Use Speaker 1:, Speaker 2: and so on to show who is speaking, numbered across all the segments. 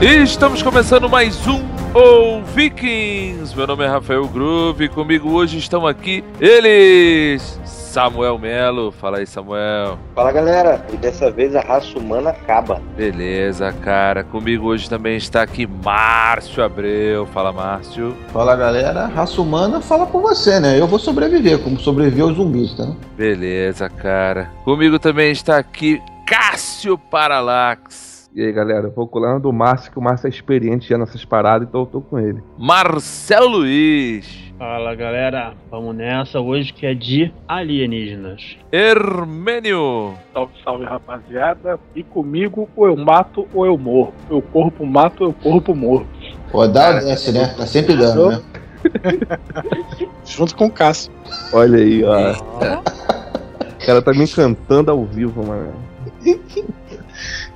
Speaker 1: E estamos começando mais um ou Vikings. Meu nome é Rafael Groove e comigo hoje estão aqui eles, Samuel Melo. Fala aí, Samuel.
Speaker 2: Fala galera, e dessa vez a raça humana acaba.
Speaker 1: Beleza, cara. Comigo hoje também está aqui Márcio Abreu. Fala, Márcio.
Speaker 3: Fala galera, raça humana fala por você, né? Eu vou sobreviver, como sobreviveu os zumbis, tá?
Speaker 1: Beleza, cara. Comigo também está aqui Cássio Paralax.
Speaker 4: E aí, galera, eu vou colando o Márcio, que o Márcio é experiente já nessas paradas, então eu tô com ele.
Speaker 1: Marcelo Luiz.
Speaker 5: Fala galera, vamos nessa hoje que é de alienígenas.
Speaker 1: Hermênio.
Speaker 6: Salve, salve rapaziada. E comigo, ou eu mato ou eu morro. Eu corpo mato, eu corpo morro.
Speaker 3: Pô, dá ou
Speaker 4: é
Speaker 3: desce, né? Tá sempre dando, né?
Speaker 6: Junto com o Cássio.
Speaker 4: Olha aí, ó. O cara tá me encantando ao vivo, mano.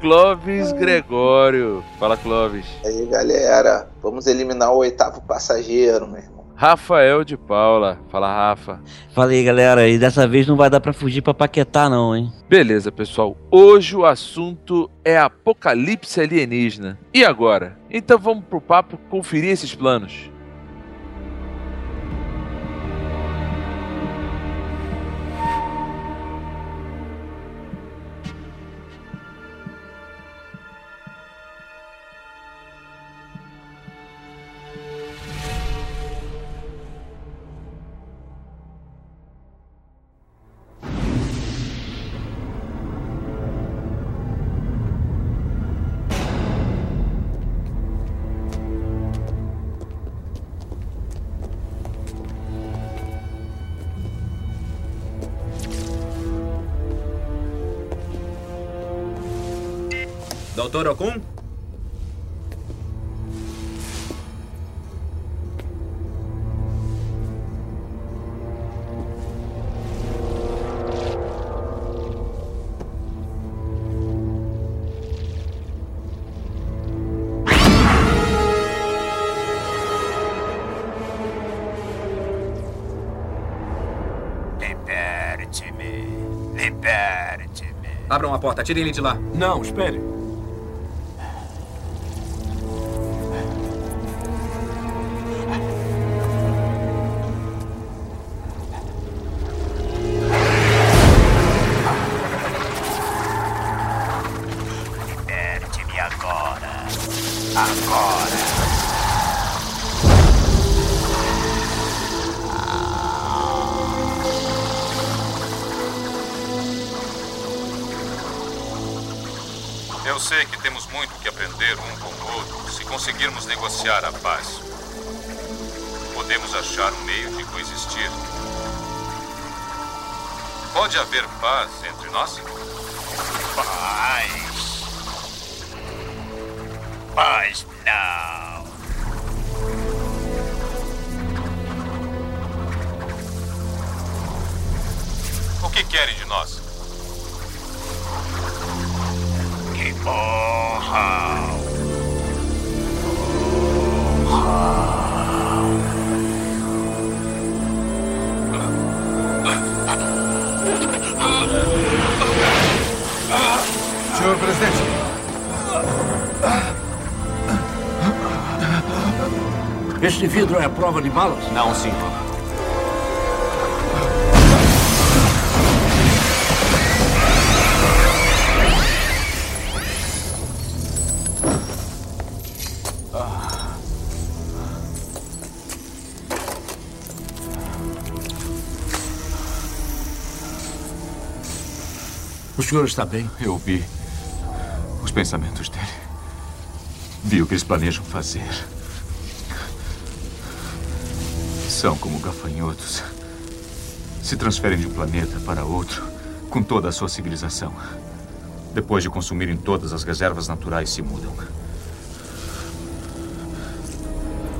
Speaker 1: Clóvis Gregório. Fala, Clóvis.
Speaker 7: E aí, galera, vamos eliminar o oitavo passageiro, meu irmão.
Speaker 1: Rafael de Paula. Fala, Rafa.
Speaker 8: Falei, galera, e dessa vez não vai dar pra fugir pra paquetar, não, hein?
Speaker 1: Beleza, pessoal. Hoje o assunto é apocalipse alienígena. E agora? Então vamos pro papo conferir esses planos.
Speaker 9: Doutor Okun?
Speaker 10: Liberte-me. Liberte-me.
Speaker 9: Abram a porta, tirem ele de lá.
Speaker 10: Não, espere.
Speaker 7: Liberte-me agora. Agora.
Speaker 11: Eu sei que temos muito o que aprender um com o outro se conseguirmos negociar a paz. Podemos achar um meio de coexistir. Pode haver paz entre nós?
Speaker 10: Paz. Paz não.
Speaker 11: O que querem de nós?
Speaker 10: Que morra.
Speaker 12: Senhor presidente,
Speaker 10: Este vidro é a prova de balas?
Speaker 9: Não, senhor.
Speaker 10: O senhor está bem?
Speaker 11: Eu vi os pensamentos dele. Vi o que eles planejam fazer. São como gafanhotos. Se transferem de um planeta para outro com toda a sua civilização. Depois de consumirem todas as reservas naturais, se mudam.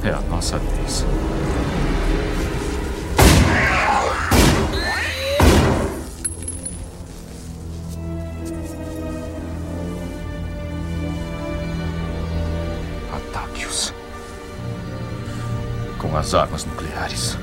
Speaker 11: É a nossa vez. Ataque-os com as armas nucleares.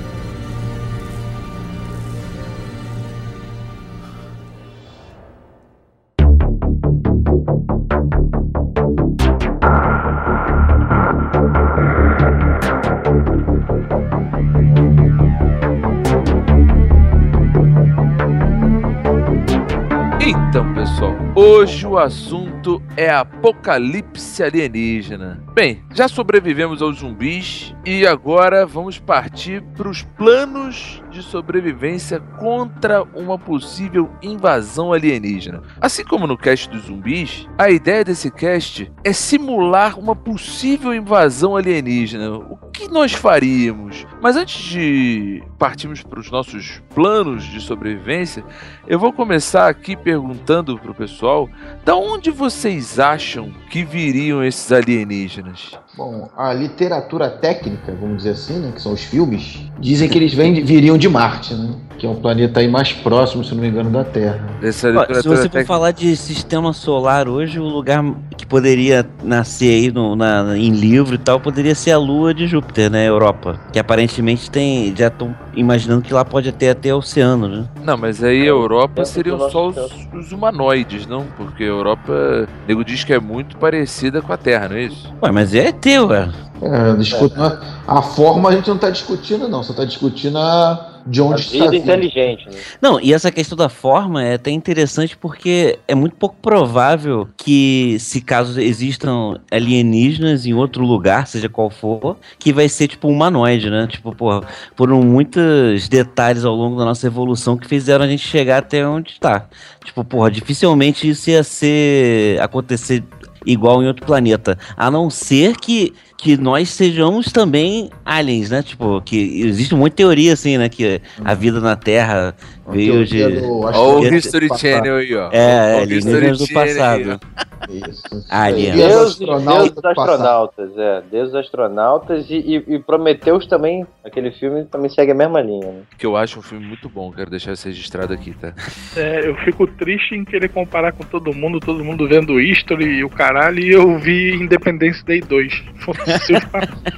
Speaker 1: Então, pessoal, hoje o assunto é apocalipse alienígena. Bem, já sobrevivemos aos zumbis e agora vamos partir para os planos de sobrevivência contra uma possível invasão alienígena. Assim como no cast dos zumbis, a ideia desse cast é simular uma possível invasão alienígena. O que nós faríamos? Mas antes de partirmos para os nossos planos de sobrevivência, eu vou começar aqui perguntando pro pessoal, da onde vocês acham que viriam esses alienígenas?
Speaker 3: Bom, a literatura técnica, vamos dizer assim, né, que são os filmes, dizem que eles vêm, de- viriam de Marte, né? Que é um planeta aí mais próximo, se não me engano, da Terra.
Speaker 1: Essa
Speaker 8: Ó,
Speaker 1: literatura
Speaker 8: Se você for
Speaker 1: técnica-
Speaker 8: falar de sistema solar hoje, o lugar que poderia nascer aí no- na- em livro e tal poderia ser a Lua de Júpiter, né? Europa. Que aparentemente tem. Já estão imaginando que lá pode ter até oceano, né?
Speaker 1: Não, mas aí a Europa
Speaker 2: Dentro
Speaker 1: seriam
Speaker 2: do nosso
Speaker 1: só os,
Speaker 2: campo.
Speaker 1: os humanoides, não? Porque a Europa, o nego diz que é muito parecida com a Terra, não é isso?
Speaker 8: Ué, mas é teu, ué.
Speaker 3: É, discu- A forma a gente não tá discutindo, não. Só tá discutindo a... de
Speaker 2: A
Speaker 3: onde está
Speaker 2: vida
Speaker 3: vindo.
Speaker 2: inteligente, né?
Speaker 8: Não, e essa questão da forma é até interessante porque é muito pouco provável que, se caso existam alienígenas em outro lugar, seja qual for, que vai ser tipo humanoide, né? Tipo, porra, foram muitos detalhes ao longo da nossa evolução que fizeram a gente chegar até onde tá. Tipo, porra, dificilmente isso ia ser. acontecer igual em outro planeta. A não ser que, que nós sejamos também aliens, né? Tipo, que existe muita teoria assim, né? Que a vida na Terra veio
Speaker 3: Teoria
Speaker 8: de.
Speaker 3: do- acho
Speaker 1: Ó o
Speaker 3: que-
Speaker 1: History
Speaker 3: passado.
Speaker 1: Channel aí, ó. Ó
Speaker 8: É,
Speaker 1: o
Speaker 8: alienígenas do
Speaker 1: aí, ó.
Speaker 8: passado.
Speaker 3: Isso.
Speaker 8: Alien.
Speaker 3: Teoria do
Speaker 2: Deus, Deus
Speaker 3: astronauta
Speaker 2: dos
Speaker 3: do passado.
Speaker 2: astronautas, é. Deus dos astronautas e, e, e Prometheus também, aquele filme também segue a mesma linha, né?
Speaker 1: Que eu acho um filme muito bom, quero deixar isso registrado aqui, tá?
Speaker 6: É, eu fico triste em querer comparar com todo mundo, todo mundo vendo History e o caralho, e eu vi Independence Day 2. Foda-se.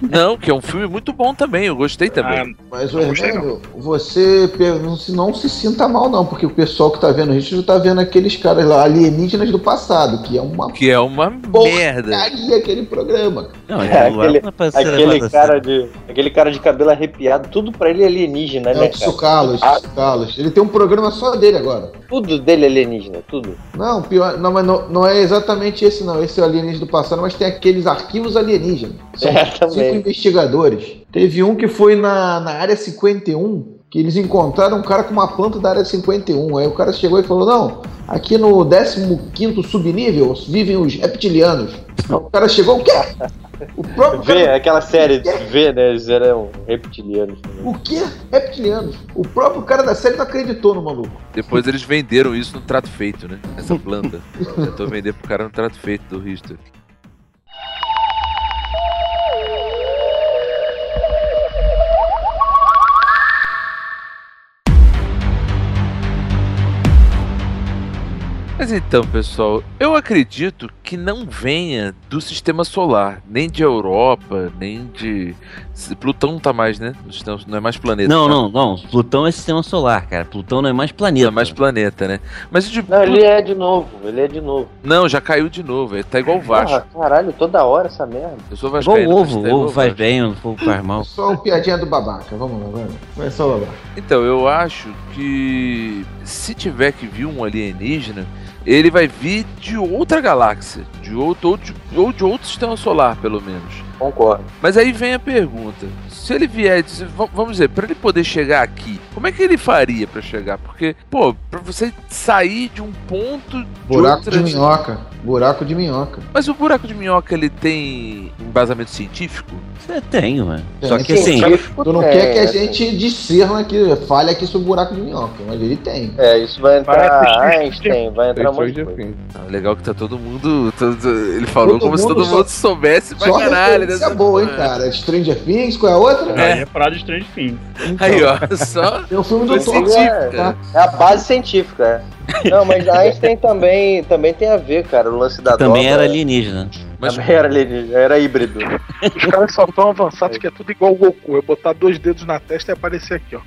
Speaker 1: Não, que é um filme muito bom também, eu gostei também.
Speaker 6: Ah,
Speaker 3: Mas, o
Speaker 6: Não gostei,
Speaker 3: Hernando, você per- não se, não se sinta mal, não, porque o pessoal que tá vendo a gente já tá vendo aqueles caras lá, alienígenas do passado, que é uma
Speaker 1: Que é uma
Speaker 3: Porra.
Speaker 1: merda.
Speaker 3: porcaria aquele programa.
Speaker 8: Não,
Speaker 2: É,
Speaker 8: aquilo lá
Speaker 2: aquele-
Speaker 8: não é pra ser levado
Speaker 2: Aquele
Speaker 8: a
Speaker 2: cara, de, aquele cara de cabelo arrepiado, tudo pra ele é alienígena,
Speaker 3: É
Speaker 2: né,
Speaker 3: o Tsu
Speaker 2: cara?
Speaker 3: Carlos,
Speaker 7: Ah,
Speaker 3: Tsu Carlos. Ele tem um programa só dele agora.
Speaker 2: Tudo dele é alienígena, tudo.
Speaker 3: Não, pior, não, mas não, não é exatamente esse não, esse é o alienígena do passado, mas tem aqueles arquivos alienígenas. São
Speaker 2: É,
Speaker 3: cinco
Speaker 2: também.
Speaker 3: investigadores. Teve um que foi na, na área 51, que eles encontraram um cara com uma planta da área 51. Aí o cara chegou e falou: Não, aqui no 15 subnível vivem os reptilianos. O cara chegou, o quê? O próprio
Speaker 2: Vê,
Speaker 3: cara,
Speaker 2: aquela série Vê, né? Eles eram reptilianos.
Speaker 3: o quê? Reptilianos. O próprio cara da série não acreditou no maluco.
Speaker 1: Depois eles venderam isso no trato feito, né? Essa planta. Tentou vender pro cara no trato feito do History. Mas então, pessoal, eu acredito que não venha do sistema solar, nem de Europa, nem de. Plutão tá mais, né? Não estamos- Não é mais planeta.
Speaker 8: Não,
Speaker 1: né?
Speaker 8: não, não. Plutão é sistema solar, cara. Plutão não é mais
Speaker 1: Não
Speaker 8: planeta.
Speaker 1: é mais planeta, né? Mas de
Speaker 2: Não, ele é de novo, ele é de novo.
Speaker 1: Não, já caiu de novo. Ele tá igual o Vasco.
Speaker 2: Porra, caralho, toda hora essa merda.
Speaker 1: Eu sou
Speaker 8: É Igual
Speaker 1: vascaíno.
Speaker 8: o ovo,
Speaker 1: mas tá
Speaker 8: o
Speaker 1: igual
Speaker 8: ovo faz
Speaker 1: Vasco.
Speaker 8: bem, o ovo faz mal.
Speaker 3: Só o piadinha do babaca. Vamos lá, vamos. Vai só o babaca.
Speaker 1: Então, eu acho que se tiver que vir um alienígena, ele vai vir de outra galáxia, de outro ou de, ou de outro sistema solar, pelo menos.
Speaker 2: Concordo.
Speaker 1: Mas aí vem a pergunta: se ele vier, de- se- va- vamos dizer, para ele poder chegar aqui, como é que ele faria para chegar? Porque, pô, para você sair de um ponto de
Speaker 3: Buraco de
Speaker 1: outra-
Speaker 3: minhoca. Buraco de minhoca.
Speaker 1: Mas o buraco de minhoca ele tem embasamento científico?
Speaker 8: Você tem, mano.
Speaker 3: Tem.
Speaker 8: Só que assim.
Speaker 3: Tu não quer
Speaker 2: é,
Speaker 3: que a gente discerna aqui, falha aqui sobre o buraco de minhoca, mas ele tem.
Speaker 2: É, isso vai entrar
Speaker 6: Vai
Speaker 2: Einstein, vai entrar um monte de coisa.
Speaker 1: Ah, Legal que tá todo mundo. todo- ele falou
Speaker 3: Todo
Speaker 1: como se
Speaker 3: mundo
Speaker 1: todo
Speaker 3: só-
Speaker 1: mundo soubesse pra
Speaker 3: Só
Speaker 1: caralho né?
Speaker 3: referência
Speaker 1: dessa
Speaker 3: boa, hein,
Speaker 1: porra.
Speaker 3: cara? Stranger Things, qual é a outra?
Speaker 6: Aí é parada de Strange Things.
Speaker 4: Então,
Speaker 1: Aí, ó, só.
Speaker 3: Tem o filme do
Speaker 1: Foi
Speaker 3: Thor.
Speaker 1: científica.
Speaker 2: É a base científica, é. Não, mas Einstein também, também tem a ver, cara, o lance da
Speaker 8: que Também
Speaker 2: dobra.
Speaker 8: era alienígena.
Speaker 1: Mas
Speaker 2: Também era alienígena, era híbrido.
Speaker 6: Os caras só tão avançados que é tudo igual o Goku. Eu botar dois dedos na testa e aparecer aqui, ó.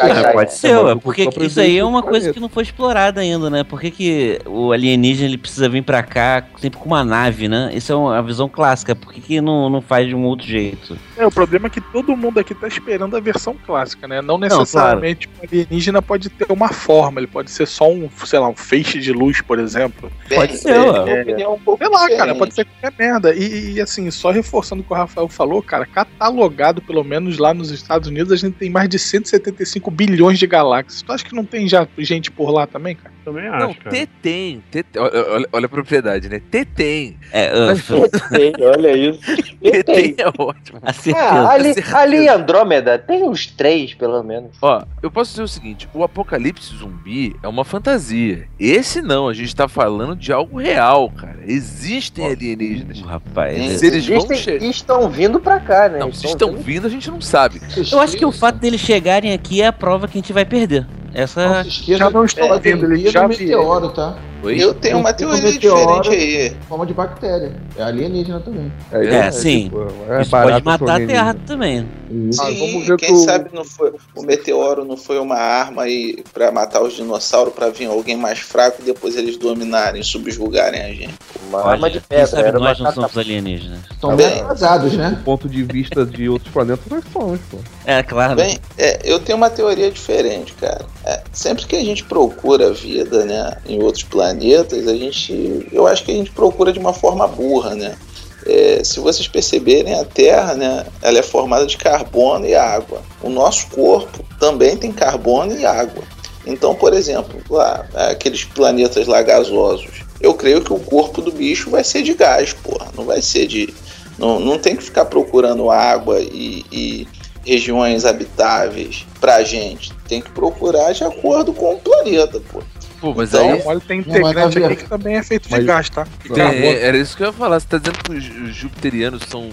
Speaker 8: Ah, pode ser, ué, porque isso aí é uma coisa que não foi explorada ainda, né? Por que, que o alienígena ele precisa vir pra cá sempre com uma nave, né? Isso é uma visão clássica. Por que, que não, não faz de um outro jeito?
Speaker 6: É, o problema é que todo mundo aqui tá esperando a versão clássica, né? Não necessariamente o alienígena pode ter uma forma, ele pode ser só um, sei lá, um feixe de luz, por exemplo.
Speaker 7: Pode ser,
Speaker 6: É,
Speaker 7: ó.
Speaker 6: é,
Speaker 7: Opinião um pouco
Speaker 6: sei lá, cara,
Speaker 7: diferente.
Speaker 6: pode ser qualquer merda. E, e, assim, só reforçando o que o Rafael falou, cara, catalogado, pelo menos lá nos Estados Unidos, a gente tem mais de 175 bilhões de galáxias. Tu acha que não tem já gente por lá também, cara?
Speaker 5: Também
Speaker 1: Não, T tem. T tem. Olha, olha- olha a propriedade, né? T tem.
Speaker 8: É,
Speaker 2: olha isso.
Speaker 1: T tem é ótimo.
Speaker 2: Ah, ali, ali em Andrômeda tem uns três, pelo menos.
Speaker 1: Ó, eu posso dizer o seguinte: o apocalipse zumbi é uma fantasia. Esse não, a gente tá falando de algo real, cara. Existem alienígenas.
Speaker 8: Hum, Rapaz, é.
Speaker 1: se eles vão
Speaker 2: Existem-
Speaker 1: che-
Speaker 2: estão vindo pra cá, né?
Speaker 1: Não, se estão vindo, a gente não sabe.
Speaker 8: eu acho que o fato deles chegarem aqui é a prova que a gente vai perder. Essa.
Speaker 3: Já não está vindo, ele já meteoro, tá?
Speaker 1: Oi?
Speaker 7: Eu tenho uma teoria diferente aí.
Speaker 3: Forma de bactéria. É alienígena também.
Speaker 8: É, sim.
Speaker 2: tipo,
Speaker 8: Isso pode matar a Terra também.
Speaker 7: Sim,
Speaker 3: vamos ver
Speaker 7: quem
Speaker 3: que o-
Speaker 7: sabe não foi, o meteoro não foi uma arma aí pra matar os dinossauros, pra vir alguém mais fraco e depois eles dominarem, subjugarem a gente.
Speaker 2: Uma
Speaker 8: Olha, quem sabe nós não somos alienígenas.
Speaker 1: Tá
Speaker 3: Estão bem atrasados, né?
Speaker 4: Do ponto de vista de outros planetas, nós somos, pô.
Speaker 8: É, claro.
Speaker 7: Bem, é, eu tenho uma teoria diferente, cara. É, sempre que a gente procura vida, né, em outros planetas, a gente, eu acho que a gente procura de uma forma burra, né? É, se vocês perceberem, a Terra, né, ela é formada de carbono e água. O nosso corpo também tem carbono e água. Então, por exemplo, lá, aqueles planetas lá gasosos, eu creio que o corpo do bicho vai ser de gás, porra. Não vai ser de. Não, não tem que ficar procurando água e- e regiões habitáveis pra gente. Tem que procurar de acordo com o planeta, pô.
Speaker 1: Pô, mas
Speaker 7: Então,
Speaker 1: aí.
Speaker 6: Olha, tem
Speaker 3: Não, mas
Speaker 6: integrante
Speaker 3: tá
Speaker 6: aqui
Speaker 3: vendo.
Speaker 6: que também é feito de
Speaker 4: Mas-
Speaker 6: gás, tá? E
Speaker 1: É,
Speaker 6: carbono.
Speaker 1: é, era isso que eu ia falar. Você tá dizendo que os os jupiterianos são,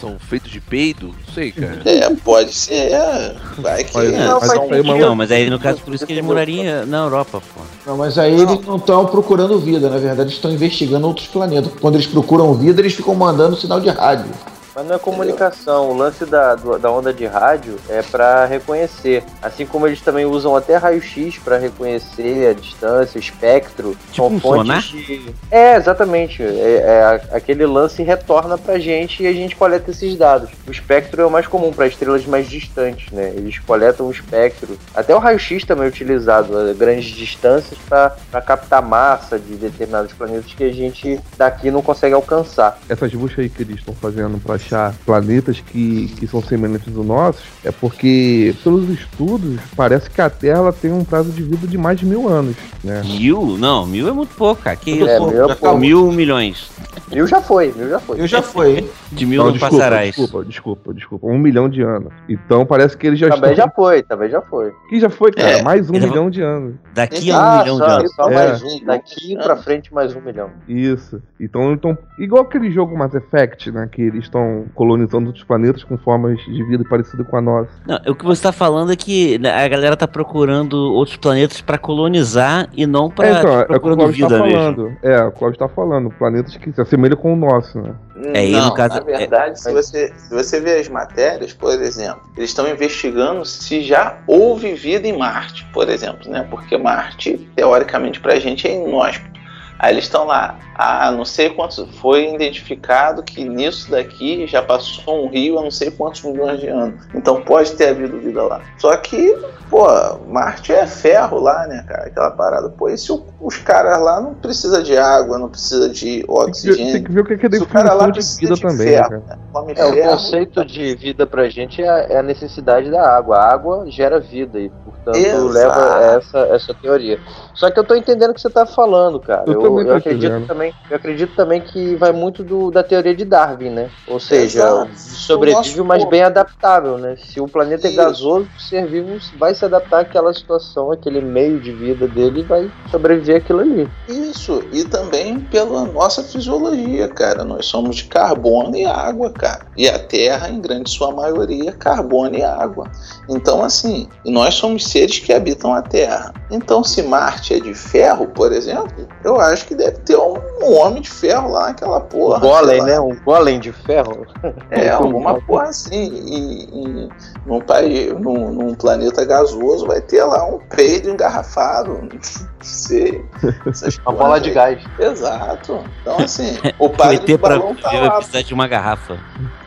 Speaker 1: são feitos de peido? Não sei, cara.
Speaker 7: É, pode ser. é, Vai que.
Speaker 4: Olha,
Speaker 8: Não,
Speaker 4: mas
Speaker 8: faz
Speaker 4: aí, mas-
Speaker 8: Não, mas aí no caso, por isso que eles morariam na Europa, pô.
Speaker 3: Não, mas aí eles não estão procurando vida, na verdade estão investigando outros planetas. Quando eles procuram vida, eles ficam mandando sinal de rádio.
Speaker 2: Mas não é comunicação. O lance da, do- da onda de rádio é pra reconhecer. Assim como eles também usam até raio-x pra reconhecer a distância, o espectro.
Speaker 8: Tipo um sonar?
Speaker 2: de. É, exatamente. É, é a- aquele lance retorna pra gente e a gente coleta esses dados. O espectro é o mais comum pra estrelas mais distantes, né? Eles coletam o espectro. Até o raio-x também é utilizado a grandes distâncias pra pra captar massa de determinados planetas que a gente daqui não consegue alcançar.
Speaker 4: essas buscas aí que eles estão fazendo para achar planetas que, que são semelhantes aos nossos é porque, pelos estudos, parece que a Terra ela tem um prazo de vida de mais de mil anos, né?
Speaker 8: Mil? Não, mil é muito pouco, cara. Que isso?
Speaker 2: É, mil é
Speaker 8: Já
Speaker 2: pouco.
Speaker 4: tá
Speaker 8: foi mil milhões.
Speaker 2: Mil já foi, mil já foi.
Speaker 3: Eu já fui, hein?
Speaker 8: De mil não,
Speaker 4: desculpa,
Speaker 8: passarás.
Speaker 4: desculpa, desculpa, desculpa. Um milhão de anos. Então parece que eles já
Speaker 2: Também
Speaker 4: estão.
Speaker 2: já foi, também já foi.
Speaker 4: Que já foi, cara,
Speaker 7: É.
Speaker 4: mais um
Speaker 8: Ele-
Speaker 4: milhão de anos.
Speaker 8: Daqui a um
Speaker 2: Ah,
Speaker 8: milhão
Speaker 2: só,
Speaker 8: de anos.
Speaker 2: só
Speaker 4: É.
Speaker 2: mais um. Daqui pra frente, mais um milhão.
Speaker 4: Isso. Então, então, igual aquele jogo Mass Effect, né? Que eles estão colonizando outros planetas com formas de vida parecidas com a nossa.
Speaker 8: Não, o que você tá falando é que a galera tá procurando outros planetas pra colonizar e não pra
Speaker 4: é, então, é o que o
Speaker 8: procurando
Speaker 4: Cláudio
Speaker 8: vida
Speaker 4: tá
Speaker 8: mesmo.
Speaker 4: falando. É, o Cláudio tá falando. Planetas que se assemelham com o nosso, né?
Speaker 8: É, e no caso-
Speaker 7: Hum, na verdade, se, você, se você ver as matérias, por exemplo, eles estão investigando se já houve vida em Marte, por exemplo, né? Porque Marte, teoricamente, pra gente é inóspito. Aí eles estão lá, ah, não sei quantos, foi identificado que nisso daqui já passou um rio há não sei quantos milhões de anos. Então pode ter havido vida lá. Só que, pô, Marte é ferro lá, né, cara? Aquela parada. Pô, e se o- os caras lá não precisa de água, não precisa
Speaker 4: Tem
Speaker 7: de
Speaker 4: que, ver-
Speaker 7: oxigênio?
Speaker 4: tem que ver o que é que é
Speaker 7: Se o cara lá
Speaker 4: definição de
Speaker 7: precisa
Speaker 4: vida
Speaker 7: de
Speaker 4: também, né,
Speaker 7: ferro,
Speaker 4: cara?
Speaker 7: Come
Speaker 2: É, o
Speaker 7: ferro.
Speaker 2: conceito de vida pra gente é, a- é a necessidade da água. A água gera vida e, portanto,
Speaker 7: Exato.
Speaker 2: leva a essa, essa teoria. Só que eu tô entendendo o que você tá falando, cara.
Speaker 4: Eu
Speaker 2: Eu,
Speaker 4: também tô
Speaker 2: eu acredito
Speaker 4: entendendo.
Speaker 2: também, eu acredito também que vai muito do, da teoria de Darwin, né? Ou seja,
Speaker 7: Exato. O
Speaker 2: sobrevive,
Speaker 7: um nosso
Speaker 2: mas
Speaker 7: corpo.
Speaker 2: bem adaptável, né? Se o planeta é
Speaker 7: Isso.
Speaker 2: gasoso, o ser vivo vai se adaptar àquela situação, aquele meio de vida dele e vai sobreviver àquilo ali.
Speaker 7: Isso, e também pela nossa fisiologia, cara. Nós somos de carbono e água, cara. E a Terra, em grande sua maioria, é carbono e água. Então, assim, nós somos seres que habitam a Terra. Então, se Marte é de ferro, por exemplo, eu acho que deve ter um, um homem de ferro lá naquela porra.
Speaker 2: um golem,
Speaker 7: sei lá.
Speaker 2: né? Um golem de ferro.
Speaker 7: É, alguma porra assim. E, e num, país, num, num planeta gasoso vai ter lá um peido engarrafado. Não sei. Essas
Speaker 2: Uma bola de
Speaker 7: porras
Speaker 2: gás.
Speaker 7: aí. Exato. Então, assim, o padre
Speaker 8: O ET
Speaker 7: do
Speaker 8: pra
Speaker 7: balão tá
Speaker 8: viver vai
Speaker 7: lá.
Speaker 8: precisar de uma garrafa.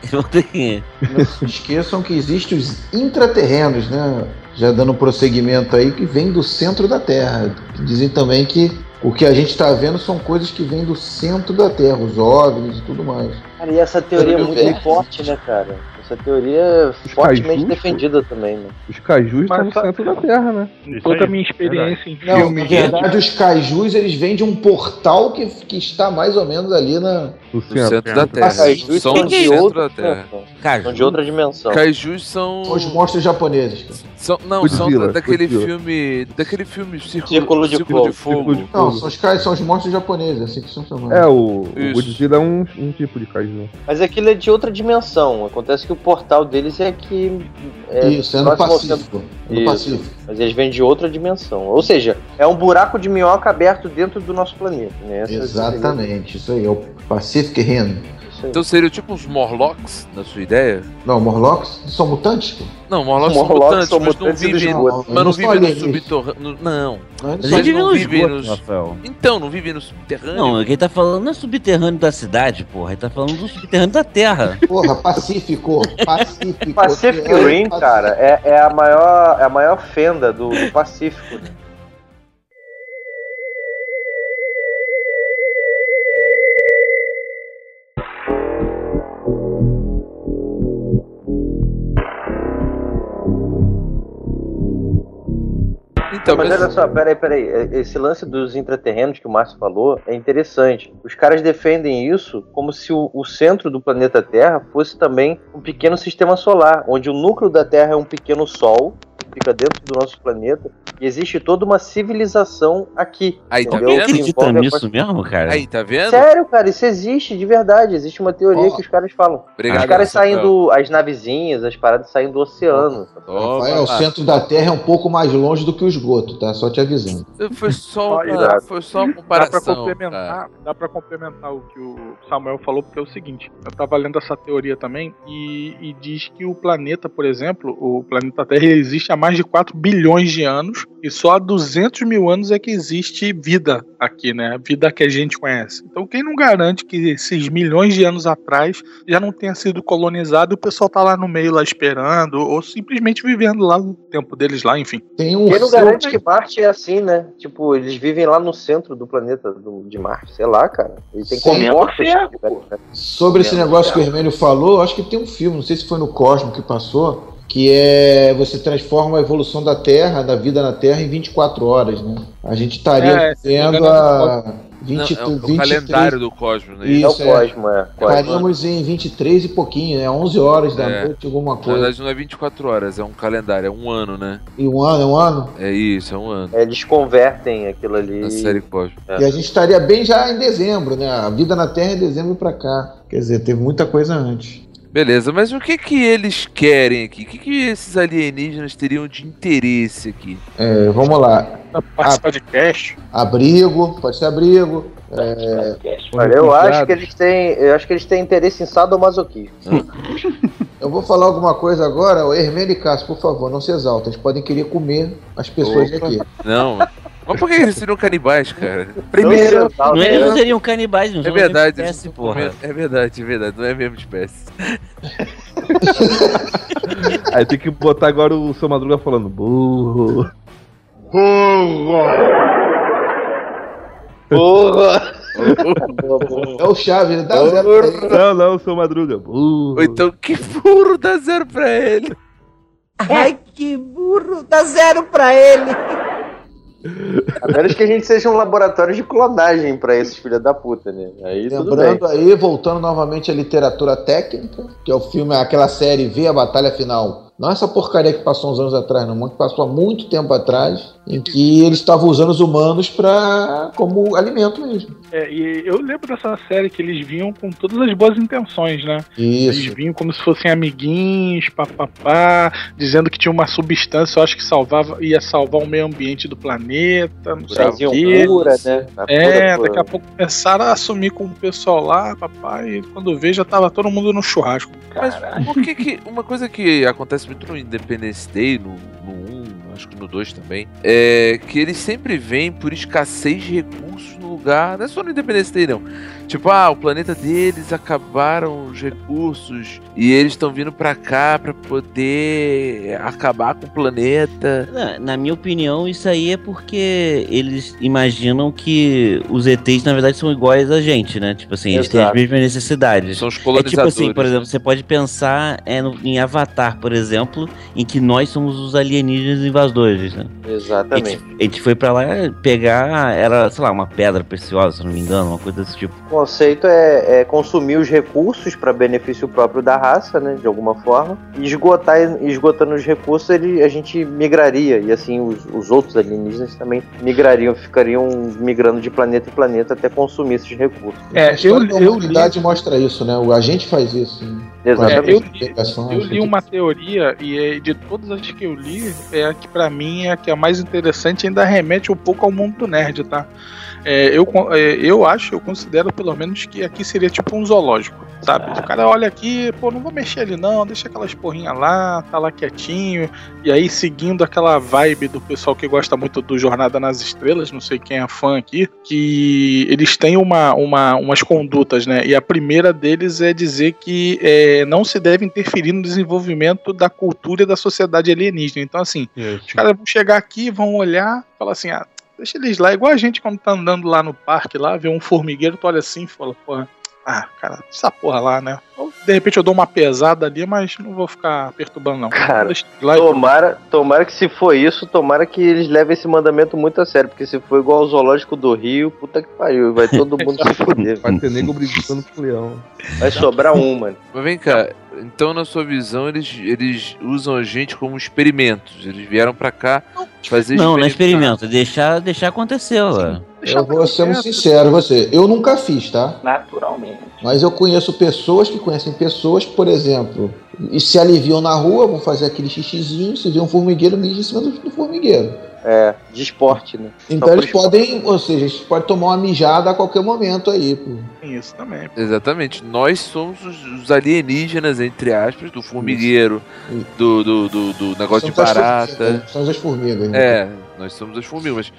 Speaker 8: Eu tenho-
Speaker 3: Não se esqueçam que existem os intraterrenos, né? Já dando prosseguimento aí, que vem do centro da Terra. Dizem também que o que a gente está vendo são coisas que vêm do centro da Terra, os OVNIs e tudo mais.
Speaker 2: Cara, e essa teoria é
Speaker 7: Pelo
Speaker 2: muito
Speaker 7: universo.
Speaker 2: forte, né, cara? Essa teoria é fortemente
Speaker 4: cajus,
Speaker 2: defendida também, né?
Speaker 4: Os cajus
Speaker 6: Mas
Speaker 4: estão no
Speaker 6: só-
Speaker 4: centro da Terra, né?
Speaker 6: Toda a minha experiência em
Speaker 4: É,
Speaker 3: Não, na
Speaker 6: filme.
Speaker 3: verdade, os cajus eles vêm de um portal que, que está mais ou menos ali na.
Speaker 4: No
Speaker 1: No centro,
Speaker 4: centro.
Speaker 1: da Terra.
Speaker 2: Os cajus
Speaker 1: São
Speaker 2: são
Speaker 1: do
Speaker 2: é de
Speaker 1: centro
Speaker 2: outra
Speaker 1: da Terra.
Speaker 2: dimensão. São de
Speaker 8: Caju.
Speaker 2: outra dimensão.
Speaker 1: Cajus são.
Speaker 3: São os monstros japoneses. cara.
Speaker 1: são não,
Speaker 4: Godzilla,
Speaker 1: são da- daquele
Speaker 4: Godzilla.
Speaker 1: filme. Daquele filme Círculo,
Speaker 2: Círculo de
Speaker 1: Círculo
Speaker 4: Fogo.
Speaker 1: Fogo.
Speaker 3: Não, são os, ca- são os monstros japoneses, assim que são chamados.
Speaker 4: É, o, o
Speaker 1: Isso.
Speaker 4: Godzilla é um, um tipo de caju.
Speaker 2: Mas aquilo é de outra dimensão. Acontece que o portal deles é que. É,
Speaker 3: Isso, é no
Speaker 2: próximo ao
Speaker 3: Pacífico. É
Speaker 2: Isso.
Speaker 3: no Pacífico.
Speaker 2: Mas eles vêm de outra dimensão. Ou seja, é um buraco de minhoca aberto dentro do nosso planeta, né? Essa-
Speaker 3: Exatamente, isso aí, é o Pacific Rim.
Speaker 2: Isso aí.
Speaker 1: Então seria tipo uns Morlocks, na sua ideia?
Speaker 3: Não, Morlocks são mutantes? pô?
Speaker 1: Não, Morlocks são
Speaker 2: Morlocks
Speaker 1: mutantes,
Speaker 2: são
Speaker 1: mas não
Speaker 2: mutantes e eles
Speaker 1: vivem.
Speaker 2: não-
Speaker 1: Mas não
Speaker 3: eles
Speaker 1: vivem no
Speaker 3: alienígenas.
Speaker 1: subterrâneo. Não.
Speaker 3: Não, eles
Speaker 8: Mas
Speaker 1: Eles
Speaker 3: são
Speaker 8: ele vive
Speaker 1: não
Speaker 8: no
Speaker 1: vivem
Speaker 8: esgoto,
Speaker 1: nos-
Speaker 8: Rafael.
Speaker 1: Então, não vivem no subterrâneo?
Speaker 8: Não, ele tá falando não é subterrâneo da cidade, porra. Ele tá falando do subterrâneo da terra.
Speaker 3: Porra, Pacífico, Pacífico.
Speaker 2: Pacific
Speaker 3: É,
Speaker 2: Rim,
Speaker 3: Pacific-
Speaker 2: cara, é, é a maior, é a maior fenda do, do Pacífico. né?
Speaker 1: Então,
Speaker 2: Mas
Speaker 1: mas-
Speaker 2: olha só, peraí, peraí. É- Esse lance dos intraterrenos que o Márcio falou é interessante. Os caras defendem isso como se o, o centro do planeta Terra fosse também um pequeno sistema solar, onde o núcleo da Terra é um pequeno sol que fica dentro do nosso planeta e existe toda uma civilização aqui.
Speaker 1: Aí, tá
Speaker 2: entendeu?
Speaker 1: vendo?
Speaker 8: Ele
Speaker 2: Que
Speaker 8: acredita
Speaker 2: envolve a
Speaker 8: nisso mesmo, cara?
Speaker 1: Aí, tá vendo?
Speaker 2: Sério, cara, isso existe de verdade. Existe uma teoria
Speaker 3: Ó.
Speaker 2: que os caras falam.
Speaker 1: Obrigado,
Speaker 2: os caras
Speaker 1: Rafael.
Speaker 2: saem do. As navezinhas, as paradas saem do oceano.
Speaker 1: Toma.
Speaker 3: Rafael, o centro da Terra é um pouco mais longe do que o esgoto, tá? Só te avisando.
Speaker 1: Foi só
Speaker 6: Olha,
Speaker 1: uma, foi só
Speaker 6: Dá
Speaker 1: uma
Speaker 6: pra,
Speaker 1: comparação. cara.
Speaker 6: complementar, dá pra complementar o que o Samuel falou, porque é o seguinte: eu tava lendo essa teoria também, e, e diz que o planeta, por exemplo, o planeta Terra ele existe há mais de 4 bilhões de anos, e só há 200 mil anos é que existe vida aqui, né? Vida que a gente conhece. Então, quem não garante que esses milhões de anos atrás já não tenha sido colonizado e o pessoal tá lá no meio, lá esperando, ou simplesmente vivendo lá o tempo deles lá, enfim.
Speaker 3: Tem um
Speaker 2: Quem não
Speaker 3: centro-
Speaker 2: garante que Marte é assim, né? Tipo, eles vivem lá no centro do planeta do- de Marte, sei lá, cara. Ele tem
Speaker 3: Sim.
Speaker 2: comportas. É
Speaker 3: Sobre esse negócio que o Hermênio falou, acho que tem um filme, não sei se foi no Cosmo que passou, que é você transforma a evolução da Terra, da vida na Terra, em 24 horas, né? A gente estaria
Speaker 6: É, se não me
Speaker 3: vivendo
Speaker 6: engano,
Speaker 3: a
Speaker 1: Não,
Speaker 3: 20,
Speaker 1: é o, o
Speaker 3: 23
Speaker 1: calendário do Cosmos, né?
Speaker 2: É o
Speaker 3: Isso, é.
Speaker 2: Cosmo, é. Cosmo.
Speaker 3: Estaríamos em 23 e pouquinho, né? 11 horas da
Speaker 1: É.
Speaker 3: noite, alguma
Speaker 1: Na
Speaker 3: coisa.
Speaker 1: verdade, não é 24 horas, é um calendário, é um ano, né?
Speaker 3: E um ano, é um ano.
Speaker 1: É isso, é um ano.
Speaker 2: Eles convertem aquilo ali.
Speaker 1: Na série Cosmos.
Speaker 2: É.
Speaker 3: E a gente estaria bem já em dezembro, né? A vida na Terra é dezembro pra cá. Quer dizer, teve muita coisa antes.
Speaker 1: Beleza, mas o que que eles querem aqui? O que que esses alienígenas teriam de interesse aqui?
Speaker 3: É, vamos lá.
Speaker 6: Pra Participar de cast.
Speaker 3: Abrigo, pode ser abrigo.
Speaker 2: Olha, eu acho que eles têm. Eu acho que eles têm interesse em sadomasoquismo.
Speaker 3: Eu vou falar alguma coisa agora. Ô, Hermênio e Cássio, por favor, não se exaltem. Eles podem querer comer as pessoas daqui.
Speaker 1: Não. Mas por que eles seriam canibais, cara?
Speaker 2: Primeiro,
Speaker 8: Não é eles não seriam canibais, não
Speaker 1: Ah, É
Speaker 8: são da mesma
Speaker 1: verdade, eles
Speaker 8: espécie,
Speaker 1: não são
Speaker 8: porra.
Speaker 1: comendo- é verdade, é verdade, não é a mesma espécie.
Speaker 4: Aí tem que botar agora o seu Madruga falando burro.
Speaker 2: porra!
Speaker 3: É o chave, ele dá zero. pra ele.
Speaker 4: Não, não, o seu Madruga, burro.
Speaker 1: Ou então, que burro dá zero pra ele?
Speaker 12: Ai, que burro! Dá zero pra ele!
Speaker 2: A menos que a gente seja um laboratório de clonagem pra esses filha da puta, né? Aí tudo bem.
Speaker 3: Lembrando aí, voltando novamente à literatura técnica, que é o filme, aquela série Vê a Batalha Final. Não essa porcaria que passou uns anos atrás, não. Uma que passou há muito tempo atrás, em que eles estavam usando os humanos pra, como alimento mesmo.
Speaker 6: É, e eu lembro dessa série que eles vinham com todas as boas intenções, né?
Speaker 3: Isso.
Speaker 6: Eles vinham como se fossem amiguinhos, papapá, dizendo que tinha uma substância, eu acho que salvava, ia salvar o meio ambiente do planeta, não sei o quê.
Speaker 2: Faziam cura, né? A
Speaker 6: É,
Speaker 2: cura por-
Speaker 6: daqui a pouco começaram a assumir com o pessoal lá, papai, e quando vê já tava todo mundo no churrasco.
Speaker 1: Mas por que que. Uma coisa que acontece muito no Independence Day, no, no 1, acho que no 2 também, é que eles sempre vêm por escassez de recursos no lugar. Não é só no Independence Day, não. Tipo, ah, o planeta deles acabaram os recursos e eles estão vindo pra cá pra poder acabar com o planeta.
Speaker 8: Na, na minha opinião, isso aí é porque eles imaginam que os ETs, na verdade, são iguais a gente, né? Tipo assim, eles têm as
Speaker 1: Exato.
Speaker 8: mesmas necessidades.
Speaker 1: São né? os
Speaker 8: É tipo assim, por
Speaker 1: colonizadores.
Speaker 8: exemplo, você pode pensar é, no- em Avatar, por exemplo, em que nós somos os alienígenas invasores, né? A
Speaker 2: Exatamente.
Speaker 8: gente, a gente foi pra lá pegar, era, sei lá, uma pedra preciosa, se não me engano, uma coisa desse tipo.
Speaker 2: O conceito é, é consumir os recursos para benefício próprio da raça, né, de alguma forma, e esgotar, esgotando os recursos, ele, a gente migraria, e assim os, os outros alienígenas também migrariam, ficariam migrando de planeta em planeta até consumir esses recursos.
Speaker 6: É,
Speaker 3: a história da humanidade mostra isso, né? O- A gente faz isso. né?
Speaker 2: Exatamente.
Speaker 3: Com as pegações,
Speaker 6: Eu li um-
Speaker 3: tudo.
Speaker 6: uma teoria, e é, de todas as que eu li, é a que pra mim é a que é a mais interessante ainda remete um pouco ao mundo do nerd, tá? É, eu, con- é, eu acho, eu considero pelo menos que aqui seria tipo um zoológico, sabe? O cara olha aqui, pô, não vou mexer ali não, deixa aquelas porrinhas lá, tá lá quietinho, e aí seguindo aquela vibe do pessoal que gosta muito do Jornada nas Estrelas, não sei quem é fã aqui, que eles têm uma, uma, umas condutas, né? E a primeira deles é dizer que é, não se deve interferir no desenvolvimento da cultura e da sociedade alienígena. Então, assim, os caras vão chegar aqui, vão olhar, falar assim, ah, deixa eles lá, igual a gente quando tá andando lá no parque, lá, vê um formigueiro, tu olha assim e fala, porra, ah, cara, essa porra lá, né? Ou, De repente eu dou uma pesada ali, mas não vou ficar perturbando, não.
Speaker 2: Cara,
Speaker 6: Deixa eles lá e-
Speaker 2: Tomara, tomara que se for isso, tomara que eles levem esse mandamento muito a sério, porque se for igual ao zoológico do Rio, puta que pariu, vai todo mundo se fuder.
Speaker 4: Vai ter nego brigando com o leão.
Speaker 2: Vai sobrar um, mano.
Speaker 1: Mas vem cá, então na sua visão eles, eles usam a gente como experimentos. Eles vieram pra cá fazer
Speaker 8: não, não é experimento, deixar, deixar acontecer, lá.
Speaker 3: Eu vou sendo sincero, você. Eu nunca fiz, tá?
Speaker 7: Naturalmente.
Speaker 3: Mas eu conheço pessoas que conhecem pessoas, por exemplo, e se aliviam na rua, vão fazer aquele xixizinho, se vê um formigueiro, mija em cima do, do formigueiro.
Speaker 2: É, de esporte, né?
Speaker 3: Então
Speaker 2: Só por
Speaker 3: eles podem, ou seja, eles podem tomar uma mijada a qualquer momento aí, pô.
Speaker 6: Tem isso também.
Speaker 1: Exatamente. Nós somos os, os alienígenas, entre aspas, do formigueiro, do, do, do, do negócio de
Speaker 3: São as
Speaker 1: barata.
Speaker 3: formigas, São as formigas. né?
Speaker 1: É, nós somos as formigas.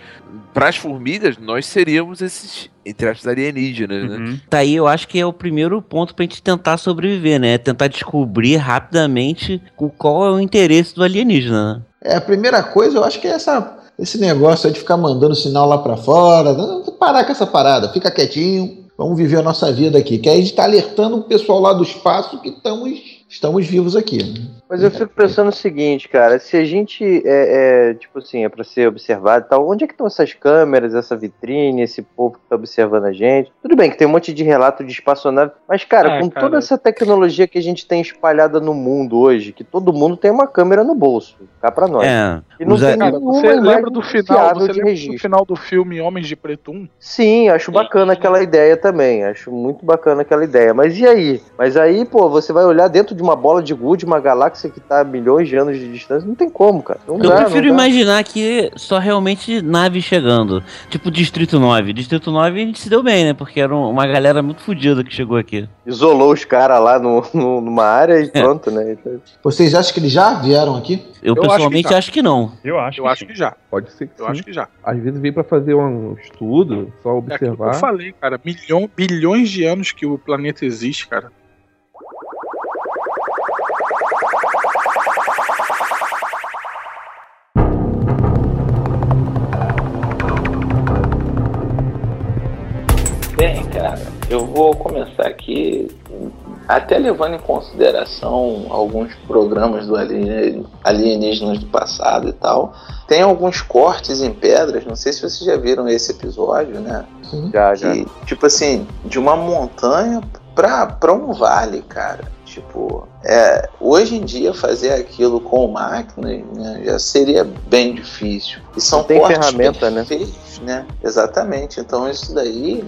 Speaker 1: Para as formigas, nós seríamos esses, entre aspas,
Speaker 5: Uhum.
Speaker 1: alienígenas,
Speaker 4: Uhum.
Speaker 1: né?
Speaker 8: Tá aí, eu acho que é o primeiro ponto pra gente tentar sobreviver, né? É Tentar descobrir rapidamente o- qual é o interesse do alienígena, né?
Speaker 3: É, a primeira coisa, eu acho que é essa, esse negócio aí de ficar mandando sinal lá pra fora. Não, parar com essa parada, fica quietinho, vamos viver a nossa vida aqui. Que aí a gente tá alertando o pessoal lá do espaço que estamos, estamos vivos aqui. né?
Speaker 2: Mas eu fico pensando o seguinte, cara, se a gente é, é, tipo assim, é pra ser observado e tal, onde é que estão essas câmeras, essa vitrine, esse povo que tá observando a gente? Tudo bem que tem um monte de relato de espaçonave, mas, É, cara,
Speaker 6: Ah,
Speaker 2: com
Speaker 6: cara.
Speaker 2: toda essa tecnologia que a gente tem espalhada no mundo hoje, que todo mundo tem uma câmera no bolso, cá pra nós.
Speaker 8: É,
Speaker 2: E não
Speaker 8: os
Speaker 2: tem
Speaker 8: a-
Speaker 6: Cara,
Speaker 2: nenhuma
Speaker 6: você lembra
Speaker 2: imagem
Speaker 6: do final,
Speaker 2: fiável
Speaker 6: você
Speaker 2: de
Speaker 6: lembra do
Speaker 2: registro.
Speaker 6: final do filme Homens de Preto 1?
Speaker 2: Sim, acho bacana aquela ideia também. Acho muito bacana aquela ideia. Mas e aí? Mas aí, pô, você vai olhar dentro de uma bola de gude, uma galáxia que tá a milhões de anos de distância, não tem como, cara. Não
Speaker 8: Eu
Speaker 2: dá,
Speaker 8: prefiro
Speaker 2: não dá.
Speaker 8: imaginar que só realmente nave chegando. Tipo Distrito 9. Distrito 9 a gente se deu bem, né? Porque era um- uma galera muito fodida que chegou aqui.
Speaker 2: Isolou os caras lá no, no- numa área e pronto, né? Então,
Speaker 3: Vocês acham que eles já vieram aqui?
Speaker 8: Eu,
Speaker 6: acho que
Speaker 8: pessoalmente
Speaker 6: tá.
Speaker 8: acho que não.
Speaker 5: Eu acho.
Speaker 6: Eu acho que já.
Speaker 4: Pode ser que
Speaker 6: Eu
Speaker 4: sim.
Speaker 6: acho que já.
Speaker 4: Às vezes vem pra fazer um estudo, só
Speaker 6: É aquilo que eu
Speaker 4: observar.
Speaker 6: falei, cara. Milhão, bilhões de anos que o planeta existe, cara.
Speaker 7: Bem, cara, eu vou começar aqui, até levando em consideração alguns programas do alien- Alienígenas do passado e tal. Tem alguns cortes em pedras, não sei se vocês já viram esse episódio, né?
Speaker 2: já, já.
Speaker 7: Que, tipo assim, de uma montanha pra, pra um vale, cara. Tipo, é, hoje em dia fazer aquilo com máquina né, já seria bem difícil. E são
Speaker 2: tem
Speaker 7: cortes
Speaker 2: ferramenta, né?
Speaker 7: perfeitos, né? Exatamente. Então isso daí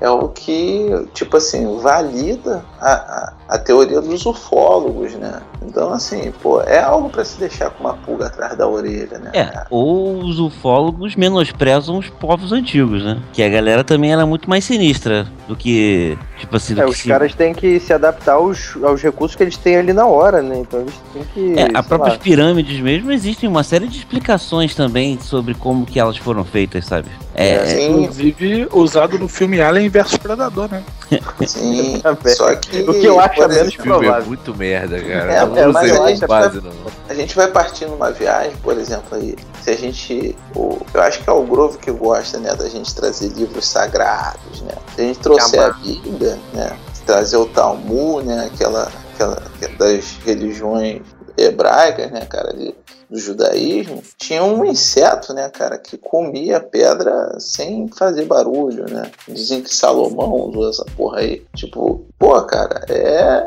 Speaker 7: é o que, tipo assim, valida a, a, a teoria dos ufólogos, né? Então, assim, pô, é algo para se deixar com uma pulga atrás da orelha, né?
Speaker 8: É, ou os ufólogos menosprezam os povos antigos, né? Que a galera também era muito mais sinistra do que, tipo assim, do
Speaker 2: É,
Speaker 8: que
Speaker 2: os
Speaker 8: se-
Speaker 2: caras têm que se adaptar aos, aos recursos que eles têm ali na hora, né? Então eles têm que.
Speaker 8: É,
Speaker 2: sei
Speaker 8: as próprias
Speaker 2: lá.
Speaker 8: pirâmides mesmo existem uma série de explicações também sobre como que elas foram feitas, sabe? É, é-
Speaker 6: Inclusive usado no filme Alien vs Predador, né?
Speaker 7: Sim,
Speaker 6: só
Speaker 7: que-
Speaker 1: Tá O que eu acho
Speaker 7: por
Speaker 1: é menos
Speaker 7: exemplo,
Speaker 1: provável. É muito merda, cara.
Speaker 7: É,
Speaker 1: não
Speaker 7: é,
Speaker 1: usa
Speaker 7: mas eu
Speaker 1: ele
Speaker 7: acho
Speaker 1: como
Speaker 7: que-
Speaker 1: base, não.
Speaker 7: A gente vai partir numa viagem, por exemplo, aí, se a gente. o- eu acho que é o Grove que gosta, né, da gente trazer livros sagrados, né? Se a gente trouxer a
Speaker 2: Amar.
Speaker 7: Bíblia, né? Trazer o Talmud, né? Aquela, aquela das religiões hebraicas, né, cara, ali, do judaísmo, tinha um inseto, né, cara, que comia pedra sem fazer barulho, né? Dizem que Salomão usou essa porra aí. Tipo, pô, cara, é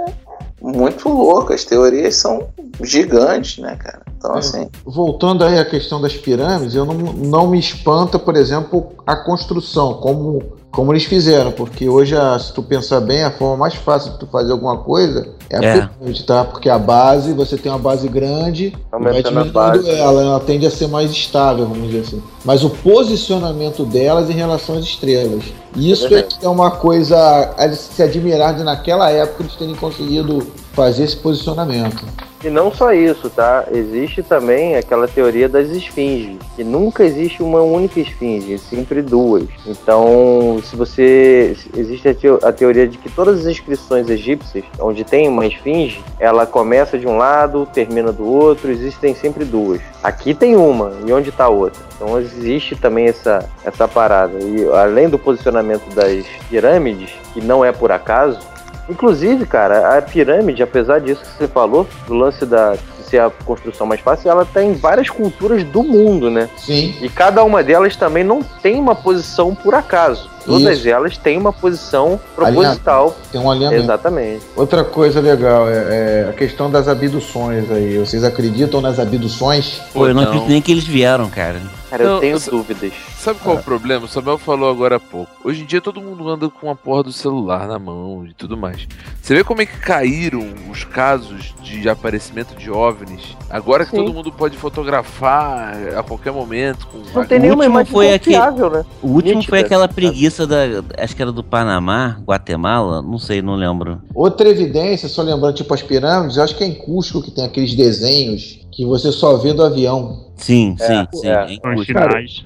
Speaker 7: muito louco. As teorias são gigantes, né, cara?
Speaker 3: É.
Speaker 7: Então, assim,
Speaker 3: Voltando aí à questão das pirâmides, eu não, não me espanta, por exemplo, a construção, como, como eles fizeram, porque hoje, a- se tu pensar bem, a forma mais fácil de tu fazer alguma coisa é a
Speaker 8: É.
Speaker 3: pirâmide, tá? Porque a base, você tem uma base grande, vai
Speaker 2: Aumentando Tá a
Speaker 3: diminuindo
Speaker 2: base. né?
Speaker 3: ela, ela tende a ser mais estável, vamos dizer assim. Mas o posicionamento delas em relação às estrelas. Isso é,
Speaker 2: verdade.
Speaker 3: que é uma coisa a se admirar de naquela época eles terem conseguido fazer esse posicionamento.
Speaker 2: E não só isso, tá? Existe também aquela teoria das esfinges, que nunca existe uma única esfinge, sempre duas. Então, se você. Existe a, teo- a teoria de que todas as inscrições egípcias, onde tem uma esfinge, ela começa de um lado, termina do outro, existem sempre duas. Aqui tem uma, e onde está a outra? Então, existe também essa, essa parada. E além do posicionamento das pirâmides, que não é por acaso, Inclusive, cara, a pirâmide, apesar disso que você falou, do lance da de ser a construção mais fácil, ela tá em várias culturas do mundo, né?
Speaker 3: Sim.
Speaker 2: E cada uma delas também não tem uma posição por acaso. Todas
Speaker 3: Isso.
Speaker 2: elas têm uma posição proposital.
Speaker 3: Tem um alinhamento.
Speaker 2: Exatamente.
Speaker 3: Outra coisa legal é, é a questão das abduções aí. Vocês acreditam nas abduções?
Speaker 8: Pô, eu não acredito nem que eles vieram, cara.
Speaker 2: Cara, eu tenho dúvidas.
Speaker 1: Sabe qual é
Speaker 2: Ah.
Speaker 1: o problema? O Samuel falou agora há pouco. Hoje em dia todo mundo anda com a porra do celular na mão e tudo mais. Você vê como é que caíram os casos de aparecimento de OVNIs? Agora que
Speaker 2: Sim.
Speaker 1: todo mundo pode fotografar a qualquer momento. Com
Speaker 2: Não tem
Speaker 8: O último
Speaker 2: nenhuma imagem
Speaker 8: foi aqui-
Speaker 2: confiável, né?
Speaker 8: O último
Speaker 2: Nítida,
Speaker 8: foi
Speaker 3: é.
Speaker 8: aquela
Speaker 2: sabe?
Speaker 8: preguiça da. Acho que era do Panamá, Guatemala, não sei, não lembro.
Speaker 3: Outra evidência, só lembrando, tipo as pirâmides, eu acho que é em Cusco que tem aqueles desenhos que você só vê do avião.
Speaker 8: Sim, sim, sim.
Speaker 3: é.
Speaker 8: é
Speaker 5: Com os
Speaker 8: injusto.
Speaker 5: sinais.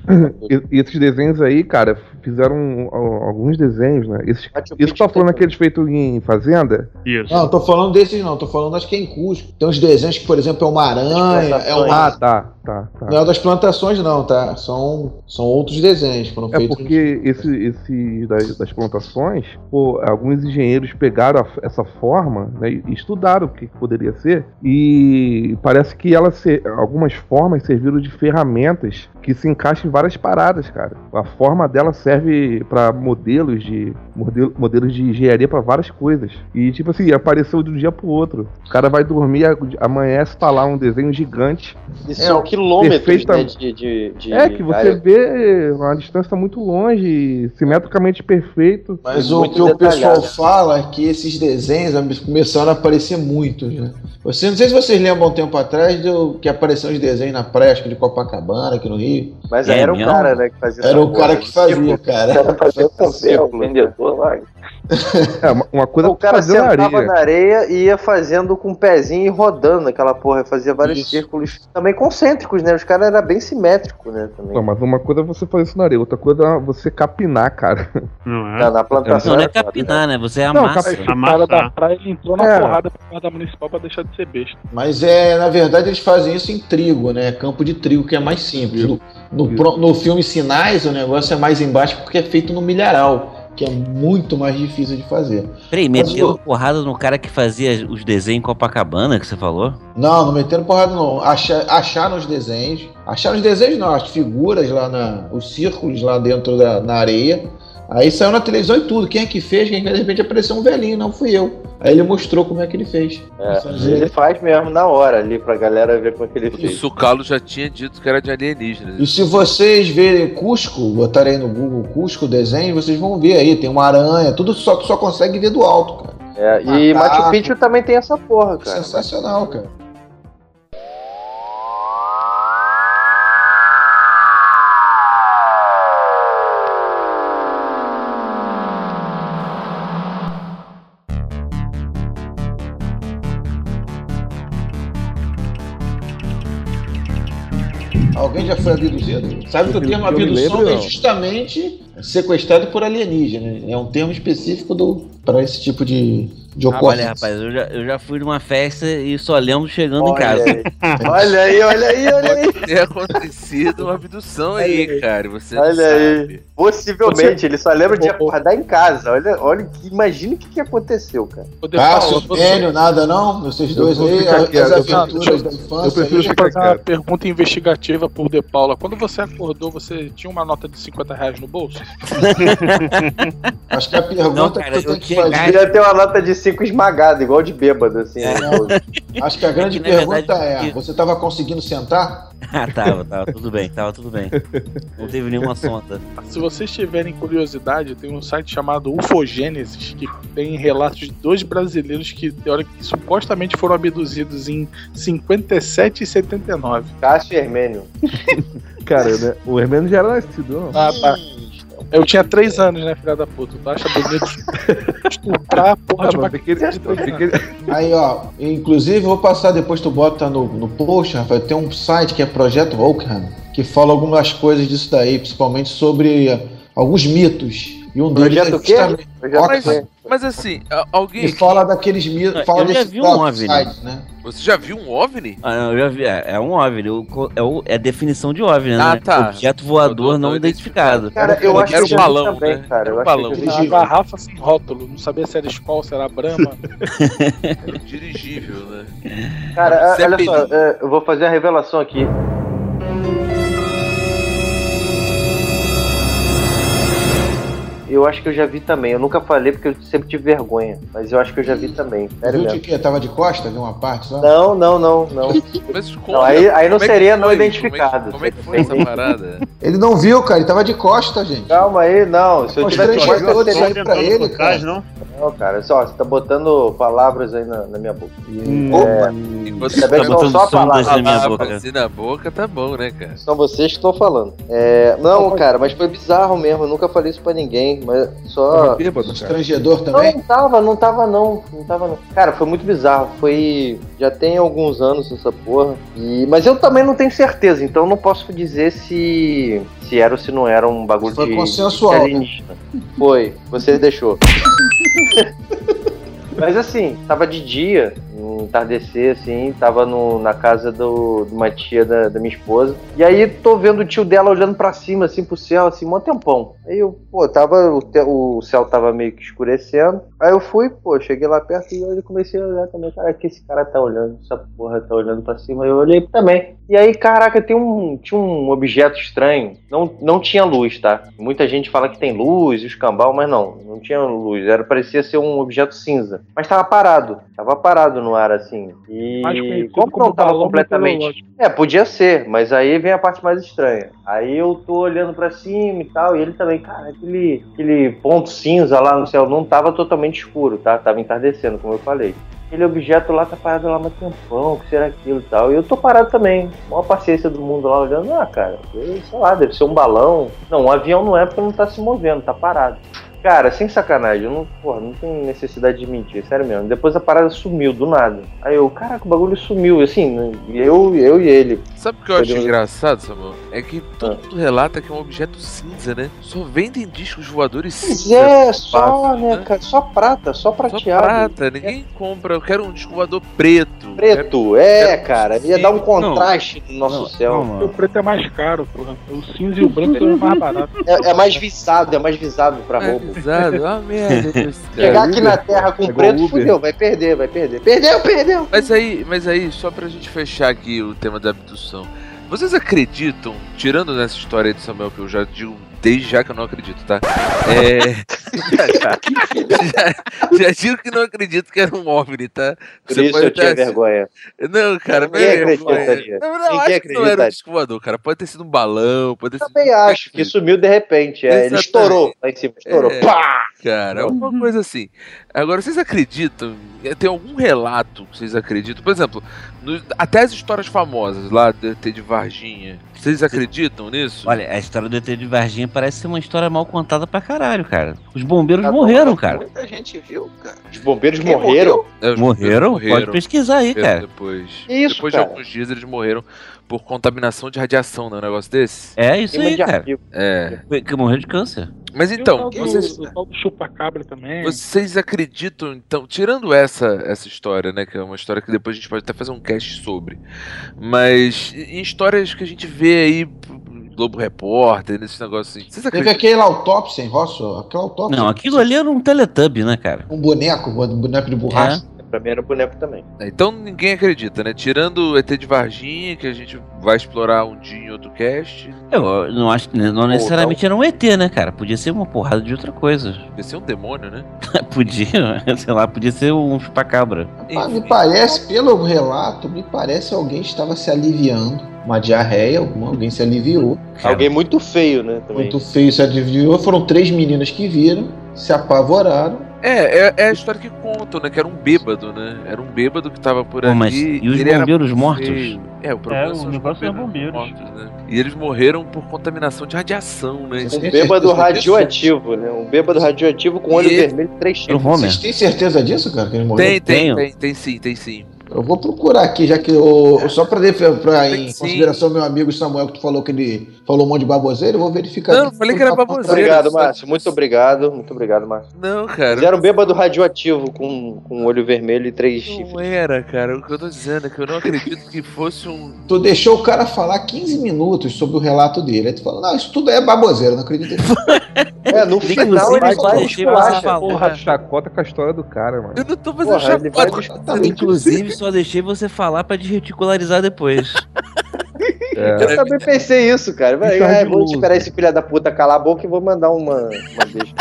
Speaker 4: E, e esses desenhos aí, cara, fizeram ó, alguns desenhos, né? Esses, isso que tá falando aqueles feitos em Fazenda?
Speaker 5: Isso.
Speaker 3: Não, tô falando desses não, tô falando acho que é em Cusco. Tem uns desenhos que, por exemplo, é uma aranha, é um
Speaker 4: Ah,
Speaker 3: rato.
Speaker 4: tá, tá, tá.
Speaker 3: Não é das plantações não, tá? São, são outros desenhos, foram
Speaker 4: É
Speaker 3: feitos...
Speaker 4: porque esse, esse das, das plantações, pô, alguns engenheiros pegaram a- essa forma né, e estudaram o que que poderia ser e parece que ela se, algumas formas serviram de ferramentas que se encaixam em várias paradas, cara. A forma dela serve para modelos de modelo- modelos de engenharia para várias coisas e tipo assim apareceu de um dia pro outro. O cara vai dormir, a- amanhece tá lá um desenho gigante
Speaker 2: E são
Speaker 4: É,
Speaker 2: um quilômetros
Speaker 4: perfeita-
Speaker 2: né, de, de, de-
Speaker 4: é, que você
Speaker 2: área.
Speaker 4: vê uma distância muito longe, simetricamente perfeito.
Speaker 3: Mas
Speaker 4: É
Speaker 3: o
Speaker 4: muito
Speaker 3: que o pessoal
Speaker 4: detalhado.
Speaker 3: fala é que esses desenhos ab- começaram a aparecer muito, né? Você, não sei se vocês lembram um tempo atrás do, que apareceu os desenhos na praia, acho que de Copacabana, aqui no Rio.
Speaker 2: Mas
Speaker 8: É
Speaker 2: era o
Speaker 8: mesmo?
Speaker 2: cara, né, que fazia
Speaker 3: Era
Speaker 2: essa
Speaker 3: o cara
Speaker 2: porra.
Speaker 3: que fazia,
Speaker 2: Tipo, O
Speaker 3: cara.
Speaker 2: cara fazia essa vela, um vendedor lá.
Speaker 4: É, uma, uma coisa
Speaker 2: O cara
Speaker 4: fazer na
Speaker 2: sentava
Speaker 4: areia.
Speaker 2: na areia e ia fazendo com o pezinho e rodando aquela porra. Fazia vários círculos também concêntricos, né? Os caras eram bem simétricos, né? Também.
Speaker 4: Não, mas uma coisa é você fazer isso na areia, outra coisa é você capinar, cara.
Speaker 5: Não
Speaker 2: Na,
Speaker 5: é?
Speaker 2: na plantação.
Speaker 8: Não, não é
Speaker 2: era
Speaker 3: tá
Speaker 2: foda, né?
Speaker 8: capinar, né? Você é a
Speaker 4: Não,
Speaker 8: massa.
Speaker 4: capaz-
Speaker 6: O cara da
Speaker 5: Amassar.
Speaker 6: praia ele entrou na
Speaker 4: É.
Speaker 6: porrada por causa da municipal pra deixar de ser besta.
Speaker 3: Mas é, na verdade, eles fazem isso em trigo, né? Campo de trigo, que é mais simples. No, no, pro- no filme Sinais, o negócio é mais embaixo porque é feito no milharal, que é muito mais difícil de fazer.
Speaker 8: Peraí,
Speaker 3: Mas
Speaker 8: meteu
Speaker 3: o-
Speaker 8: porrada no cara que fazia os desenhos em Copacabana, que você falou?
Speaker 3: Não, não meteram porrada não. Acha- acharam os desenhos. Acharam os desenhos não, as figuras lá na. os círculos lá dentro da na areia. Aí saiu na televisão e tudo. Quem é que fez? Quem é que de repente apareceu um velhinho, não fui eu. Aí ele mostrou como é que ele fez.
Speaker 2: É, ele faz mesmo na hora ali pra galera ver como é que ele fez.
Speaker 1: Isso o Carlos já tinha dito que era de alienígenas.
Speaker 3: E se vocês verem Cusco, botarem aí no Google Cusco desenho, vocês vão ver aí, tem uma aranha, tudo só só consegue ver do alto, cara.
Speaker 2: É,
Speaker 4: Ah,
Speaker 2: e
Speaker 4: tá.
Speaker 3: Macaco.
Speaker 2: Machu Picchu também tem essa porra, cara.
Speaker 3: Sensacional, cara. Alguém já foi abduzido? Sabe que o
Speaker 4: Eu-
Speaker 3: termo
Speaker 4: eu me
Speaker 3: abdução
Speaker 4: lembro,
Speaker 3: vem
Speaker 4: não.
Speaker 3: é justamente sequestrado por alienígena. É um termo específico do para esse tipo de, de
Speaker 8: Ah, olha,
Speaker 3: ocorrência.
Speaker 8: rapaz, eu já, eu já fui numa festa e só lembro
Speaker 4: é
Speaker 8: chegando em
Speaker 3: Olha
Speaker 8: casa.
Speaker 3: aí.
Speaker 2: Olha aí, olha aí, olha aí.
Speaker 1: Pode ter acontecido uma abdução aí, cara. Você não
Speaker 2: Olha
Speaker 1: sabe.
Speaker 2: aí. Possivelmente,
Speaker 1: Você-
Speaker 2: ele só lembra de acordar em casa. Olha, olha que- imagina o que, que aconteceu, cara.
Speaker 3: Ah, Sotênio, nada não? Vocês dois
Speaker 6: vou
Speaker 3: aí,
Speaker 6: ficar
Speaker 3: as,
Speaker 6: quieto, eu prefiro-
Speaker 3: aventuras da infância.
Speaker 6: Eu prefiro
Speaker 3: aí.
Speaker 6: deixa eu
Speaker 4: né,
Speaker 6: fazer uma pergunta investigativa por De Paula. Quando você acordou, você tinha uma nota de 50 reais no bolso?
Speaker 3: Acho que a pergunta
Speaker 6: Não, cara,
Speaker 3: que tu
Speaker 6: eu
Speaker 3: tem que
Speaker 6: tinha gás-
Speaker 3: fazer.
Speaker 2: Podia ter uma nota de 5 esmagada, igual de bêbado, assim.
Speaker 3: É.
Speaker 2: né?
Speaker 3: Acho que a grande
Speaker 8: É que, na
Speaker 3: pergunta
Speaker 8: verdade,
Speaker 3: é: você estava conseguindo sentar?
Speaker 8: Ah, tava, tava tudo bem, tava tudo bem. Não teve nenhuma sonda.
Speaker 6: Se vocês tiverem curiosidade, tem um site chamado Ufogênesis que tem relatos de dois brasileiros que, teórico, que supostamente foram abduzidos em 57 e 79.
Speaker 2: Cássio e Hermênio.
Speaker 4: Cara, né, o Hermeno já era nascido, não.
Speaker 6: Ah, tá. Eu tinha 3 anos, né, filha da puta? Tu acha bonito estuprar a porra de
Speaker 4: Ah,
Speaker 6: uma criança de três anos?
Speaker 3: Aí, ó, inclusive eu vou passar depois, tu bota no, no post, Rafael, tem um site que é Projeto Oakham, que fala algumas coisas disso daí, principalmente sobre eh, alguns mitos. E um deles
Speaker 1: Projeto
Speaker 3: é
Speaker 1: o quê?
Speaker 2: Tá
Speaker 3: justamente
Speaker 1: Projeto
Speaker 3: Oakham.
Speaker 1: o quê? Mas assim, a- alguém.
Speaker 3: E fala daqueles mitos. Fala
Speaker 8: eu já
Speaker 3: desse
Speaker 8: vi um
Speaker 3: próprio
Speaker 8: OVNI.
Speaker 3: site, né?
Speaker 1: Você já viu um OVNI?
Speaker 8: Ah, não, eu já vi, é, é um OVNI, o co- é, o- é a definição de OVNI, né?
Speaker 1: Ah, tá.
Speaker 8: Objeto voador não identificado.
Speaker 2: Cara, eu acho
Speaker 8: Era
Speaker 2: que
Speaker 8: um
Speaker 2: eu já vi
Speaker 8: balão,
Speaker 2: também,
Speaker 8: né?
Speaker 2: cara.
Speaker 8: Era
Speaker 2: Eu
Speaker 8: um
Speaker 2: acho que
Speaker 8: balão.
Speaker 2: eu
Speaker 6: Uma garrafa sem rótulo. Não sabia se era Skol, se era Brahma.
Speaker 1: Dirigível, né?
Speaker 2: Cara,
Speaker 1: Você
Speaker 2: ah, olha
Speaker 1: apelido.
Speaker 2: só, ah, eu vou fazer a revelação aqui. Eu acho que eu já vi também. Eu nunca falei porque eu sempre tive vergonha. Mas eu acho que eu já vi também. Sério
Speaker 3: Viu de
Speaker 2: mesmo.
Speaker 3: quê? Tava de costa? Viu uma parte só?
Speaker 2: Não, não, não, não. Não,
Speaker 1: é-
Speaker 2: aí, aí não seria não identificado. Como é que
Speaker 1: foi essa parada?
Speaker 3: Ele não viu, cara, ele tava de costa, gente.
Speaker 2: Calma aí, não. Se eu
Speaker 3: Os
Speaker 2: tivesse
Speaker 3: três
Speaker 2: visto, eu
Speaker 3: jogadores
Speaker 2: teria-
Speaker 3: aí tá pra ele, cara.
Speaker 2: Não? cara, só, você tá botando palavras aí na, na minha boca.
Speaker 1: Opa.
Speaker 2: Ainda
Speaker 8: Tá
Speaker 2: bem que são só palavras.
Speaker 1: Se "Ah, na boca, tá bom, né, cara?
Speaker 2: São vocês que estão falando. É, não, cara, mas foi bizarro mesmo. Eu nunca falei isso pra ninguém. Mas só.
Speaker 3: Estrangedor
Speaker 2: Não,
Speaker 3: também?
Speaker 2: não tava, não tava não, não tava não. Cara, foi muito bizarro, foi... Já tem alguns anos essa porra, e... mas eu também não tenho certeza, então não posso dizer se, se era ou se não era um bagulho
Speaker 3: Foi
Speaker 2: de...
Speaker 3: consensual,
Speaker 2: de alienígena. Foi, você deixou. mas assim, tava de dia, no entardecer, assim, tava no, na casa do, de uma tia da, da minha esposa, e aí tô vendo o tio dela olhando pra cima, assim, pro céu, assim, mó tempão. Aí eu, pô, tava, o, te- o céu tava meio que escurecendo. Aí eu fui, pô, cheguei lá perto e eu comecei a olhar também. Cara, que esse cara tá olhando, essa porra tá olhando pra cima. Eu olhei também. E aí, caraca, tem um, tinha um objeto estranho. Não, não tinha luz, tá? Muita gente fala que tem luz, os cambal, mas não, não tinha luz. Era, parecia ser um objeto cinza. Mas tava parado, tava parado no ar, assim. E
Speaker 6: Mais conhecido
Speaker 2: como
Speaker 6: como
Speaker 2: não tava
Speaker 6: balão
Speaker 2: completamente.
Speaker 6: meteorológico.
Speaker 2: É, podia ser, mas aí vem a parte mais estranha. Aí eu tô olhando pra cima e tal, e ele também, cara, aquele, aquele ponto cinza lá no céu não tava totalmente escuro, tá? Tava entardecendo, como eu falei. Aquele objeto lá tá parado lá há um tempão, o que será aquilo e tal. E eu tô parado também, maior paciência do mundo lá olhando, ah, cara, sei lá, deve ser um balão. Não, um avião não é porque não tá se movendo, tá parado. Cara, sem sacanagem, eu não, porra, não tem necessidade de mentir, sério mesmo. Depois a parada sumiu do nada. Aí eu, caraca, o bagulho sumiu, assim, né? E eu, eu e ele. Ah.
Speaker 1: Sabe o que eu acho engraçado, Samuel? É que todo mundo relata que é um objeto cinza, né? Só vendem discos voadores
Speaker 2: Pois
Speaker 1: cinza.
Speaker 2: é, só, né, cara, só prata, só prateado.
Speaker 1: Prata, ninguém compra. Eu quero um disco voador preto.
Speaker 2: Preto, é, cara, ia dar um contraste no nosso céu.
Speaker 6: O preto é mais caro, porra. O cinza e o branco são mais baratos.
Speaker 2: É, é mais visado, é mais visado pra roubo.
Speaker 1: visado, ah, merda, Deus, cara.
Speaker 2: Chegar aqui na
Speaker 1: Uber,
Speaker 2: Terra com
Speaker 1: é igual
Speaker 2: preto,
Speaker 1: Uber.
Speaker 2: fudeu, vai perder, vai perder. Perdeu, perdeu!
Speaker 1: Mas aí, mas aí, só pra gente fechar aqui o tema da abdução. Vocês acreditam, tirando nessa história de Samuel, que eu já digo desde já que eu não acredito, tá? É. já, já digo que não acredito que era um OVNI, tá?
Speaker 2: Cristo, eu tinha
Speaker 1: até-
Speaker 2: vergonha.
Speaker 1: Não, cara, é,
Speaker 2: Ninguém
Speaker 1: peraí,
Speaker 2: acreditaria.
Speaker 1: Não, não,
Speaker 2: Ninguém
Speaker 1: acho que não era um
Speaker 2: acreditaria.
Speaker 1: disco voador, cara. Pode ter sido um balão, pode ter sido.
Speaker 2: Também acho que sumiu de repente. é, ele
Speaker 1: Exatamente.
Speaker 2: estourou lá em cima, estourou.
Speaker 1: É,
Speaker 2: Pá!
Speaker 1: Cara, alguma
Speaker 2: Uhum.
Speaker 1: coisa assim. Agora, vocês acreditam? é, Tem algum relato que vocês acreditam? Por exemplo, no- até as histórias famosas lá do ET de Varginha. Vocês acreditam nisso?
Speaker 8: Olha, a história do ET de Varginha parece ser uma história mal contada pra caralho, cara. Os bombeiros morreram, cara.
Speaker 7: Muita gente viu, cara.
Speaker 2: Os bombeiros
Speaker 7: Quem
Speaker 2: morreram?
Speaker 1: É,
Speaker 8: Morreram?
Speaker 1: os bombeiros morreram.
Speaker 8: Pode é. pesquisar aí,
Speaker 1: Morreram
Speaker 8: cara.
Speaker 1: Depois,
Speaker 2: Que isso,
Speaker 1: depois
Speaker 2: cara?
Speaker 1: de alguns dias eles morreram por contaminação de radiação, né? Um negócio desse.
Speaker 8: É isso
Speaker 2: Queima
Speaker 8: aí,
Speaker 2: de
Speaker 8: cara.
Speaker 2: arquivo.
Speaker 1: É.
Speaker 8: Foi- Que morreu de câncer.
Speaker 1: Mas então,
Speaker 6: E o tal do-
Speaker 1: vocês,
Speaker 6: O tal do chupa-cabra também.
Speaker 1: Vocês acreditam, então, tirando essa essa história, né, que é uma história que depois a gente pode até fazer um cast sobre, mas em histórias que a gente vê aí, Globo Repórter, nesses negócios assim, vocês
Speaker 3: Teve
Speaker 1: acreditam?
Speaker 3: aquela autópsia em Rosso, aquela autópsia.
Speaker 8: Não, aquilo ali era um teletubbie, né,
Speaker 1: é-
Speaker 8: cara?
Speaker 3: Um boneco, um boneco de borracha.
Speaker 2: Pra mim era um boneco também.
Speaker 1: Então ninguém acredita, né? Tirando o ET de Varginha, que a gente vai explorar um dia em outro cast,
Speaker 8: Eu não acho que não necessariamente era um ET, né, cara? Podia ser uma porrada de outra coisa.
Speaker 1: vai ser um demônio, né?
Speaker 8: podia, sei lá, podia ser um chupacabra.
Speaker 3: Ah, me parece, pelo relato, me parece alguém estava se aliviando. Uma diarreia, alguma- alguém se aliviou.
Speaker 8: Cara,
Speaker 2: Alguém muito feio, né? Também.
Speaker 3: Muito feio se aliviou. Foram três meninas que viram, se apavoraram.
Speaker 1: É, é, é a história que contam, né? Que era um bêbado, né? Era um bêbado que tava por
Speaker 8: Pô,
Speaker 1: ali.
Speaker 8: mas e os
Speaker 1: ele era
Speaker 8: bombeiros mortos?
Speaker 1: feio. É, o problema
Speaker 5: É,
Speaker 1: são
Speaker 5: o
Speaker 1: os
Speaker 5: negócio é
Speaker 1: bombeiros,
Speaker 5: bombeiros.
Speaker 1: mortos, né? E eles morreram por contaminação de radiação, né?
Speaker 3: Vocês
Speaker 2: Um
Speaker 3: têm
Speaker 2: bêbado
Speaker 3: certeza
Speaker 2: radioativo, né? Um bêbado radioativo com olho
Speaker 1: E-
Speaker 2: vermelho e três
Speaker 8: Era
Speaker 2: chifres.
Speaker 8: um Homer.
Speaker 3: Vocês têm certeza disso, cara? Que ele morreu?
Speaker 1: Tem, tem,
Speaker 8: Tenho.
Speaker 1: tem, tem sim, tem sim.
Speaker 3: Eu vou procurar aqui, já que eu, só pra, def- pra
Speaker 1: Tem
Speaker 3: em
Speaker 1: sim.
Speaker 3: consideração meu amigo Samuel que tu falou que ele falou um monte de baboseira, eu vou verificar.
Speaker 1: Não,
Speaker 3: aqui. Tá
Speaker 1: eu falei que era baboseira.
Speaker 2: Obrigado, Márcio. Muito obrigado. Muito obrigado, Márcio.
Speaker 1: Não, cara.
Speaker 2: Mas era um bêbado radioativo com, com olho vermelho e três
Speaker 1: Não
Speaker 2: chifres.
Speaker 1: era, cara. O que eu tô dizendo é que eu não acredito que fosse um.
Speaker 3: Tu deixou o cara falar 15 minutos sobre o relato dele. Aí tu falou, não, isso tudo é baboseira, não acredito. nisso.
Speaker 2: É, no
Speaker 8: Inclusive,
Speaker 2: final ele
Speaker 8: mas
Speaker 2: faz
Speaker 8: deixei você
Speaker 2: esculacha.
Speaker 8: falar.
Speaker 4: Porra, chacota com a história do cara, mano.
Speaker 1: Eu não tô fazendo
Speaker 2: Porra, ele vai
Speaker 1: chapado.
Speaker 8: Inclusive, só deixei você falar pra desreticularizar depois.
Speaker 4: É.
Speaker 2: Eu também pensei isso, cara. Vai,
Speaker 4: Ricardo
Speaker 2: é, vou
Speaker 4: Veloso.
Speaker 2: esperar esse filho da puta calar a boca e vou mandar uma, uma deixa.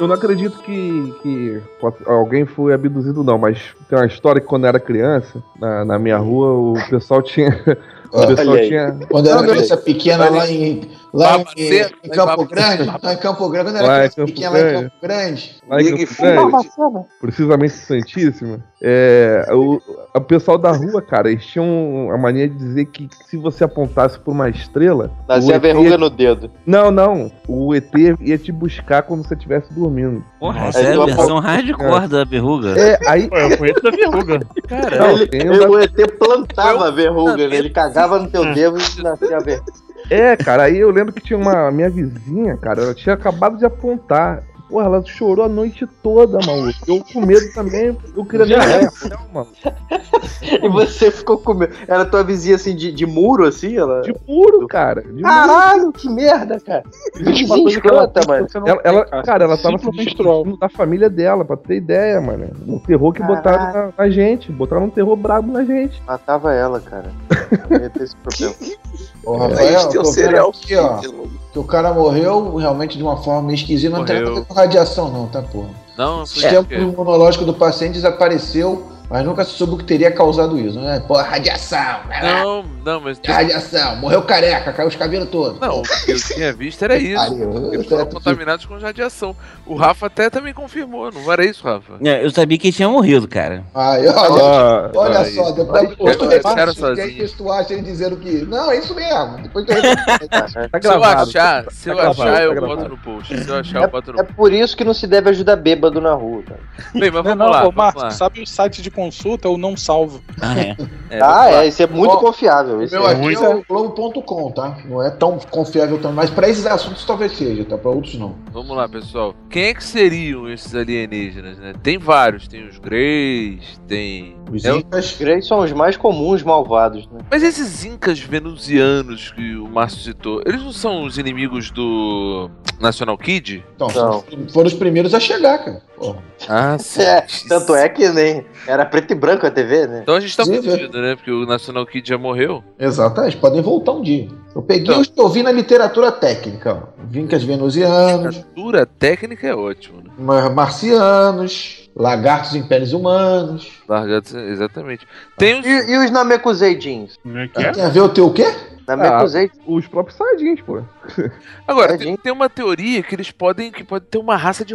Speaker 4: Eu não acredito que, que possa- alguém foi abduzido, não, mas tem uma história que quando eu era criança, na, na minha rua, o pessoal tinha. O
Speaker 3: Ó,
Speaker 4: pessoal
Speaker 2: Olha aí.
Speaker 4: tinha.
Speaker 3: Quando eu era
Speaker 4: Não, não.
Speaker 3: criança pequena lá em, lá em,
Speaker 1: Babaceira,
Speaker 3: em Campo
Speaker 1: babaceira.
Speaker 3: Grande, lá em Campo Grande, quando eu
Speaker 4: Lá em
Speaker 3: era criança
Speaker 4: Campo
Speaker 3: pequena lá em
Speaker 4: Grande.
Speaker 3: Campo Grande,
Speaker 4: Lá em Campo Grande, precisamente Santíssima, é, o, o pessoal da rua, cara, eles tinham a mania de dizer que se você apontasse por uma estrela. o
Speaker 2: Nascer a
Speaker 4: ET
Speaker 2: verruga no dedo.
Speaker 4: Não, não. O ET ia te buscar quando você estivesse dormindo.
Speaker 8: Porra,
Speaker 2: Aí
Speaker 8: essa é
Speaker 2: eu
Speaker 8: a versão hardcore da verruga.
Speaker 4: É, aí.
Speaker 5: Pô, eu conheço a verruga.
Speaker 4: Não,
Speaker 2: Ele,
Speaker 4: tem o da-
Speaker 2: ele- o ET plantava a verruga, né? Ele cagava no teu dedo e nascia a verruga.
Speaker 4: É, cara, aí eu lembro que tinha uma. a Minha vizinha, cara, ela tinha acabado de apontar. Porra, ela chorou a noite toda, maluco. Eu com medo também, eu queria
Speaker 6: Já
Speaker 4: nem não, mano.
Speaker 2: E você ficou com medo. Era tua vizinha assim de, de muro, assim? Ela...
Speaker 4: De puro, cara. De puro.
Speaker 2: Caralho, que merda, cara. Que
Speaker 6: Uma coisa que ela
Speaker 2: escrota,
Speaker 6: tem que
Speaker 2: mano.
Speaker 6: você não
Speaker 4: Ela,
Speaker 6: tem,
Speaker 4: ela- cara, ela tava se
Speaker 6: Ciclo menstrual.
Speaker 4: despedindo da família dela, pra ter ideia, mano. O terror que botaram na, na gente. Botaram um terror brabo na gente.
Speaker 2: Matava ela, cara. Eu ia ter esse problema.
Speaker 4: É,
Speaker 3: Ô,
Speaker 7: Aí
Speaker 3: Rafael,
Speaker 7: tem
Speaker 3: tô
Speaker 7: um
Speaker 3: vendo
Speaker 7: serial
Speaker 3: aqui, ó,
Speaker 7: killer.
Speaker 3: que o cara morreu realmente de uma forma meio esquisita, não tem nada a ver
Speaker 1: Morreu.
Speaker 3: com radiação não, tá porra.
Speaker 1: Não,
Speaker 3: O
Speaker 1: foi
Speaker 2: É.
Speaker 3: sistema
Speaker 1: porque-
Speaker 3: imunológico do paciente desapareceu, mas nunca se soube o que teria causado isso, né? Pô, radiação, né?
Speaker 1: Não, não, mas.
Speaker 3: Radiação, morreu careca, caiu os cabelos todos.
Speaker 1: Não, o que eu tinha visto era isso. Eles foram contaminados com radiação. O Rafa até também confirmou, não era isso, Rafa?
Speaker 8: É, Eu sabia que ele tinha morrido, cara.
Speaker 3: Aí, olha,
Speaker 4: Ah,
Speaker 3: olha
Speaker 4: aí.
Speaker 3: só, depois
Speaker 4: Aí,
Speaker 3: depois tu
Speaker 1: eu-
Speaker 3: repara
Speaker 1: eu-
Speaker 3: se o que é
Speaker 1: sozinho.
Speaker 3: que tu acha ele dizendo que. Não, é isso mesmo. Depois tu repara.
Speaker 4: Tá
Speaker 1: Se eu
Speaker 4: gravado.
Speaker 1: achar, se eu
Speaker 4: gravado,
Speaker 1: achar,
Speaker 4: tá
Speaker 1: eu
Speaker 4: gravado.
Speaker 1: boto no post. Se eu achar, eu boto
Speaker 2: É
Speaker 1: no post.
Speaker 2: por isso que não se deve ajudar bêbado na rua, cara.
Speaker 1: Bem, mas
Speaker 6: Não,
Speaker 1: Então vamos
Speaker 6: não,
Speaker 1: lá,
Speaker 6: ô,
Speaker 1: vamos
Speaker 6: Márcio,
Speaker 1: lá.
Speaker 6: sabe o site de consulta eu não salvo.
Speaker 8: Ah, é.
Speaker 2: ah, é, isso é muito
Speaker 3: Ó,
Speaker 2: confiável. Isso
Speaker 3: O meu
Speaker 2: é
Speaker 3: aqui
Speaker 2: muito-
Speaker 3: é o Globo.com, tá? Não é tão confiável também. Mas pra esses assuntos talvez seja, tá? Pra outros não.
Speaker 1: Vamos lá, pessoal. Quem é que seriam esses alienígenas, né? Tem vários. Tem os Greys, tem...
Speaker 3: Os
Speaker 1: É,
Speaker 2: Os Greys são os mais comuns malvados, né?
Speaker 1: Mas esses incas venusianos que o Márcio citou, eles não são os inimigos do National Kid?
Speaker 3: Então, foram os primeiros a chegar, cara.
Speaker 1: Ah, sim.
Speaker 2: É, tanto é que nem era preto e branco a TV, né?
Speaker 1: Então a gente tá
Speaker 3: Sim,
Speaker 1: fudido, né? Porque o National Kid já morreu.
Speaker 3: Exatamente, podem voltar um dia. Eu peguei
Speaker 1: Então.
Speaker 3: os que eu vi na literatura técnica. ó. Vincas venusianos,
Speaker 1: Dura técnica é ótimo, né?
Speaker 3: mar- marcianos, lagartos em peles humanos.
Speaker 1: Largados, exatamente. Tem os...
Speaker 2: E, e os Namekusei Jeans?
Speaker 1: É?
Speaker 3: Tem a ver o teu o quê?
Speaker 2: Namekusei
Speaker 1: Ah,
Speaker 4: Os próprios Saiyajins, pô.
Speaker 1: Agora, tem, tem uma teoria que eles podem que pode ter uma raça de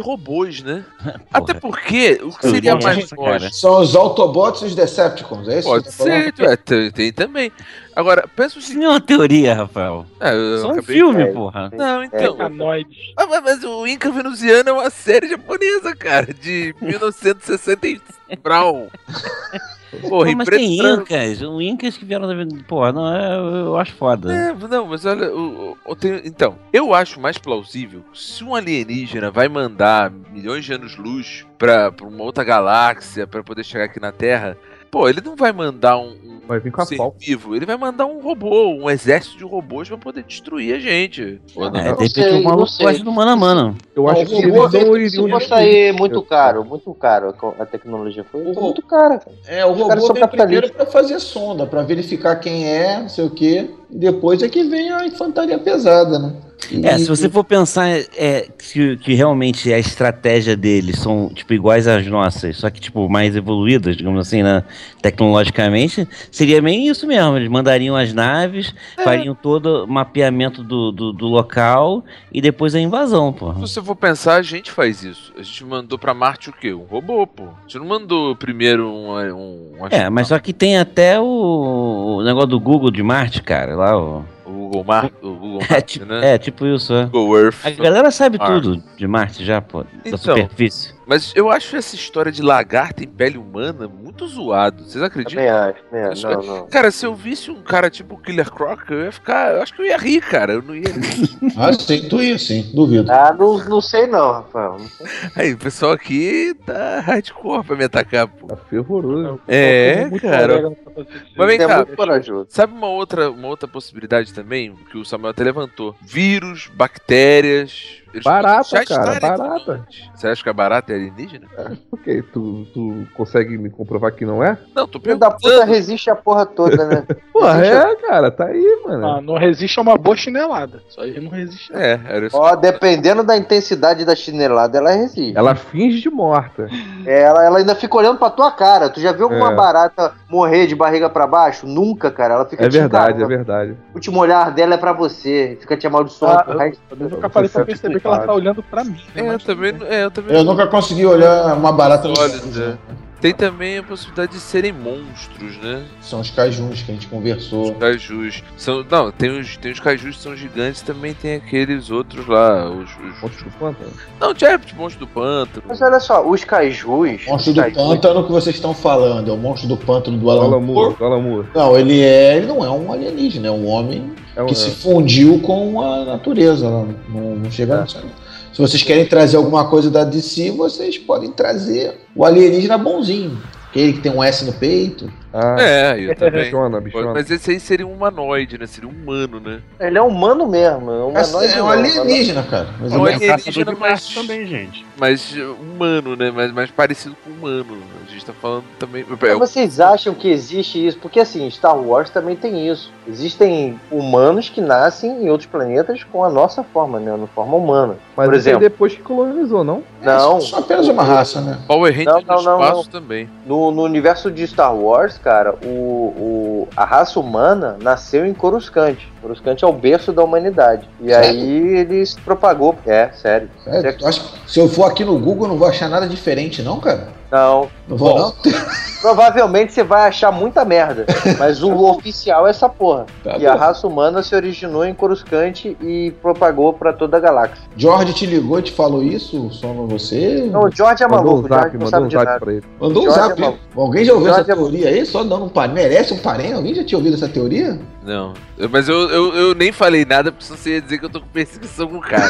Speaker 1: robôs, né? Até porque, o que seria
Speaker 3: Robôs,
Speaker 1: mais
Speaker 3: cara.
Speaker 1: lógico?
Speaker 3: São os Autobots e os Decepticons, é isso? que
Speaker 1: Pode
Speaker 3: você tá falando?
Speaker 1: ser, é, tem, tem também. Agora, pensa o seguinte.
Speaker 8: Não é uma teoria, Rafael.
Speaker 1: É, eu
Speaker 8: Só um
Speaker 1: acabei-
Speaker 8: filme, porra.
Speaker 1: Não, então.
Speaker 6: Canoide.
Speaker 1: Ah, mas, mas o Inca Venusiano é uma série japonesa, cara, de 1960 e Brown. Porra,
Speaker 8: Pô,
Speaker 1: e
Speaker 8: mas
Speaker 1: preto
Speaker 8: tem
Speaker 1: e branco.
Speaker 8: incas, um incas que vieram da... Porra, não, é- eu acho foda.
Speaker 1: É, não, mas olha, o- o- o- tem- então, eu acho mais plausível se um alienígena vai mandar milhões de anos-luz pra, pra uma outra galáxia pra poder chegar aqui na Terra, pô, ele não vai mandar um, um
Speaker 4: Vai vir com a
Speaker 1: ser
Speaker 4: pau.
Speaker 1: vivo, ele vai mandar um robô, um exército de robôs pra poder destruir a gente. Ou não?
Speaker 8: É, de repente
Speaker 2: sei,
Speaker 8: o
Speaker 2: não
Speaker 8: maluco
Speaker 2: sei.
Speaker 8: gosta do Mano a Mano.
Speaker 4: Eu
Speaker 2: Não,
Speaker 4: acho
Speaker 2: o
Speaker 4: que eles
Speaker 2: robô,
Speaker 4: não
Speaker 2: isso
Speaker 4: iriam
Speaker 2: custa aí muito caro, muito caro a tecnologia. Foi muito cara, cara.
Speaker 3: É, o
Speaker 2: Os caras
Speaker 3: robô
Speaker 2: são
Speaker 3: vem primeiro
Speaker 2: capitalistas.
Speaker 3: pra fazer sonda, pra verificar quem é, não sei o quê. E depois é que vem a infantaria pesada, né?
Speaker 8: É, se você for pensar é, que, que realmente a estratégia deles são, tipo, iguais às nossas, só que, tipo, mais evoluídas, digamos assim, né, tecnologicamente, seria bem isso mesmo. Eles mandariam as naves,
Speaker 1: É.
Speaker 8: fariam todo o mapeamento do, do, do local e depois a invasão, pô.
Speaker 1: Se você for pensar, a gente faz isso. A gente mandou pra Marte o quê? Um robô, pô. A gente não mandou primeiro um. um, um
Speaker 8: É, mas só que tem até o, o negócio do Google de Marte, cara, lá o...
Speaker 1: O Google Mars, o Google
Speaker 8: É,
Speaker 1: Marte,
Speaker 8: tipo,
Speaker 1: né?
Speaker 8: é, tipo isso, é.
Speaker 1: Google Earth.
Speaker 8: A galera sabe
Speaker 1: Mars.
Speaker 8: tudo de Marte já, pô, da
Speaker 1: Então.
Speaker 8: superfície.
Speaker 1: Mas eu acho essa história de lagarto em pele humana muito zoado. Vocês acreditam?
Speaker 2: Também acho, também acho.
Speaker 1: Isso
Speaker 2: Não,
Speaker 1: é-
Speaker 2: não.
Speaker 1: Cara, se eu visse um cara tipo o Killer Croc, eu ia ficar. Eu acho que eu ia rir, cara. Eu não ia.
Speaker 3: Ah, sim, tu ia sim, duvido.
Speaker 2: Ah, não, não sei não, Rafael. Não sei.
Speaker 1: Aí, o pessoal aqui tá hardcore pra me atacar, pô.
Speaker 4: Tá fervoroso.
Speaker 1: É, cara. Mas vem
Speaker 2: Você é
Speaker 1: cá,
Speaker 2: muito corajoso.
Speaker 1: Sabe uma outra, uma outra possibilidade também que o Samuel até levantou? Vírus, bactérias. eles podem
Speaker 4: Barata,
Speaker 1: já
Speaker 4: cara,
Speaker 1: estarem-
Speaker 4: barata.
Speaker 1: Você acha que a barata é alienígena?
Speaker 4: Ok, tu, tu consegue me comprovar que não é?
Speaker 1: Não, tô
Speaker 2: Filho da
Speaker 1: perguntando.
Speaker 2: puta resiste a porra toda, né?
Speaker 4: Porra,
Speaker 2: Deixa
Speaker 4: é, cara, tá aí, mano.
Speaker 6: Ah, não resiste a uma boa chinelada. Só ele não resiste.
Speaker 1: É, era isso.
Speaker 2: Ó, dependendo da intensidade da chinelada, ela resiste.
Speaker 4: Ela finge de morta.
Speaker 2: É, Ela, ela ainda fica olhando pra tua cara. Tu já viu alguma
Speaker 4: É.
Speaker 2: barata morrer de barriga pra baixo? Nunca, cara. Ela fica
Speaker 4: É verdade, é
Speaker 2: encarando.
Speaker 4: verdade.
Speaker 2: O último olhar dela é pra você. Fica te amaldiçoando
Speaker 6: Ah,
Speaker 2: pro resto.
Speaker 6: Eu nunca parei pra perceber que ela tá olhando pra mim. né?
Speaker 1: É, eu
Speaker 6: Mas-
Speaker 1: também, não- é, eu também
Speaker 3: Eu nunca consegui olhar uma barata nos
Speaker 1: Olhos,
Speaker 3: olhos.
Speaker 1: né?
Speaker 3: né?
Speaker 1: Tem também a possibilidade de serem monstros, né?
Speaker 3: São os cajuns que a gente
Speaker 1: Os
Speaker 3: conversou.
Speaker 1: cajus. São, não, tem os, tem os cajus que são gigantes, também tem aqueles outros lá. Os, os-
Speaker 4: Monstro do pântano.
Speaker 1: não, tipo de monstro do pântano.
Speaker 2: Mas olha só, os cajus.
Speaker 3: Monstro
Speaker 2: os
Speaker 3: do
Speaker 2: cajus-
Speaker 3: pântano que vocês estão falando, é o monstro do pântano do
Speaker 4: Do
Speaker 3: Alan
Speaker 4: Alamur,
Speaker 3: Moore.
Speaker 4: do Alamur.
Speaker 3: Não, ele é. Ele não é um alienígena, é um homem
Speaker 4: É um,
Speaker 3: que se fundiu com a natureza. Não, não- não chega a- Se vocês querem trazer alguma coisa da DC, vocês podem trazer o alienígena bonzinho. Aquele que tem um S no peito.
Speaker 4: ah,
Speaker 1: É, eu também.
Speaker 4: bichona, bichona.
Speaker 1: Mas esse aí seria um humanoide, né? Seria um humano, né?
Speaker 2: Ele é humano mesmo. É, humanoide
Speaker 3: É, um
Speaker 2: humano.
Speaker 3: alienígena, cara. Mas
Speaker 1: É um
Speaker 3: ele-
Speaker 5: É o caçador
Speaker 1: alienígena,
Speaker 5: de Marte
Speaker 1: mas-
Speaker 5: também, gente.
Speaker 1: Mas uh, humano, né? Mas mais parecido com humano. A gente tá falando também.
Speaker 2: Mas vocês acham que existe isso? Porque assim, Star Wars também tem isso. Existem humanos que nascem em outros planetas com a nossa forma, né? Na forma humana.
Speaker 4: Mas
Speaker 2: Por
Speaker 4: isso aí
Speaker 2: exemplo.
Speaker 4: depois que colonizou, não?
Speaker 2: Não.
Speaker 3: Só apenas uma raça, né?
Speaker 1: Power Ranger é
Speaker 2: Não,
Speaker 1: no
Speaker 2: não, não,
Speaker 1: espaço também.
Speaker 2: No, no universo de Star Wars, cara, o, o- a raça humana nasceu em Coruscante. Coruscante é o berço da humanidade. E
Speaker 3: Sério?
Speaker 2: aí ele se propagou. É, sério.
Speaker 3: É, tu acha que se eu for aqui no Google, eu não vou achar nada diferente, não, cara?
Speaker 2: Não.
Speaker 3: Não vou, não?
Speaker 2: Então, Provavelmente você vai achar muita merda. Mas o oficial é essa porra.
Speaker 3: Tá
Speaker 2: e a
Speaker 3: bom.
Speaker 2: raça humana se originou em Coruscante e propagou pra toda a galáxia.
Speaker 3: George te ligou e te falou isso? Só pra você?
Speaker 2: Não, o George é
Speaker 4: um
Speaker 2: maluco, o George não sabe de nada.
Speaker 3: Mandou um
Speaker 2: George
Speaker 3: zap.
Speaker 2: é maluco.
Speaker 3: Alguém já ouviu
Speaker 2: George
Speaker 3: essa teoria aí? Só não, um parente. Merece um parente? Alguém já tinha ouvido essa teoria?
Speaker 1: Não. Eu- Mas eu, eu, eu nem falei nada porque senão você ia dizer que eu tô com perseguição com o cara.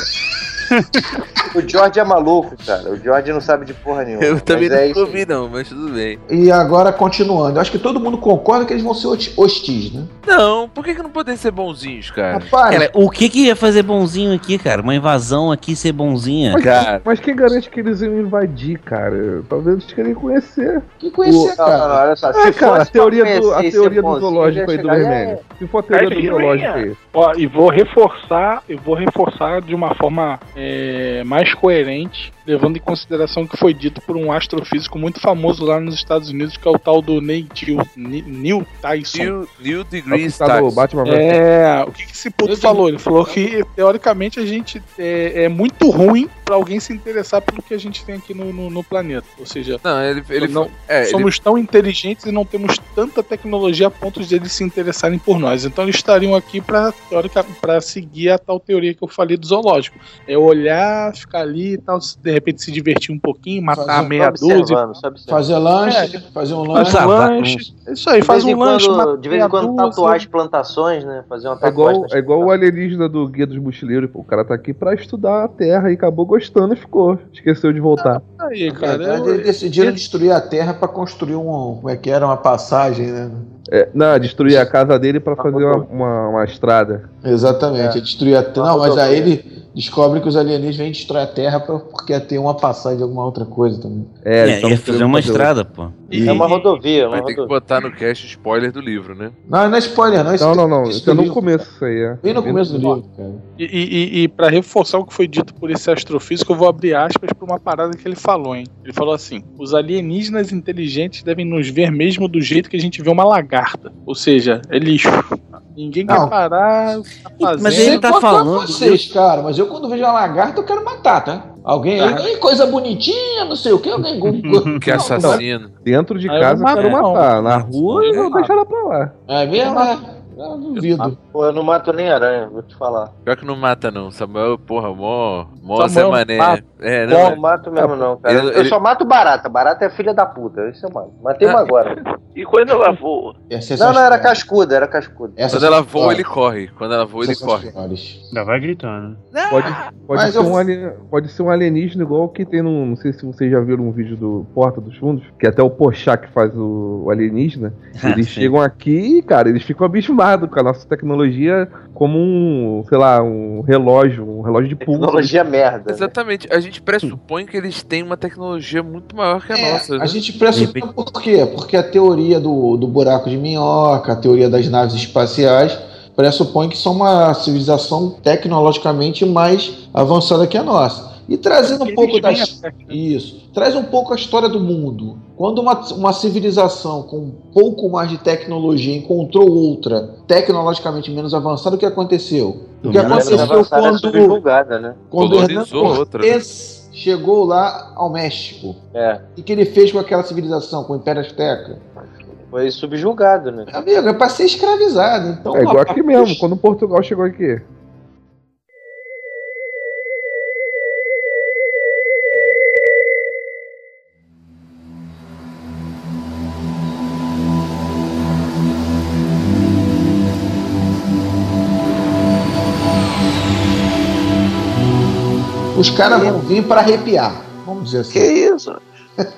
Speaker 2: O George é maluco, cara. O George não sabe de porra nenhuma.
Speaker 1: Eu também
Speaker 2: mas é
Speaker 1: não
Speaker 2: isso.
Speaker 1: ouvi, não, mas tudo bem.
Speaker 3: E agora, continuando. Eu acho que todo mundo concorda que eles vão ser hoti- hostis, né?
Speaker 1: Não, por que, que não podem ser bonzinhos,
Speaker 4: Ah,
Speaker 1: cara?
Speaker 4: É.
Speaker 8: Cara, o que que ia fazer bonzinho aqui, cara? Uma invasão aqui ser bonzinha?
Speaker 4: Mas, mas quem garante que eles iam invadir, cara? Talvez eles querem conhecer.
Speaker 3: Que
Speaker 2: conhecer, cara? Não, não, não, olha só,
Speaker 4: É,
Speaker 2: se
Speaker 4: cara, a
Speaker 2: fosse pra
Speaker 4: teoria do,
Speaker 2: conhecer
Speaker 4: a
Speaker 2: e ser
Speaker 4: teoria do
Speaker 2: bonzinho,
Speaker 4: zoológico
Speaker 2: já
Speaker 4: aí do
Speaker 2: chegar, é.
Speaker 4: Vermelho. Se for a teoria do zoológico é aí.
Speaker 6: Ó, e vou reforçar, eu vou reforçar de uma forma é, mais coerente, levando em consideração o que foi dito por um astrofísico muito famoso lá nos Estados Unidos, que é o tal do Neil, Til- Ni- Neil Tyson.
Speaker 1: New, new Degrees
Speaker 6: É o que tá no
Speaker 1: Tyson.
Speaker 6: Batman vs. É, o que que esse puto falou? Ele falou que, teoricamente, a gente é, é muito ruim pra alguém se interessar pelo que a gente tem aqui no, no- no planeta. Ou seja,
Speaker 1: Não, ele, ele
Speaker 6: não-
Speaker 1: é, ele-
Speaker 6: somos tão inteligentes e não temos tanta tecnologia a ponto de eles se interessarem por nós. Então eles estariam aqui pra, teórica, pra seguir a tal teoria que eu falei do zoológico. É olhar, ficar ali e tal, se- de repente se divertir um pouquinho, matar
Speaker 3: Fazer-
Speaker 6: meia
Speaker 2: Só observando,
Speaker 6: dúzia.
Speaker 2: só observando.
Speaker 3: Fazer lanche,
Speaker 6: É,
Speaker 3: fazer um
Speaker 6: faz
Speaker 3: lanche.
Speaker 6: um lanche. É Isso aí,
Speaker 2: De
Speaker 6: faz
Speaker 2: vez
Speaker 6: um
Speaker 2: em
Speaker 6: lanche.
Speaker 2: quando-
Speaker 6: mata
Speaker 2: de vez em
Speaker 6: meia
Speaker 2: quando
Speaker 6: dúzia.
Speaker 2: tatuar as plantações, né? Fazer uma
Speaker 4: É igual,
Speaker 2: tatuagem.
Speaker 4: é igual o alienígena do Guia dos Mochileiros, pô. O cara tá aqui pra estudar a Terra e acabou gostando e ficou. Esqueceu de voltar.
Speaker 6: Aí,
Speaker 3: Na
Speaker 2: É,
Speaker 6: cara. é
Speaker 3: verdade, eles decidiram destruir a terra pra construir um. Como é que era? Uma passagem, né?
Speaker 4: É, não, destruir a casa dele
Speaker 2: Tá
Speaker 4: pra fazer uma, uma,
Speaker 2: É
Speaker 4: uma estrada.
Speaker 3: Exatamente, é. destruir a terra. Não, mas
Speaker 4: rodovia.
Speaker 3: aí ele descobre que os alienígenas vêm destruir a terra pra- porque tem uma passagem de alguma outra coisa também.
Speaker 4: É,
Speaker 8: É, ia fazer uma estrada, pô.
Speaker 2: É uma rodovia,
Speaker 1: Vai
Speaker 2: uma
Speaker 1: ter que
Speaker 2: rodovia.
Speaker 1: botar no cast spoiler do livro, né?
Speaker 3: Não, não é spoiler, não. Isso
Speaker 4: Não,
Speaker 3: tem-
Speaker 4: não, não.
Speaker 3: isso
Speaker 4: Isso é
Speaker 3: do
Speaker 4: no
Speaker 3: livro.
Speaker 4: começo isso aí, é.
Speaker 3: Bem no começo do livro, cara.
Speaker 6: E, e, para reforçar o que foi dito por esse astrofísico, eu vou abrir aspas para uma parada que ele falou, hein? Ele falou assim: os alienígenas inteligentes devem nos ver mesmo do jeito que a gente vê uma lagarta. Ou seja, é lixo. Ninguém
Speaker 3: Não.
Speaker 6: quer parar. Tá fazendo.
Speaker 8: Mas ele
Speaker 3: Sei
Speaker 8: tá
Speaker 3: quanto a
Speaker 8: falando
Speaker 3: vocês, cara, mas eu quando vejo uma lagarta eu quero matar, tá? Alguém aí,
Speaker 6: Tá.
Speaker 3: "Ei, coisa bonitinha, não sei o que, alguém.
Speaker 1: Que
Speaker 3: Não,
Speaker 1: assassino.
Speaker 4: Dentro de
Speaker 6: Aí eu
Speaker 4: casa
Speaker 6: não
Speaker 4: eu quero
Speaker 6: mato, não.
Speaker 4: matar. Na rua né? eu vou
Speaker 6: mato.
Speaker 4: deixar ela pra lá.
Speaker 3: É mesmo? É. Eu duvido.
Speaker 2: Pô, eu não mato nem aranha, vou te falar.
Speaker 1: Pior que não mata, não. Samuel, porra, mó. Mó Zé
Speaker 6: Samuel
Speaker 1: Mané.
Speaker 6: mata.
Speaker 1: É,
Speaker 2: Não,
Speaker 1: não.
Speaker 2: não mato mesmo não, cara.
Speaker 1: Ele-
Speaker 2: eu
Speaker 1: ele-
Speaker 2: só mato barata. Barata é filha da puta. Isso eu mato. Matei uma
Speaker 1: Ah.
Speaker 2: agora.
Speaker 13: E quando ela voa?
Speaker 3: Essa é
Speaker 2: Não, não, era
Speaker 3: cara.
Speaker 2: cascuda, era cascuda.
Speaker 3: É
Speaker 1: Quando ela voa, ele corre. Quando ela voa, ele corre.
Speaker 5: Ainda vai gritando.
Speaker 4: Pode, pode,
Speaker 3: Mas
Speaker 4: ser
Speaker 3: eu-
Speaker 4: um alien- pode ser um alienígena igual que tem no. Não sei se vocês já viram um vídeo do Porta dos Fundos, que até o Porchat que faz o, o alienígena. Eles
Speaker 8: Ah, Sim.
Speaker 4: chegam aqui e, cara, eles ficam abismados com a nossa tecnologia como um, sei lá, um relógio, um relógio de
Speaker 1: Tipo,
Speaker 4: pulso.
Speaker 2: Tecnologia merda. né?
Speaker 1: Exatamente. A gente pressupõe que eles têm uma tecnologia muito maior que a nossa. né?
Speaker 3: É, A gente pressupõe por quê? Porque a teoria do, do buraco de minhoca, a teoria das naves espaciais, pressupõe que são uma civilização tecnologicamente mais avançada que a nossa. E trazendo um pouco da
Speaker 1: né?
Speaker 3: Isso. Traz um pouco a história do mundo. Quando uma, uma civilização com um pouco mais de tecnologia encontrou outra tecnologicamente menos avançada, o que aconteceu? O que
Speaker 8: Menos
Speaker 2: Ela
Speaker 3: aconteceu
Speaker 2: avançada é
Speaker 3: quando,
Speaker 2: subjugada, né?
Speaker 3: quando Hernán
Speaker 1: Colonizou outra, né?
Speaker 3: Cortés chegou lá ao México.
Speaker 2: É,
Speaker 3: E que ele fez com aquela civilização, com o Império Azteca?
Speaker 2: foi subjugado, né?
Speaker 3: Amigo, é pra ser escravizado. Então,
Speaker 4: É igual
Speaker 3: ó,
Speaker 4: aqui mesmo, quando Portugal chegou aqui.
Speaker 3: Os caras vão vir pra arrepiar. Vamos dizer assim.
Speaker 13: Que isso?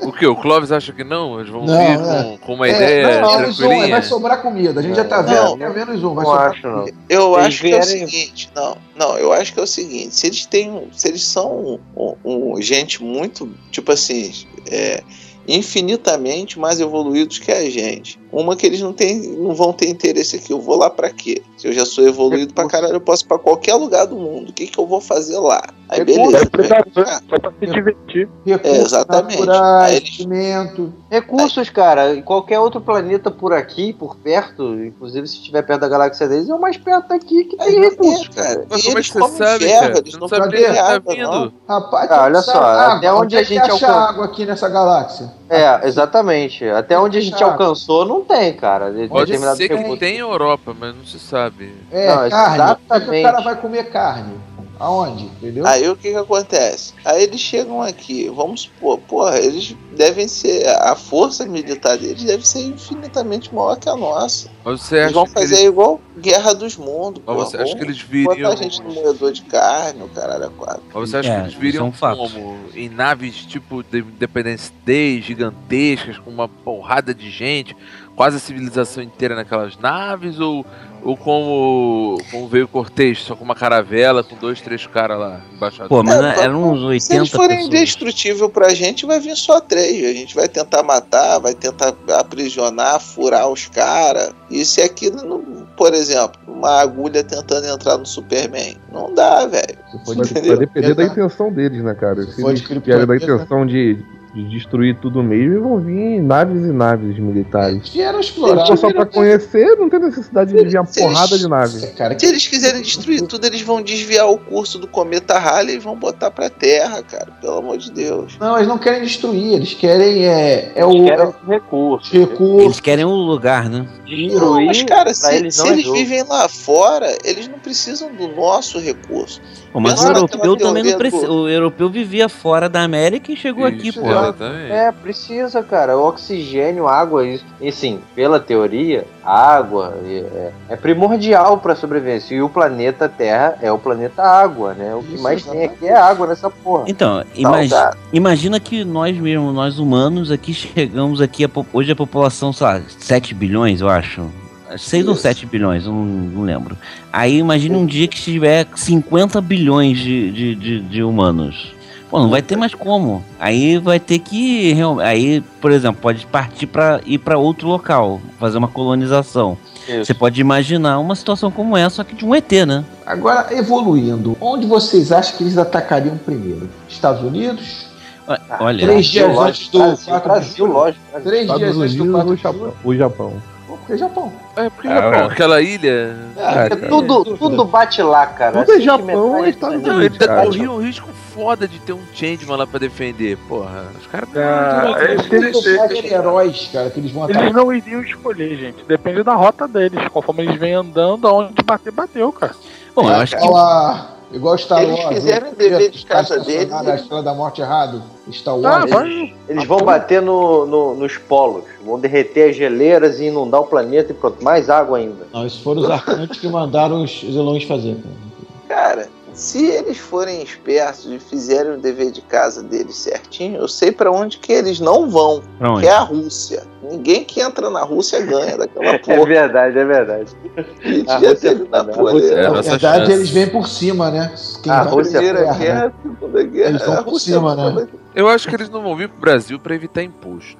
Speaker 1: O que? O Clóvis acha que não? Eles vão
Speaker 3: Não,
Speaker 1: vir
Speaker 3: é.
Speaker 1: com, com uma
Speaker 3: É,
Speaker 1: ideia
Speaker 3: não, menos um,
Speaker 1: tranquilinha?
Speaker 3: vai sobrar comida. A gente já tá
Speaker 7: Não.
Speaker 3: vendo, é menos um, vai
Speaker 2: Não
Speaker 4: tá
Speaker 3: sobrar
Speaker 2: acho, não.
Speaker 7: Eu
Speaker 2: Eles
Speaker 7: acho que é o
Speaker 2: vierem-
Speaker 7: seguinte, não, não, eu acho que é o seguinte, se eles têm, um- se eles são um, um- gente muito, tipo assim, é, infinitamente mais evoluídos que a gente, uma que eles não têm, não vão ter interesse aqui, eu vou lá pra quê? que eu já sou evoluído pra caralho, eu posso ir pra qualquer lugar do mundo. O que, que eu vou fazer lá? Aí
Speaker 3: Recurso,
Speaker 7: beleza. né?
Speaker 6: Só pra se divertir.
Speaker 7: É, exatamente.
Speaker 2: É,
Speaker 7: Aí eles-
Speaker 2: Recursos, cara, em qualquer outro planeta por aqui, por perto, inclusive se estiver perto da galáxia deles, é o mais perto daqui que tem recursos.
Speaker 7: cara.
Speaker 1: Mas como é que você sabe, cara? Você não sabe nem onde tá vindo.
Speaker 3: Rapaz,
Speaker 2: Ah,
Speaker 3: tu
Speaker 2: olha
Speaker 3: sabe
Speaker 2: só,
Speaker 3: água.
Speaker 2: até onde a
Speaker 3: é que
Speaker 2: gente
Speaker 3: acha
Speaker 2: alcança?
Speaker 3: água aqui nessa galáxia?
Speaker 2: É, exatamente. Até onde a gente
Speaker 3: Cara.
Speaker 2: alcançou, não tem, cara. de-
Speaker 1: Pode
Speaker 2: determinado
Speaker 1: ser que
Speaker 2: recurso.
Speaker 1: tenha Europa, mas não se sabe.
Speaker 3: É, carne. Como é
Speaker 2: Não,
Speaker 3: que o
Speaker 2: exatamente.
Speaker 3: cara vai comer carne? Aonde? Entendeu?
Speaker 7: Aí o que que acontece? Aí eles chegam aqui, vamos supor, porra, eles devem ser, a força militar deles deve ser infinitamente maior que a nossa.
Speaker 1: Mas você
Speaker 7: Eles vão
Speaker 1: acha que
Speaker 7: fazer
Speaker 1: eles,
Speaker 7: igual Guerra dos Mundos,
Speaker 1: mas
Speaker 7: porra.
Speaker 1: você acha que eles
Speaker 7: Botar
Speaker 1: viriam,
Speaker 7: a gente no moedor de carne, o caralho, a quatro.
Speaker 1: mas você acha
Speaker 8: É,
Speaker 1: que eles viriam
Speaker 8: isso é um fato.
Speaker 1: como em naves tipo de Independence Day gigantescas com uma porrada de gente, quase a civilização inteira naquelas naves ou ou como, como veio o Cortez, só com uma caravela com dois, três caras lá embaixo.
Speaker 8: Pô, mas
Speaker 7: É,
Speaker 8: era-
Speaker 7: tá
Speaker 8: eram uns
Speaker 7: Se
Speaker 8: 80
Speaker 7: eles forem
Speaker 8: pessoas.
Speaker 7: indestrutível pra gente, vai vir só três. A gente vai tentar matar, vai tentar aprisionar, furar os caras. Isso e aquilo, não- por exemplo, uma agulha tentando entrar no Superman. Não dá, velho.
Speaker 4: Mas vai
Speaker 7: Entendeu?
Speaker 4: depender da
Speaker 3: Exato.
Speaker 4: intenção deles, né, cara? Se
Speaker 3: for
Speaker 4: eles
Speaker 3: escrito
Speaker 4: tiverem da
Speaker 3: por Deus,
Speaker 4: intenção de, de destruir tudo mesmo, vão vir naves e naves militares.
Speaker 3: Vieram
Speaker 4: Se
Speaker 3: explorar.
Speaker 4: for só pra conhecer, não tem necessidade de vir uma
Speaker 7: Se eles-
Speaker 4: porrada de nave.
Speaker 3: É, cara,
Speaker 7: Se eles quiserem destruir tudo, eles vão desviar o curso do cometa Halley e vão botar pra terra, cara. Pelo amor de Deus.
Speaker 3: Não, eles não querem destruir, eles querem é, é o
Speaker 2: Eles querem recursos.
Speaker 3: é o recurso.
Speaker 8: Eles querem um lugar, né?
Speaker 7: Não,
Speaker 2: Destruir,
Speaker 7: mas, cara,
Speaker 2: pra
Speaker 7: se se
Speaker 2: eles
Speaker 7: eles,
Speaker 2: não é jogo.
Speaker 7: vivem lá fora, eles não precisam do nosso recurso.
Speaker 8: Pô, mas
Speaker 7: Pensa
Speaker 8: o
Speaker 7: naquela
Speaker 8: europeu também
Speaker 7: teoria
Speaker 8: não precisa.
Speaker 7: do-
Speaker 8: O europeu vivia fora da América e chegou aqui,
Speaker 1: Isso,
Speaker 8: pô.
Speaker 1: Exatamente.
Speaker 2: É, precisa, cara. O oxigênio, água, isso. E sim, pela teoria, a água é, é primordial pra sobrevivência. E o planeta Terra é o planeta água, né? O que
Speaker 3: Isso,
Speaker 2: mais tem
Speaker 3: exatamente.
Speaker 2: aqui é água nessa porra.
Speaker 8: Então,
Speaker 7: Saudade.
Speaker 8: imagina. Imagina que nós mesmos, nós humanos, aqui chegamos aqui, a po- hoje a população, sei lá, 7 bilhões, eu acho. 6 ou
Speaker 7: Isso.
Speaker 8: 7 bilhões, eu não, não lembro. Aí imagina um dia que tiver 50 bilhões de, de, de, de humanos. Pô, não vai ter mais como. Aí vai ter que. real- Aí, por exemplo, pode partir para ir para outro local, fazer uma colonização. Você pode imaginar uma situação como essa, só que de um ET, né?
Speaker 3: Agora, evoluindo, onde vocês acham que eles atacariam primeiro? Estados Unidos?
Speaker 8: Ó, Olha.
Speaker 3: três dias
Speaker 2: Brasil,
Speaker 3: antes do
Speaker 2: Brasil,
Speaker 3: 4 de
Speaker 2: Brasil,
Speaker 3: julho.
Speaker 2: lógico.
Speaker 3: Três dias
Speaker 4: Estados
Speaker 3: antes do
Speaker 4: Unidos
Speaker 3: 4
Speaker 4: ou
Speaker 3: de julho?
Speaker 4: Japão? O Japão.
Speaker 3: Pô, porque é Japão.
Speaker 1: É, porque Japão, aquela ilha.
Speaker 4: Ah,
Speaker 2: É,
Speaker 4: cara.
Speaker 2: tudo, tudo bate lá, cara.
Speaker 4: Tudo é
Speaker 2: Assim que
Speaker 4: Japão,
Speaker 2: metade
Speaker 4: é Estados
Speaker 2: do-
Speaker 1: Não, ele
Speaker 4: Cara,
Speaker 1: tá corria um risco foda de ter um Changeman lá pra defender, porra. Os caras. É,
Speaker 4: É.
Speaker 6: Ah, eles-
Speaker 3: Eles
Speaker 6: eles-
Speaker 3: são de heróis, cara, que eles vão
Speaker 6: Eles
Speaker 3: atacar.
Speaker 6: não iriam escolher, gente. Depende da rota deles. Conforme eles vêm andando, aonde bater, bateu, cara.
Speaker 8: Bom, eu acho que.
Speaker 3: Igual a- Igual Star
Speaker 7: Eles
Speaker 3: Wars. né?
Speaker 7: fizeram
Speaker 3: o
Speaker 7: o dever de
Speaker 3: primeiro,
Speaker 7: casa
Speaker 3: está
Speaker 7: deles,
Speaker 3: estacionado,
Speaker 7: eles-
Speaker 3: A Estrela da Morte errado. Star
Speaker 4: Tá,
Speaker 6: Ah,
Speaker 3: Wars.
Speaker 6: vai.
Speaker 2: Eles vão bater no- no- nos polos, vão derreter as geleiras e inundar o planeta e pronto, mais água ainda.
Speaker 3: Não, esses foram os arcantes que mandaram os os elões fazer. né? cara.
Speaker 7: Cara, se eles forem espertos e fizerem o dever de casa deles certinho, eu sei pra onde que eles não vão,
Speaker 8: Pra onde?
Speaker 7: que é a Rússia. Ninguém que entra na Rússia ganha daquela
Speaker 2: É
Speaker 7: porra.
Speaker 2: verdade, é verdade.
Speaker 7: E
Speaker 2: a
Speaker 7: devia
Speaker 2: Rússia
Speaker 7: ter ido na
Speaker 2: é foda, a
Speaker 7: polenta.
Speaker 1: É,
Speaker 3: Na
Speaker 1: nossa
Speaker 3: verdade,
Speaker 1: chance.
Speaker 3: eles vêm por cima, né? Quem
Speaker 2: Ah,
Speaker 3: vai
Speaker 2: Rússia,
Speaker 3: primeiro
Speaker 7: Primeira
Speaker 3: é a-
Speaker 7: guerra, segunda guerra,
Speaker 3: Eles vão
Speaker 7: a
Speaker 3: por
Speaker 7: Rússia é
Speaker 3: cima,
Speaker 6: né?
Speaker 7: tava-
Speaker 1: Eu acho que eles não vão vir pro Brasil pra evitar imposto.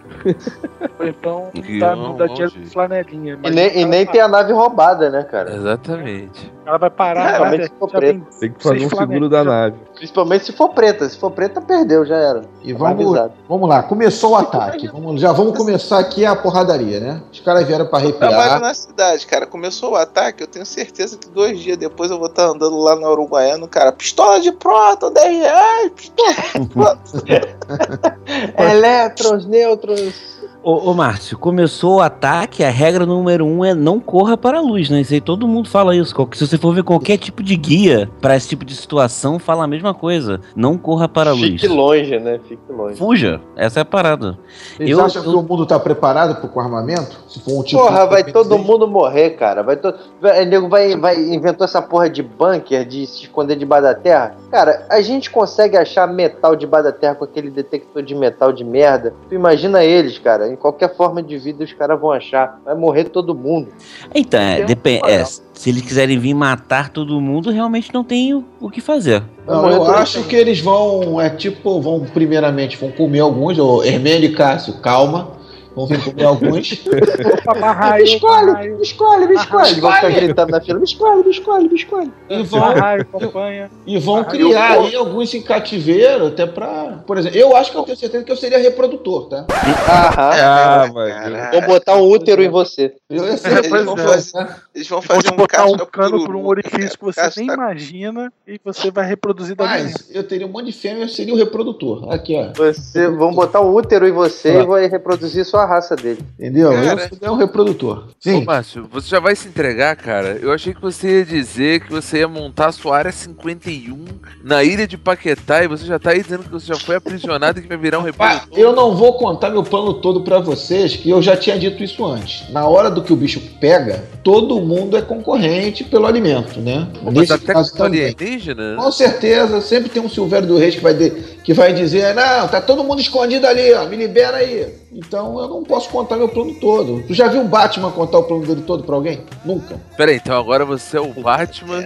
Speaker 6: Ou Então,
Speaker 1: Que
Speaker 6: dá,
Speaker 1: não,
Speaker 6: não dá dinheiro
Speaker 1: gente.
Speaker 6: pro flanelinha.
Speaker 2: E
Speaker 6: mas o
Speaker 2: nem, e
Speaker 6: cara
Speaker 2: nem
Speaker 6: tá-
Speaker 2: tem a nave roubada, né,
Speaker 1: É.
Speaker 2: cara?
Speaker 1: Exatamente.
Speaker 6: O cara vai parar,
Speaker 2: Realmente
Speaker 6: vai ter-
Speaker 2: É, ficou
Speaker 6: já vem
Speaker 4: Tem
Speaker 6: seis
Speaker 4: que fazer um seguro
Speaker 6: flanelinhas,
Speaker 4: da
Speaker 6: já-
Speaker 4: nave.
Speaker 2: Principalmente se for preta. Se for preta, perdeu, já era.
Speaker 3: E
Speaker 2: Tá
Speaker 3: vamos,
Speaker 2: avisado.
Speaker 3: vamos lá, começou o ataque. Vamos, já vamos começar aqui a porradaria, né? Os caras vieram pra
Speaker 7: Trabalho
Speaker 3: arrepiar.
Speaker 7: na cidade, cara. Começou o ataque, eu tenho certeza que dois dias depois eu vou estar andando lá na Uruguaiana, cara. Pistola de próton, 10 reais, pistola de próton.
Speaker 2: Elétrons, nêutrons.
Speaker 8: Ô, ô Márcio, começou o ataque, a regra número um é não corra para a luz, né? Isso aí todo mundo fala isso. Qual- Se você for ver qualquer tipo de guia para esse tipo de situação, fala a mesma coisa. Não corra para a luz.
Speaker 2: Fique longe, né? Fique longe.
Speaker 8: Fuja. Essa é a parada.
Speaker 3: Eles
Speaker 8: Eu-
Speaker 3: acham que
Speaker 8: eu-
Speaker 3: o mundo tá preparado pro- com armamento? Se for um tipo.
Speaker 2: Porra, vai todo mundo morrer, cara. Vai todo. vai- Nego vai, vai inventou essa porra de bunker, de se esconder debaixo da terra. Cara, a gente consegue achar metal debaixo da terra com aquele detector de metal de merda. Tu imagina eles, cara. Em qualquer forma de vida os caras vão achar. Vai morrer todo mundo.
Speaker 8: Então, é,
Speaker 6: Tem um
Speaker 8: depen- é,
Speaker 6: moral.
Speaker 8: se eles quiserem vir matar todo mundo, realmente não tem o, o que fazer.
Speaker 3: Não, eu acho que eles vão. É tipo, vão primeiramente, vão comer alguns, ou Hermênio e Cássio, calma. Vão vir comer alguns.
Speaker 6: Opa, barraio,
Speaker 3: me escolhe,
Speaker 6: barraio.
Speaker 3: me escolhe, me escolhe.
Speaker 6: Barraio.
Speaker 3: Eles vão ficar gritando na fila, me escolhe, me escolhe, me escolhe. E vão,
Speaker 6: Barraio, campanha.
Speaker 3: e vão
Speaker 6: Barraio,
Speaker 3: criar
Speaker 6: porco.
Speaker 3: aí alguns em cativeiro, até pra. Por exemplo, eu acho que eu tenho certeza que eu seria reprodutor, tá?
Speaker 2: Ah,
Speaker 7: É.
Speaker 2: Vou botar um útero em você.
Speaker 3: Eu ia
Speaker 6: ser-
Speaker 7: eles, vão
Speaker 6: Pois é.
Speaker 7: fazer, eles vão
Speaker 6: Vão
Speaker 7: fazer
Speaker 6: te
Speaker 7: um
Speaker 6: botar um
Speaker 7: caixa
Speaker 6: cano por
Speaker 7: puro.
Speaker 6: um orifício que você nem
Speaker 7: Caixa-
Speaker 6: imagina e você vai reproduzir da
Speaker 3: Mas eu teria um monte de fêmea, eu seria o reprodutor. Aqui, ó.
Speaker 2: Você, vão botar um útero em você e vai reproduzir sua raça dele.
Speaker 3: Entendeu?
Speaker 1: Cara.
Speaker 3: Eu seria um reprodutor.
Speaker 1: Ô, Márcio, você já vai se entregar, cara? Eu achei que você ia dizer que você ia montar a sua área 51 na ilha de Paquetá e você já tá aí dizendo que você já foi aprisionado e que vai virar um repórter.
Speaker 3: Eu não vou contar meu plano todo pra vocês, que eu já tinha dito isso antes. Na hora do que o bicho pega, todo mundo é concorrente pelo alimento, né?
Speaker 1: Mas
Speaker 3: Nesse
Speaker 1: até né?
Speaker 3: caso
Speaker 1: com
Speaker 3: também.
Speaker 1: alienígena?
Speaker 3: Com certeza, sempre tem um Silvério do Reis que vai, de- que vai dizer: Não, tá todo mundo escondido ali, ó, me libera aí. Então eu não posso contar meu plano todo. Tu já viu o Batman contar o plano dele todo pra alguém? Nunca.
Speaker 1: Peraí, então agora você é o Batman.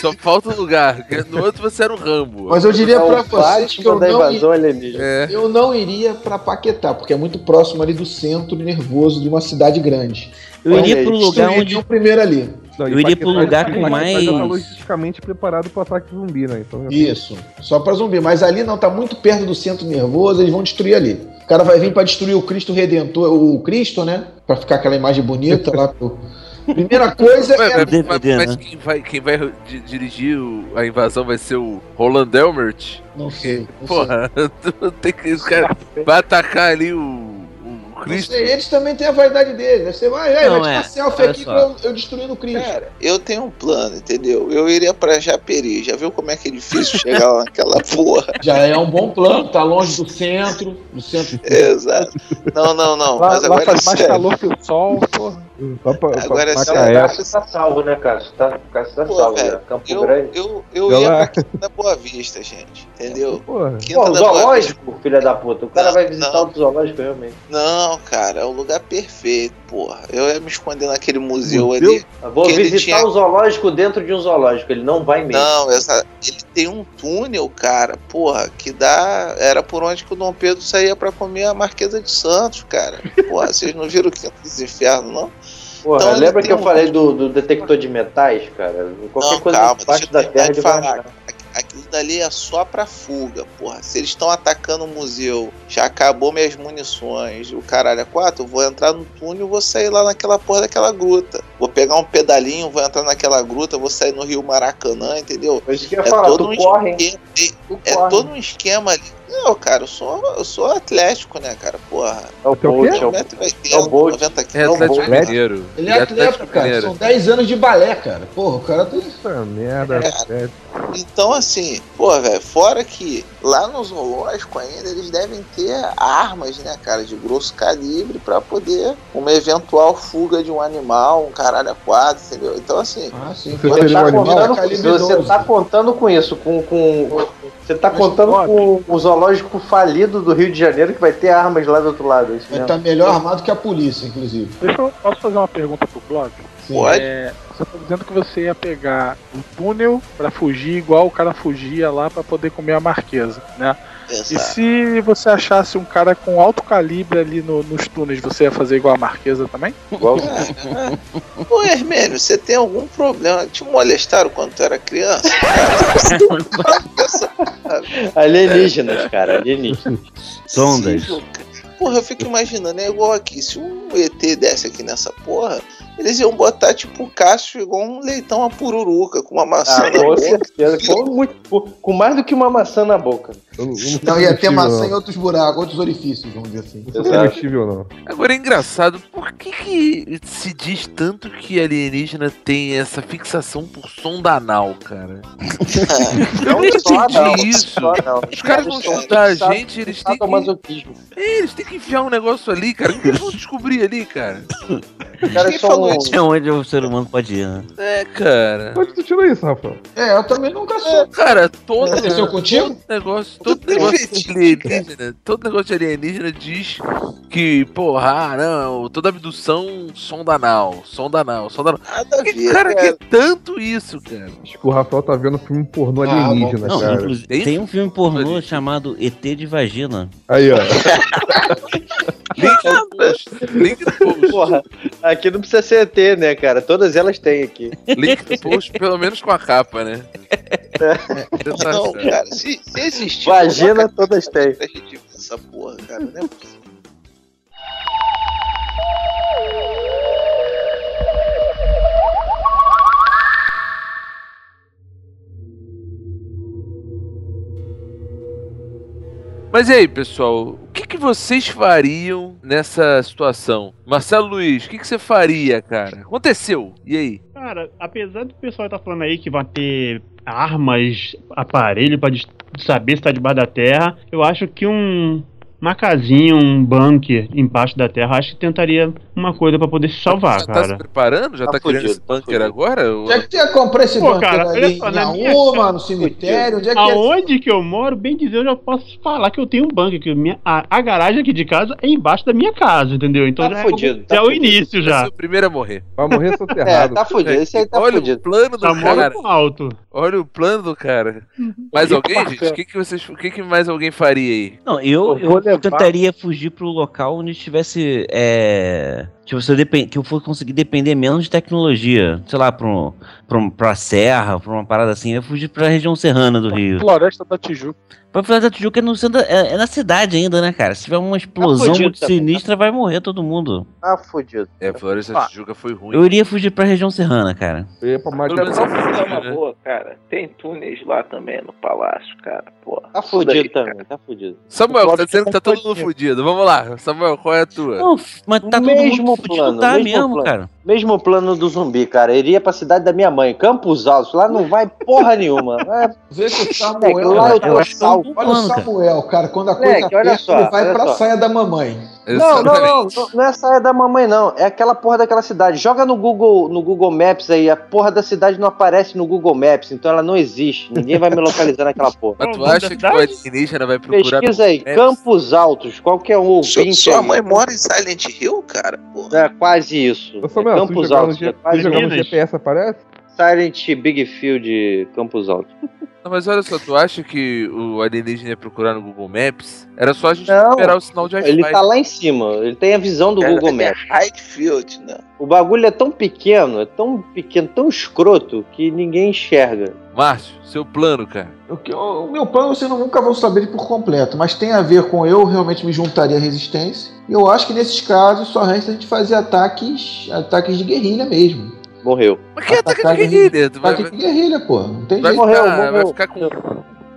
Speaker 1: Só falta um lugar. porque No outro você era o Rambo.
Speaker 3: Mas eu diria
Speaker 1: É o
Speaker 2: Então,
Speaker 3: pra vocês que eu
Speaker 2: da
Speaker 3: não,
Speaker 2: invasão alienígena.
Speaker 1: É.
Speaker 3: eu não iria pra Paquetá, porque é muito próximo ali do centro nervoso de uma cidade grande.
Speaker 8: Eu
Speaker 3: Então,
Speaker 8: iria pro lugar
Speaker 3: destruiria
Speaker 8: onde.
Speaker 3: o primeiro ali.
Speaker 8: Eu iria pro lugar com mais-
Speaker 4: Tá logisticamente preparado pro ataque zumbi, né? Então,
Speaker 3: Isso, só pra zumbi. Mas ali não, tá muito perto do centro nervoso, eles vão destruir ali. O cara vai vir pra destruir o Cristo Redentor, o Cristo, né? Pra ficar aquela imagem bonita lá. Pro... Primeira coisa
Speaker 1: Ué,
Speaker 3: é.
Speaker 1: mas- mas, mas quem vai, quem vai di- dirigir o- a invasão vai ser o Roland Elmert?
Speaker 3: Não sei. não sei.
Speaker 1: Porra, tem que, os caras vai atacar ali o, o
Speaker 3: Não
Speaker 1: Cristo.
Speaker 3: sei, eles também têm a vaidade deles. né? Você vai, vai,
Speaker 8: Não,
Speaker 3: vai tirar
Speaker 8: é,
Speaker 3: selfie
Speaker 8: olha
Speaker 3: aqui
Speaker 8: só.
Speaker 3: pra eu, eu destruindo o Cristo.
Speaker 7: Eu tenho um plano, entendeu? Eu iria pra Japeri. Já viu como é que é difícil chegar lá naquela porra?
Speaker 3: Já é um bom plano, tá longe do centro. Do centro.
Speaker 7: Exato. Não, não, não.
Speaker 6: Lá,
Speaker 7: Mas
Speaker 6: lá
Speaker 7: agora
Speaker 6: faz mais
Speaker 7: sério.
Speaker 6: calor que o sol, porra.
Speaker 4: só pra- pra-
Speaker 7: Agora é
Speaker 4: pra-
Speaker 7: sério.
Speaker 4: é,
Speaker 2: Cássio tá salvo, né, Cássio? Tá, Cássio tá
Speaker 7: Pô,
Speaker 2: salvo,
Speaker 7: velho,
Speaker 2: né? Campo
Speaker 7: Eu,
Speaker 2: Grande.
Speaker 7: eu, eu
Speaker 4: Sei
Speaker 7: ia
Speaker 4: lá.
Speaker 7: pra Quinta da Boa Vista, gente. Entendeu?
Speaker 4: Porra.
Speaker 7: Quinta
Speaker 2: Pô, o
Speaker 7: da Boa Vista.
Speaker 2: zoológico, filha da puta. O cara
Speaker 7: Não,
Speaker 2: vai visitar
Speaker 7: não.
Speaker 2: o zoológico realmente.
Speaker 7: Não, cara, é o lugar perfeito, porra. Eu ia me esconder naquele museu
Speaker 4: Museu?
Speaker 7: ali.
Speaker 2: Eu Vou
Speaker 7: Que ele
Speaker 2: visitar
Speaker 7: tinha-
Speaker 2: o zoológico dentro de um zoológico. Ele não vai mesmo.
Speaker 7: Não, essa, ele tem um túnel, cara, porra, que dá. Era por onde que o Dom Pedro saía pra comer a Marquesa de Santos, cara. Porra, vocês não viram o Quinto dos Infernos, não?
Speaker 2: Porra,
Speaker 7: Então ele
Speaker 2: lembra
Speaker 7: tem
Speaker 2: que eu
Speaker 7: um-
Speaker 2: falei do, do detector de metais, cara? Qualquer
Speaker 7: Não,
Speaker 2: coisa
Speaker 7: calma,
Speaker 2: debaixo
Speaker 7: deixa eu
Speaker 2: da
Speaker 7: terminar de
Speaker 2: terra ele
Speaker 7: falar.
Speaker 2: vai achar.
Speaker 7: Aquilo dali é só pra fuga, porra. Se eles estão atacando o museu, já acabou minhas munições, o caralho é quatro, eu vou entrar no túnel vou sair lá naquela porra daquela gruta. Vou pegar um pedalinho, vou entrar naquela gruta, vou sair no Rio Maracanã, entendeu? É
Speaker 2: Mas que eu ia falar, tu corre, hein?
Speaker 7: esquema,
Speaker 2: Tu
Speaker 7: um é
Speaker 2: corre.
Speaker 7: todo um esquema ali. Não, cara, eu sou, eu sou atlético, né, cara? Porra.
Speaker 2: É o
Speaker 4: Até o
Speaker 2: Bolt,
Speaker 4: quê?
Speaker 2: é
Speaker 7: 1,80m,
Speaker 2: o- É o Bolt.
Speaker 7: 90
Speaker 1: É
Speaker 7: quilos.
Speaker 1: Atlético
Speaker 4: Atlético.
Speaker 1: Mineiro.
Speaker 3: Ele é atleta, cara. São 10 anos de balé, cara. Porra, o cara tá tem.
Speaker 4: Puta merda, é,
Speaker 7: Então, assim, pô, velho, fora que lá no zoológico ainda eles devem ter armas, né, cara, de grosso calibre pra poder uma eventual fuga de um animal, um caralho a quatro, entendeu? Então, assim,
Speaker 3: Ah, sim.
Speaker 4: Você
Speaker 3: cara,
Speaker 2: Você
Speaker 4: seria um
Speaker 2: tá,
Speaker 4: animal?
Speaker 2: contando, com-
Speaker 3: Calibre
Speaker 2: você
Speaker 3: 12.
Speaker 2: tá contando com isso, com. com- você tá
Speaker 3: Mas
Speaker 2: contando
Speaker 6: top.
Speaker 2: com o zoológico falido do Rio de Janeiro que vai ter armas lá do outro lado. é Isso
Speaker 3: Vai
Speaker 2: mesmo.
Speaker 3: estar tá melhor armado que a polícia, inclusive.
Speaker 6: Deixa eu, posso fazer uma pergunta pro blog?
Speaker 3: Sim.
Speaker 7: pode.
Speaker 6: É, você tá dizendo que você ia pegar um túnel pra fugir igual o cara fugia lá pra poder comer a marquesa, né?
Speaker 2: É.
Speaker 6: E
Speaker 7: pensar.
Speaker 6: se você achasse um cara com alto calibre ali no- nos túneis, você ia fazer igual a marquesa também?
Speaker 2: Igual-
Speaker 7: Ô, Hermênio, você tem algum problema? Te molestaram quando tu era criança?
Speaker 2: alienígenas, cara, alienígenas.
Speaker 8: Sondas.
Speaker 7: Sim, cara. Porra, eu fico imaginando, é igual aqui, se um ET desse aqui nessa porra, eles iam botar tipo o Cássio igual um leitão a pururuca, com uma maçã
Speaker 2: Ah,
Speaker 7: na
Speaker 2: com
Speaker 7: boca.
Speaker 2: certeza. Com, muito- com mais do que uma maçã na boca.
Speaker 4: eu não- eu
Speaker 3: Não, Então, ia ter
Speaker 4: combustível,
Speaker 3: maçã em
Speaker 4: não.
Speaker 3: outros buracos, outros orifícios, vamos dizer assim.
Speaker 2: tá-
Speaker 4: Não é combustível, não.
Speaker 1: Agora é engraçado, por que, que se diz tanto que alienígena tem essa fixação por sonda anal, cara? Eu não entendi isso.
Speaker 2: Só não.
Speaker 1: Os caras vão
Speaker 2: Eles são
Speaker 1: estudar a
Speaker 2: fixados-
Speaker 1: gente, eles têm
Speaker 2: fixados ao
Speaker 1: que.
Speaker 2: masoquismo.
Speaker 1: É, eles têm que enfiar um negócio ali, cara. O que eles vão descobrir ali, cara?
Speaker 2: Os caras
Speaker 7: Quem
Speaker 2: são-
Speaker 7: falou isso?
Speaker 8: É onde o ser humano pode ir, né?
Speaker 1: É, cara.
Speaker 4: Onde tu tirou isso, Rafael?
Speaker 3: É, eu também nunca soube.
Speaker 1: Cara, todo
Speaker 3: Aconteceu contigo?
Speaker 1: negócio, todo negócio de alienígena, todo negócio de alienígena diz que, porra, ah, não, toda abdução, som da nau, som da nau, som da nau.
Speaker 7: Nada
Speaker 1: que, cara, que é tanto isso, cara.
Speaker 4: Acho que o Rafael tá vendo filme pornô
Speaker 1: Ah,
Speaker 4: alienígena,
Speaker 1: bom. Não,
Speaker 4: cara.
Speaker 1: inclusive-
Speaker 8: Tem um filme pornô chamado ET de Vagina.
Speaker 4: Aí, ó.
Speaker 1: Link do post.
Speaker 2: Porra, aqui não precisa ser ET, né, cara? Todas elas têm aqui.
Speaker 1: Link do post, pelo menos com a capa, né? É. tá
Speaker 7: Não, cara, se, se existir.
Speaker 2: Vagina todas têm.
Speaker 7: É ridículo essa porra, cara. Não é possível.
Speaker 1: Mas e aí, pessoal, o que, que vocês fariam nessa situação? Marcelo Luiz, o que, que você faria, cara? Aconteceu, e aí?
Speaker 5: Cara, apesar do pessoal estar falando aí que vai ter armas, aparelho pra des- saber se tá debaixo da terra, eu acho que um uma casinha, um bunker embaixo da terra, acho que tentaria uma coisa pra poder se salvar,
Speaker 1: Tá se
Speaker 5: Ah, cara.
Speaker 1: preparando? Já tá, criando esse bunker agora? Ou-
Speaker 3: Onde é que tu ia comprar esse
Speaker 5: Pô,
Speaker 3: banco
Speaker 5: cara, olha
Speaker 3: ali?
Speaker 5: só,
Speaker 3: Em
Speaker 5: na minha
Speaker 3: Naúma,
Speaker 5: casa-
Speaker 3: no cemitério? Onde é que ia-
Speaker 5: Aonde que eu moro, bem dizer, eu já posso falar que eu tenho um bunker, que minha, a, a garagem aqui de casa é embaixo da minha casa, entendeu? Então
Speaker 2: Tá
Speaker 5: já,
Speaker 2: fudido,
Speaker 5: é,
Speaker 2: tá
Speaker 5: já é o
Speaker 2: fudido.
Speaker 5: início já.
Speaker 1: Vai ser o primeiro a morrer.
Speaker 4: Vai morrer
Speaker 2: É, tá fudido. Esse aí tá
Speaker 1: Olha
Speaker 2: fudido.
Speaker 1: o plano do
Speaker 5: Tá
Speaker 1: cara.
Speaker 5: morando alto.
Speaker 1: Olha o plano do cara. Mais alguém,
Speaker 2: tá
Speaker 1: gente? O que, que vocês. O que, que mais alguém faria aí?
Speaker 8: Não, eu,
Speaker 1: Eu vou
Speaker 8: eu,
Speaker 1: levar-
Speaker 8: tentaria fugir pro local onde estivesse. É, tipo, se eu depen- que eu fosse conseguir depender menos de tecnologia. Sei lá, pra, um, pra, um- pra serra, pra uma parada assim. Eu ia fugir pra região serrana do Rio.
Speaker 6: Floresta da Tijuca.
Speaker 8: Pra Floresta da Tijuca é, no centro, é, é na cidade ainda, né, cara? Se tiver uma explosão
Speaker 2: fudido
Speaker 8: muito
Speaker 2: também, né?
Speaker 8: sinistra, vai morrer todo mundo.
Speaker 2: Tá fudido.
Speaker 1: É, Floresta
Speaker 2: Ah.
Speaker 1: da Tijuca foi ruim.
Speaker 8: Eu iria fugir pra região serrana, cara.
Speaker 4: Eu ia pra Maria
Speaker 1: Pelo menos eu fui,
Speaker 7: É uma
Speaker 1: né?
Speaker 7: boa, cara. Tem túneis lá também no palácio, cara. Pô.
Speaker 2: Tá fudido também, tá fudido.
Speaker 1: Samuel, tá dizendo que tá todo mundo fudido. Vamos lá, Samuel, qual é a tua?
Speaker 8: Não, mas tá todo mundo fudido, tá
Speaker 2: mesmo
Speaker 8: mesmo,
Speaker 2: plano.
Speaker 8: cara.
Speaker 2: Mesmo plano do zumbi, cara. Iria pra cidade da minha mãe, Campos Altos. Lá não vai porra nenhuma. É,
Speaker 3: Vê que o
Speaker 2: moleque,
Speaker 3: Samuel.
Speaker 2: lá eu é tô
Speaker 8: é um
Speaker 3: olha,
Speaker 2: salvo.
Speaker 3: olha o Samuel, cara. Quando a coisa
Speaker 2: Moleque, olha
Speaker 3: aperta,
Speaker 2: só,
Speaker 3: ele vai
Speaker 2: olha
Speaker 3: pra
Speaker 2: só.
Speaker 3: saia da mamãe.
Speaker 2: Não, não, não, não, não é a saia da mamãe, não. É aquela porra daquela cidade. Joga no Google, no Google Maps aí. A porra da cidade não aparece no Google Maps, então ela não existe. Ninguém vai me localizar naquela porra.
Speaker 1: Mas tu acha que o alienígena vai procurar.
Speaker 2: Pesquisa aí,
Speaker 1: Maps?
Speaker 2: Campos Altos, qualquer um
Speaker 7: Sua,
Speaker 2: ouvinte
Speaker 7: sua
Speaker 2: aí.
Speaker 7: mãe mora em Silent Hill, cara? Pô.
Speaker 2: É quase isso.
Speaker 4: Ô, Samuel, se
Speaker 2: É Campos
Speaker 4: jogar "Ah, no,
Speaker 2: Altos, é
Speaker 4: G... se
Speaker 2: quase
Speaker 4: jogar no
Speaker 5: Minas.
Speaker 4: GPS aparece?
Speaker 2: Silent Big Field Campos Altos.
Speaker 1: Não, mas olha só, tu acha que o alienígena ia procurar no Google Maps? Era só a gente
Speaker 2: Não,
Speaker 1: recuperar o sinal de Wi-Fi.
Speaker 2: Ele tá lá em cima, ele tem a visão do
Speaker 7: Cara,
Speaker 2: Google
Speaker 7: é
Speaker 2: Maps.
Speaker 7: Highfield, né?
Speaker 2: O bagulho é tão pequeno, é tão pequeno, tão escroto que ninguém enxerga.
Speaker 1: Márcio, seu plano, cara.
Speaker 3: O, que, o meu plano vocês não- nunca vão saber por completo, mas tem a ver com eu realmente me juntaria à resistência. E eu acho que nesses casos só resta a gente fazer ataques, ataques de guerrilha mesmo.
Speaker 2: Morreu.
Speaker 1: Mas tá que ataque de
Speaker 3: Ataque de-
Speaker 1: guerrilha? Tu vai,
Speaker 3: Ataque de guerrilha, pô. Não tem
Speaker 1: vai,
Speaker 3: jeito.
Speaker 2: morreu,
Speaker 1: ficar, vai
Speaker 2: morreu.
Speaker 1: ficar com
Speaker 6: É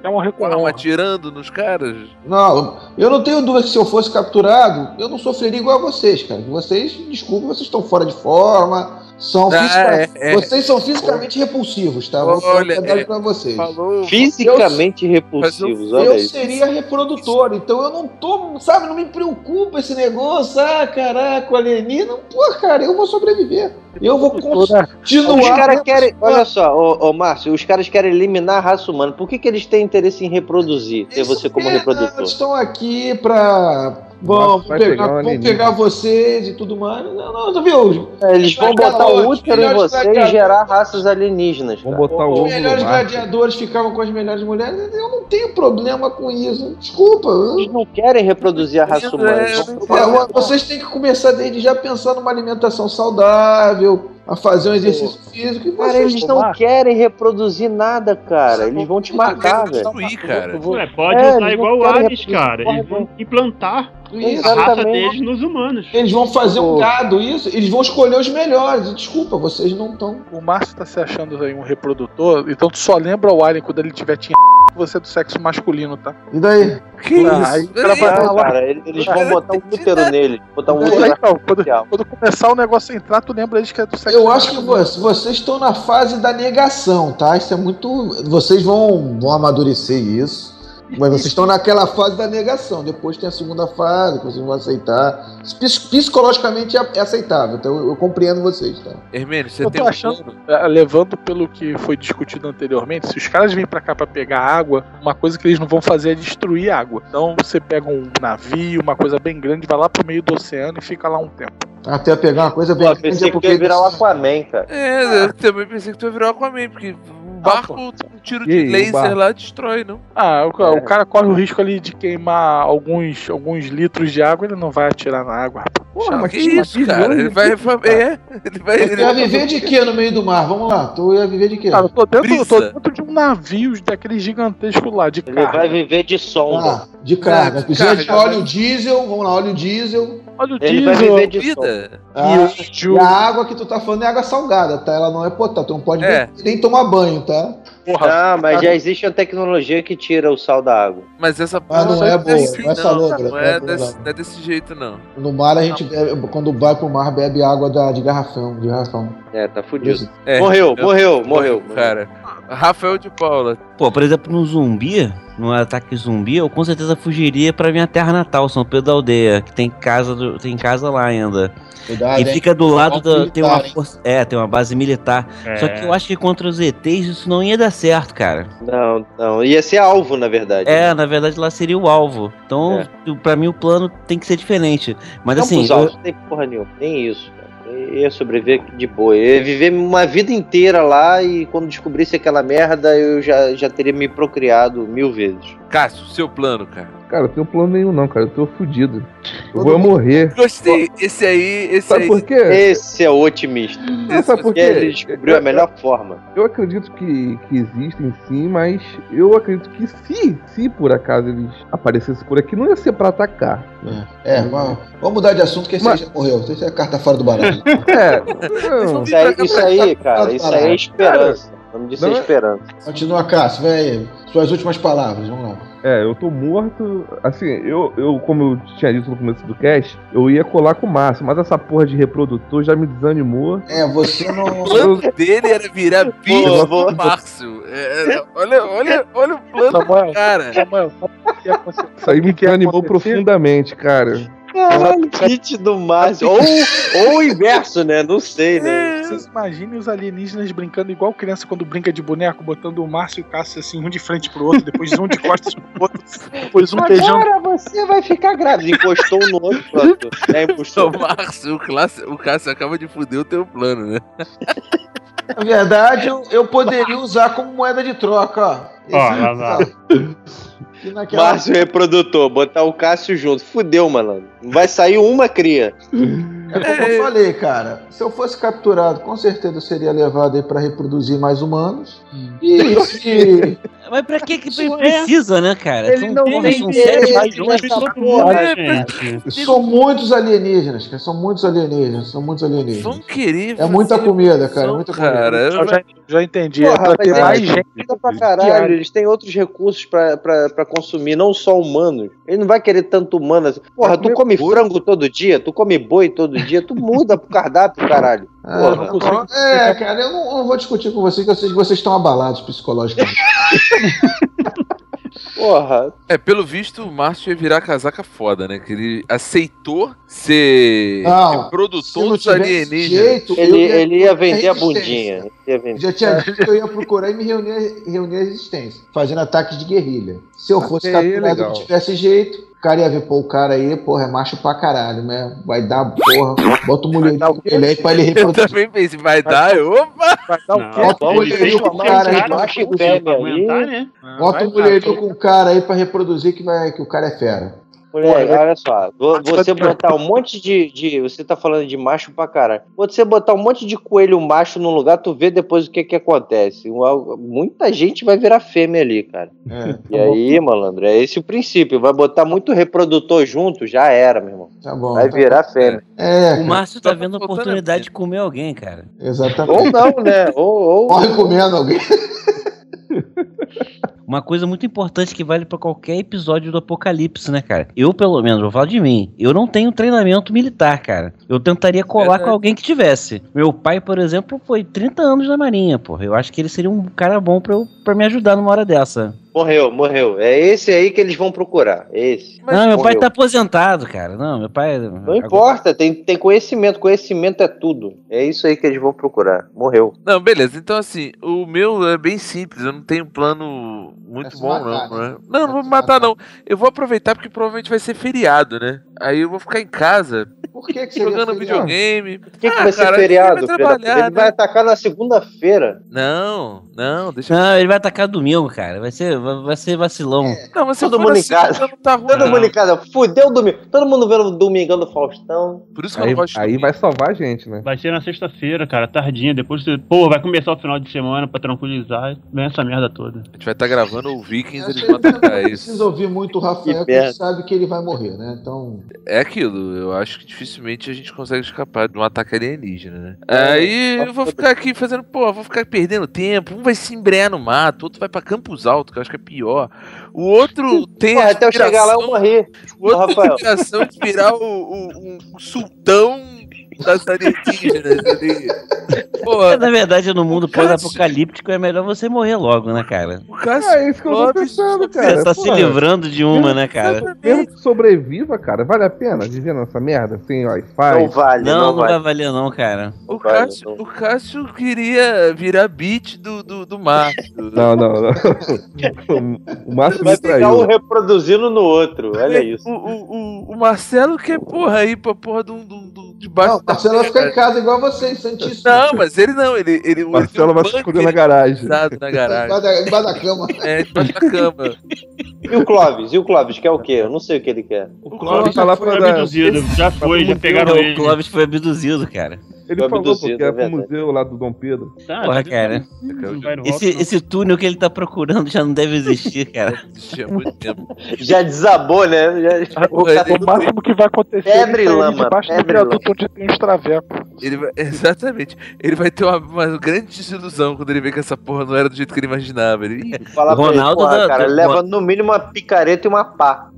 Speaker 6: um
Speaker 1: com arma
Speaker 6: recuo.
Speaker 1: atirando nos caras?
Speaker 3: Não, eu não tenho dúvida que se eu fosse capturado, eu não sofreria igual a vocês, cara. Vocês, desculpa, vocês estão fora de forma, são
Speaker 1: Ah,
Speaker 3: fisica-
Speaker 1: é, é.
Speaker 3: vocês são fisicamente repulsivos, tá? Vou falar a
Speaker 1: Olha,
Speaker 3: verdade
Speaker 1: é.
Speaker 3: pra vocês.
Speaker 1: Falou.
Speaker 2: Fisicamente repulsivos, olha
Speaker 3: Eu
Speaker 2: isso.
Speaker 3: seria reprodutor, então eu não tô, sabe, não me preocupa esse negócio, ah, caraca, alienígena, pô, cara, eu vou sobreviver. Eu vou
Speaker 2: né?
Speaker 3: continuar.
Speaker 2: Os caras querem. Olha só, ô, ô, Márcio, os caras querem eliminar a raça humana. Por que, que eles têm interesse em reproduzir? Ter você como
Speaker 3: É, não,
Speaker 2: reprodutor?
Speaker 3: estão aqui pra. Vão,
Speaker 4: Vai
Speaker 3: pegar,
Speaker 4: pegar um
Speaker 3: vão
Speaker 4: alienígena.
Speaker 3: pegar vocês e tudo mais. Não, não, tu viu?
Speaker 2: É, Eles vão
Speaker 3: Vai
Speaker 2: botar
Speaker 3: calar
Speaker 2: o
Speaker 3: os
Speaker 2: útero em
Speaker 3: melhores
Speaker 2: você e
Speaker 3: gladiadores.
Speaker 2: gerar raças alienígenas.
Speaker 4: Vamos
Speaker 2: cara.
Speaker 4: botar o
Speaker 3: Os
Speaker 4: ovo no
Speaker 3: melhores
Speaker 4: mar.
Speaker 3: gladiadores ficavam com as melhores mulheres. Eu não tenho problema com isso. Desculpa. eu-
Speaker 2: Eles não querem reproduzir a raça humana.
Speaker 1: É,
Speaker 2: Eles
Speaker 3: É,
Speaker 2: vão-
Speaker 3: vo- vocês têm que começar desde já a pensar numa alimentação saudável, a fazer um exercício físico. E
Speaker 2: Cara,
Speaker 3: vocês
Speaker 2: eles não querem reproduzir nada,
Speaker 3: é
Speaker 2: cara. Eles vão te matar, Tá, velho.
Speaker 1: Destruir, cara.
Speaker 5: Ué, pode
Speaker 2: É,
Speaker 5: usar
Speaker 2: eles
Speaker 5: igual
Speaker 2: não
Speaker 5: o
Speaker 2: querem
Speaker 5: Ares,
Speaker 2: reproduzir
Speaker 5: cara.
Speaker 2: porra
Speaker 5: Eles vão implantar
Speaker 3: Isso.
Speaker 5: a raça
Speaker 2: Exatamente.
Speaker 5: deles nos humanos.
Speaker 3: Eles vão fazer um
Speaker 2: Pô.
Speaker 3: gado, isso. Eles vão escolher os melhores. E, Desculpa, vocês não estão.
Speaker 6: O Márcio tá se achando aí um reprodutor, então tu só lembra o Alien quando ele tiver tinha que você é do sexo masculino, tá?
Speaker 3: E daí?
Speaker 1: Que isso? é
Speaker 6: Ah, aí o cara vai
Speaker 1: Peraí,
Speaker 2: Não,
Speaker 6: lá.
Speaker 2: cara, eles eles vão botar um útero nele. Botar um
Speaker 6: Pô,
Speaker 2: útero
Speaker 6: então, quando,
Speaker 2: artificial.
Speaker 6: quando começar o negócio a entrar, tu lembra eles que é do sexo
Speaker 3: Eu acho que vo- vocês estão na fase da negação, tá? Isso é muito. Vocês vão, vão amadurecer isso. Mas vocês estão naquela fase da negação. Depois tem a segunda fase, que vocês vão aceitar. Pis- Psicologicamente é é aceitável, então eu, eu compreendo vocês, tá?
Speaker 1: Hermênio, você
Speaker 6: Eu
Speaker 1: tem um
Speaker 6: tô achando, eh, levando pelo que foi discutido anteriormente, se os caras vêm pra cá pra pegar água, uma coisa que eles não vão fazer é destruir água. Então você pega um navio, uma coisa bem grande, vai lá pro meio do oceano e fica lá um tempo.
Speaker 3: Até pegar uma coisa bem grande é porque
Speaker 2: Aquaman, cara.
Speaker 1: É, eu também pensei que tu ia virar o Aquaman, porque um barco, um tiro de
Speaker 6: E aí, o
Speaker 1: laser
Speaker 6: barco?
Speaker 1: lá destrói, não?
Speaker 6: Ah, o, ca- o cara corre o risco ali de queimar alguns, alguns litros de água, ele não vai atirar na água.
Speaker 1: Porra, mas que isso, cara? Ele vai. É, ele vai.
Speaker 3: Tu ia viver de quê no meio do mar? Vamos lá, tu ia viver de quê?
Speaker 6: Cara, eu tô dentro, eu tô dentro de um navio daquele gigantesco lá de
Speaker 13: Ele vai
Speaker 6: carga.
Speaker 13: viver de
Speaker 3: Ah,
Speaker 13: sonda.
Speaker 3: de carga. Precisa de
Speaker 6: carga.
Speaker 3: óleo diesel, vamos lá, óleo diesel.
Speaker 6: Olha o
Speaker 13: Ele vai
Speaker 6: diesel.
Speaker 13: viver de
Speaker 1: Vida.
Speaker 3: Ah,
Speaker 6: E o-
Speaker 3: e a água que tu tá falando é água salgada, tá? Ela não é potável, tu não pode
Speaker 1: É.
Speaker 3: nem, nem tomar banho, tá?
Speaker 2: não, mas
Speaker 3: cara.
Speaker 2: já existe uma tecnologia que tira o sal da água.
Speaker 1: Mas essa
Speaker 3: Ah, não
Speaker 1: porra
Speaker 3: é
Speaker 1: aí
Speaker 3: boa,
Speaker 1: desse-
Speaker 3: não é salobra,
Speaker 1: Não é
Speaker 3: não é boa,
Speaker 1: desse-
Speaker 3: não.
Speaker 1: não é desse jeito, não.
Speaker 3: No mar a gente bebe, quando vai pro mar bebe água da, de garrafão, de garrafão.
Speaker 2: É, tá fudido.
Speaker 1: É,
Speaker 2: morreu,
Speaker 1: eu-
Speaker 2: morreu, morreu,
Speaker 1: Cara, Rafael de Paula.
Speaker 8: Pô, por exemplo, no zumbi, num ataque zumbi, eu com certeza fugiria pra minha terra natal, São Pedro da Aldeia, que tem casa, do- tem casa lá ainda.
Speaker 3: Cuidado,
Speaker 8: e
Speaker 3: hein?
Speaker 8: fica do lado
Speaker 3: um Base
Speaker 8: da. Tem uma,
Speaker 3: militar, hein?
Speaker 8: força- é, tem uma base militar.
Speaker 13: É.
Speaker 8: Só que eu acho que contra os ETs isso não ia dar certo, cara.
Speaker 2: Não, não. Ia ser alvo, na verdade.
Speaker 8: É, na verdade lá seria o alvo. Então,
Speaker 3: É.
Speaker 8: pra mim, o plano tem que ser diferente. Mas
Speaker 2: não,
Speaker 8: assim.
Speaker 2: pros alvos, não tem porra nenhuma. Nem isso, cara. Eu ia sobreviver de boa. Eu ia viver uma vida inteira lá e quando descobrisse aquela merda, eu já, já teria me procriado mil vezes.
Speaker 1: Cássio, seu plano, cara.
Speaker 4: Cara, eu tenho plano nenhum, não, cara. Eu tô fudido. Eu vou morrer.
Speaker 1: Gostei. Esse aí, esse
Speaker 4: Sabe
Speaker 1: aí.
Speaker 4: por quê?
Speaker 2: Esse é o otimista.
Speaker 4: Não, sabe por
Speaker 2: Porque
Speaker 4: quê?
Speaker 2: ele descobriu a melhor forma.
Speaker 4: Eu acredito que, que existem sim, mas eu acredito que se, se por acaso eles aparecessem por aqui, não ia ser pra atacar.
Speaker 3: É, vamos, vamos mudar de assunto, que esse aí já morreu. Esse é a carta fora do baralho.
Speaker 4: É,
Speaker 2: Isso aí, isso aí, cara, isso aí é esperança. O nome disso é
Speaker 4: Não é-
Speaker 2: esperança.
Speaker 3: Continua, Cássio, vai aí. Suas últimas palavras, vamos lá.
Speaker 4: É, eu tô morto. Assim, eu, eu, como eu tinha dito no começo do cast, eu ia colar com o Márcio, mas essa porra de reprodutor já me desanimou.
Speaker 3: É, você não.
Speaker 1: O plano dele era virar bicho do Márcio. É, é, olha, olha, olha o plano do cara.
Speaker 4: Isso aí me animou profundamente, cara.
Speaker 2: Caralho, kit do Márcio. Ou, ou o inverso, né? Não sei, né?
Speaker 6: Vocês imaginem os alienígenas brincando igual criança quando brinca de boneco, botando o Márcio e o Cássio assim, um de frente pro outro, depois um de costas pro outro, depois um beijando.
Speaker 2: você vai ficar grávida. Encostou o no outro, pronto. É,
Speaker 1: O Márcio, o, Clássio- o Cássio acaba de fuder o teu plano, né?
Speaker 3: Na verdade, eu, eu poderia usar como moeda de troca, ó. Esse-
Speaker 2: lá, lá.
Speaker 3: que naquela-
Speaker 2: Márcio reprodutor, botar o Cássio junto. Fudeu, malandro. Não Vai sair uma cria.
Speaker 3: É como eu falei, cara. Se eu fosse capturado, com certeza eu seria levado aí pra reproduzir mais humanos. E se.
Speaker 8: Mas pra que, que precisa, né, cara?
Speaker 3: Ele
Speaker 8: São-
Speaker 3: não
Speaker 8: porra,
Speaker 3: tem
Speaker 8: são
Speaker 3: interesse
Speaker 8: sete mais
Speaker 3: nessa
Speaker 8: longe de todo
Speaker 3: porra,
Speaker 8: mundo,
Speaker 3: né,
Speaker 8: gente?
Speaker 3: São muitos alienígenas, cara. São muitos alienígenas. São muitos alienígenas.
Speaker 1: Querido.
Speaker 3: É muita comida, cara. é muita comida.
Speaker 1: Cara,
Speaker 6: Eu já, já entendi.
Speaker 2: Porra,
Speaker 6: é pra
Speaker 2: mas
Speaker 6: ter
Speaker 2: é
Speaker 6: mais
Speaker 2: comida
Speaker 6: gente.
Speaker 2: pra caralho. Eles têm outros recursos pra, pra, pra consumir, não só humanos. Ele não vai querer tanto humano. assim. Porra, tu come frango todo dia, tu come boi todo dia, tu muda pro cardápio, caralho.
Speaker 3: Ah.
Speaker 2: Porra.
Speaker 3: É, cara, eu não, eu não vou discutir com vocês, que eu sei que vocês estão abalados psicologicamente.
Speaker 2: Porra.
Speaker 1: É, pelo visto, o Márcio ia virar casaca foda, né? Que ele aceitou ser
Speaker 3: Não,
Speaker 1: reprodutor
Speaker 3: se não
Speaker 1: dos
Speaker 3: tivesse
Speaker 1: alienígenas.
Speaker 3: jeito, eu
Speaker 2: Ele, é
Speaker 3: ia-
Speaker 2: ele ia vender a
Speaker 3: resistência.
Speaker 2: bundinha. Ele ia vender.
Speaker 3: Já tinha dito que eu ia procurar e me reunir, reunir a resistência, fazendo ataques de guerrilha. Se eu fosse
Speaker 4: Até aí é
Speaker 3: capturado e
Speaker 4: legal.
Speaker 3: não tivesse jeito, o cara ia ver, pô, o cara aí, porra, é macho pra caralho, né? Vai dar, porra, bota o mulherinho dele aí pra ele
Speaker 1: Eu
Speaker 3: reproduzir.
Speaker 1: também pensei, vai dar, eu- opa!
Speaker 3: Bota o mulherinho com o cara aí, bota o mulherinho-
Speaker 5: né?
Speaker 3: bota o mulherinho com o cara aí pra reproduzir que, vai, que o cara é fera.
Speaker 2: Moleque, olha só, vo- você botar um monte de, de- Você tá falando de macho pra caralho. Você botar um monte de coelho macho num lugar, tu vê depois o que que acontece. Uma- muita gente vai virar fêmea ali, cara.
Speaker 3: É.
Speaker 2: E aí, malandro, é esse o princípio. Vai botar muito reprodutor junto, já era, meu irmão.
Speaker 3: Tá bom.
Speaker 2: Vai
Speaker 3: tá
Speaker 2: virar fêmea.
Speaker 3: É,
Speaker 8: O
Speaker 3: cara.
Speaker 8: Márcio tá vendo a oportunidade de comer alguém, cara.
Speaker 3: Exatamente.
Speaker 2: Ou não, né? Ou. ou...
Speaker 3: Morre comendo alguém.
Speaker 8: Uma coisa muito importante que vale pra qualquer episódio do Apocalipse, né, cara? Eu, pelo menos, vou falar de mim. Eu não tenho treinamento militar, cara. Eu tentaria colar com alguém que tivesse. Meu pai, por exemplo, foi 30 anos na Marinha, porra. Eu acho que ele seria um cara bom pra, eu, pra me ajudar numa hora dessa.
Speaker 2: Morreu, morreu. É esse aí que eles vão procurar. é Esse.
Speaker 8: não, meu pai
Speaker 2: Morreu.
Speaker 8: tá aposentado, cara. Não, meu pai.
Speaker 2: Não importa, tem, tem conhecimento. Conhecimento é tudo. É isso aí que eles vão procurar. Morreu.
Speaker 1: Não, beleza. Então, assim, o meu é bem simples. Eu não tenho um plano muito bom, não. né? Não, não vou me matar, não. Eu vou aproveitar porque provavelmente vai ser feriado, né? Aí eu vou ficar em casa
Speaker 3: Por É que, que
Speaker 1: jogando videogame.
Speaker 2: O que, que vai ser feriado, filho da puta? Ele
Speaker 1: né?
Speaker 2: vai atacar na segunda-feira.
Speaker 1: Não, não, deixa
Speaker 8: Não, ele vai atacar domingo, cara. Vai ser, vai vai ser vacilão.
Speaker 1: Não, mas se
Speaker 2: Todo
Speaker 1: for
Speaker 2: mundo
Speaker 1: na
Speaker 2: em casa.
Speaker 1: segunda, não tá ruim.
Speaker 2: Todo
Speaker 1: não.
Speaker 2: mundo em casa. Fudeu o domingo. Todo mundo vendo o Domingão do Faustão.
Speaker 1: Por isso que eu
Speaker 4: Aí,
Speaker 1: não gosto de
Speaker 4: aí
Speaker 1: dormir.
Speaker 4: vai salvar a gente, né?
Speaker 5: Vai ser na sexta-feira, cara, tardinha. Depois, você- pô, vai começar o final de semana pra tranquilizar. Vem essa merda toda.
Speaker 1: A gente vai estar gravando o Vikings, eles
Speaker 3: Acho
Speaker 1: vão
Speaker 3: que não
Speaker 1: atacar
Speaker 3: precisa
Speaker 1: isso.
Speaker 3: ouvir muito o
Speaker 2: Que
Speaker 3: Rafael, que
Speaker 2: merda.
Speaker 3: sabe que ele vai morrer, né? Então,
Speaker 1: É aquilo, eu acho que dificilmente a gente consegue escapar de um ataque alienígena, né?
Speaker 2: É,
Speaker 1: Aí eu vou ficar aqui fazendo, pô, vou ficar perdendo tempo. Um vai se embrear no mato, outro vai pra Campos Alto, que eu acho que é pior. O outro tem
Speaker 2: Porra,
Speaker 1: a
Speaker 2: até eu chegar lá eu
Speaker 1: aspiração-
Speaker 2: morri.
Speaker 1: O outro tem a
Speaker 2: Rafael.
Speaker 1: aspiração de virar o, o- um sultão das alienígenas ali. Pô,
Speaker 8: Na verdade, no mundo
Speaker 1: Cara,
Speaker 8: pós-apocalíptico é melhor você morrer logo, né, cara?
Speaker 1: o Cássio
Speaker 4: É isso que eu tô
Speaker 1: Lopes-
Speaker 4: pensando, cara.
Speaker 3: é
Speaker 8: Você tá se
Speaker 4: Porra.
Speaker 8: livrando de uma, né, cara?
Speaker 1: É.
Speaker 4: Mesmo que sobreviva, cara, vale a pena viver nessa merda assim, sem
Speaker 2: Não
Speaker 4: Wi-Fi?
Speaker 2: vale, não,
Speaker 8: Não, não vai
Speaker 2: vale.
Speaker 8: valer, não, cara.
Speaker 1: O
Speaker 2: Vai,
Speaker 1: Cássio,
Speaker 2: então.
Speaker 1: o Cássio queria virar beat do, do, do mato.
Speaker 4: Não, não, não. o Márcio
Speaker 2: Vai
Speaker 4: me
Speaker 2: ficar um
Speaker 4: traiu.
Speaker 2: reproduzindo no outro. Olha isso.
Speaker 1: O, o, o, o Marcelo quer, porra, aí pra porra de um. de um- de um- debaixo
Speaker 3: não, o Marcelo é vai ficar em casa igual vocês, Santíssimo.
Speaker 1: Não, mas ele não, ele. ele
Speaker 4: O
Speaker 2: um
Speaker 4: Marcelo vai se esconder na
Speaker 1: garagem.
Speaker 4: garagem.
Speaker 1: na garagem.
Speaker 3: Embaixo da- embaixo da cama.
Speaker 1: É, debaixo da cama.
Speaker 2: E o Clóvis? E o Clóvis quer o quê? Eu não sei o que ele quer.
Speaker 1: O
Speaker 4: Clóvis
Speaker 1: Clóvis
Speaker 4: tá lá
Speaker 5: Foi
Speaker 4: pra dar-
Speaker 5: abduzido, já foi, já pegaram
Speaker 8: O
Speaker 5: ele.
Speaker 8: Clóvis foi abduzido, cara.
Speaker 4: Ele
Speaker 2: Foi
Speaker 4: falou
Speaker 2: abduzido,
Speaker 4: porque
Speaker 2: é
Speaker 4: era pro
Speaker 2: verdade.
Speaker 4: museu lá do Dom Pedro.
Speaker 5: Tá,
Speaker 8: Porra,
Speaker 5: tudo
Speaker 8: cara.
Speaker 5: bem, não vai, não
Speaker 8: Esse,
Speaker 5: volta, não.
Speaker 8: esse túnel que ele tá procurando já não deve existir, cara.
Speaker 1: existia há é muito tempo.
Speaker 2: Já desabou, né? Já- já- o
Speaker 1: Porra,
Speaker 2: cara-
Speaker 4: é
Speaker 1: ele-
Speaker 6: O máximo que vai acontecer é
Speaker 2: Febre
Speaker 6: ele sair
Speaker 2: lama,
Speaker 6: debaixo do
Speaker 2: febre lama.
Speaker 6: viaduto onde tem os travecos.
Speaker 1: ele vai- exatamente. Ele vai ter uma, uma grande desilusão quando ele vê que essa porra não era do jeito que ele imaginava. Ele, Ih,
Speaker 2: Falar pra ele,
Speaker 8: Ronaldo
Speaker 2: porra,
Speaker 8: da-
Speaker 2: cara,
Speaker 8: do-
Speaker 2: leva no mínimo uma picareta e uma pá.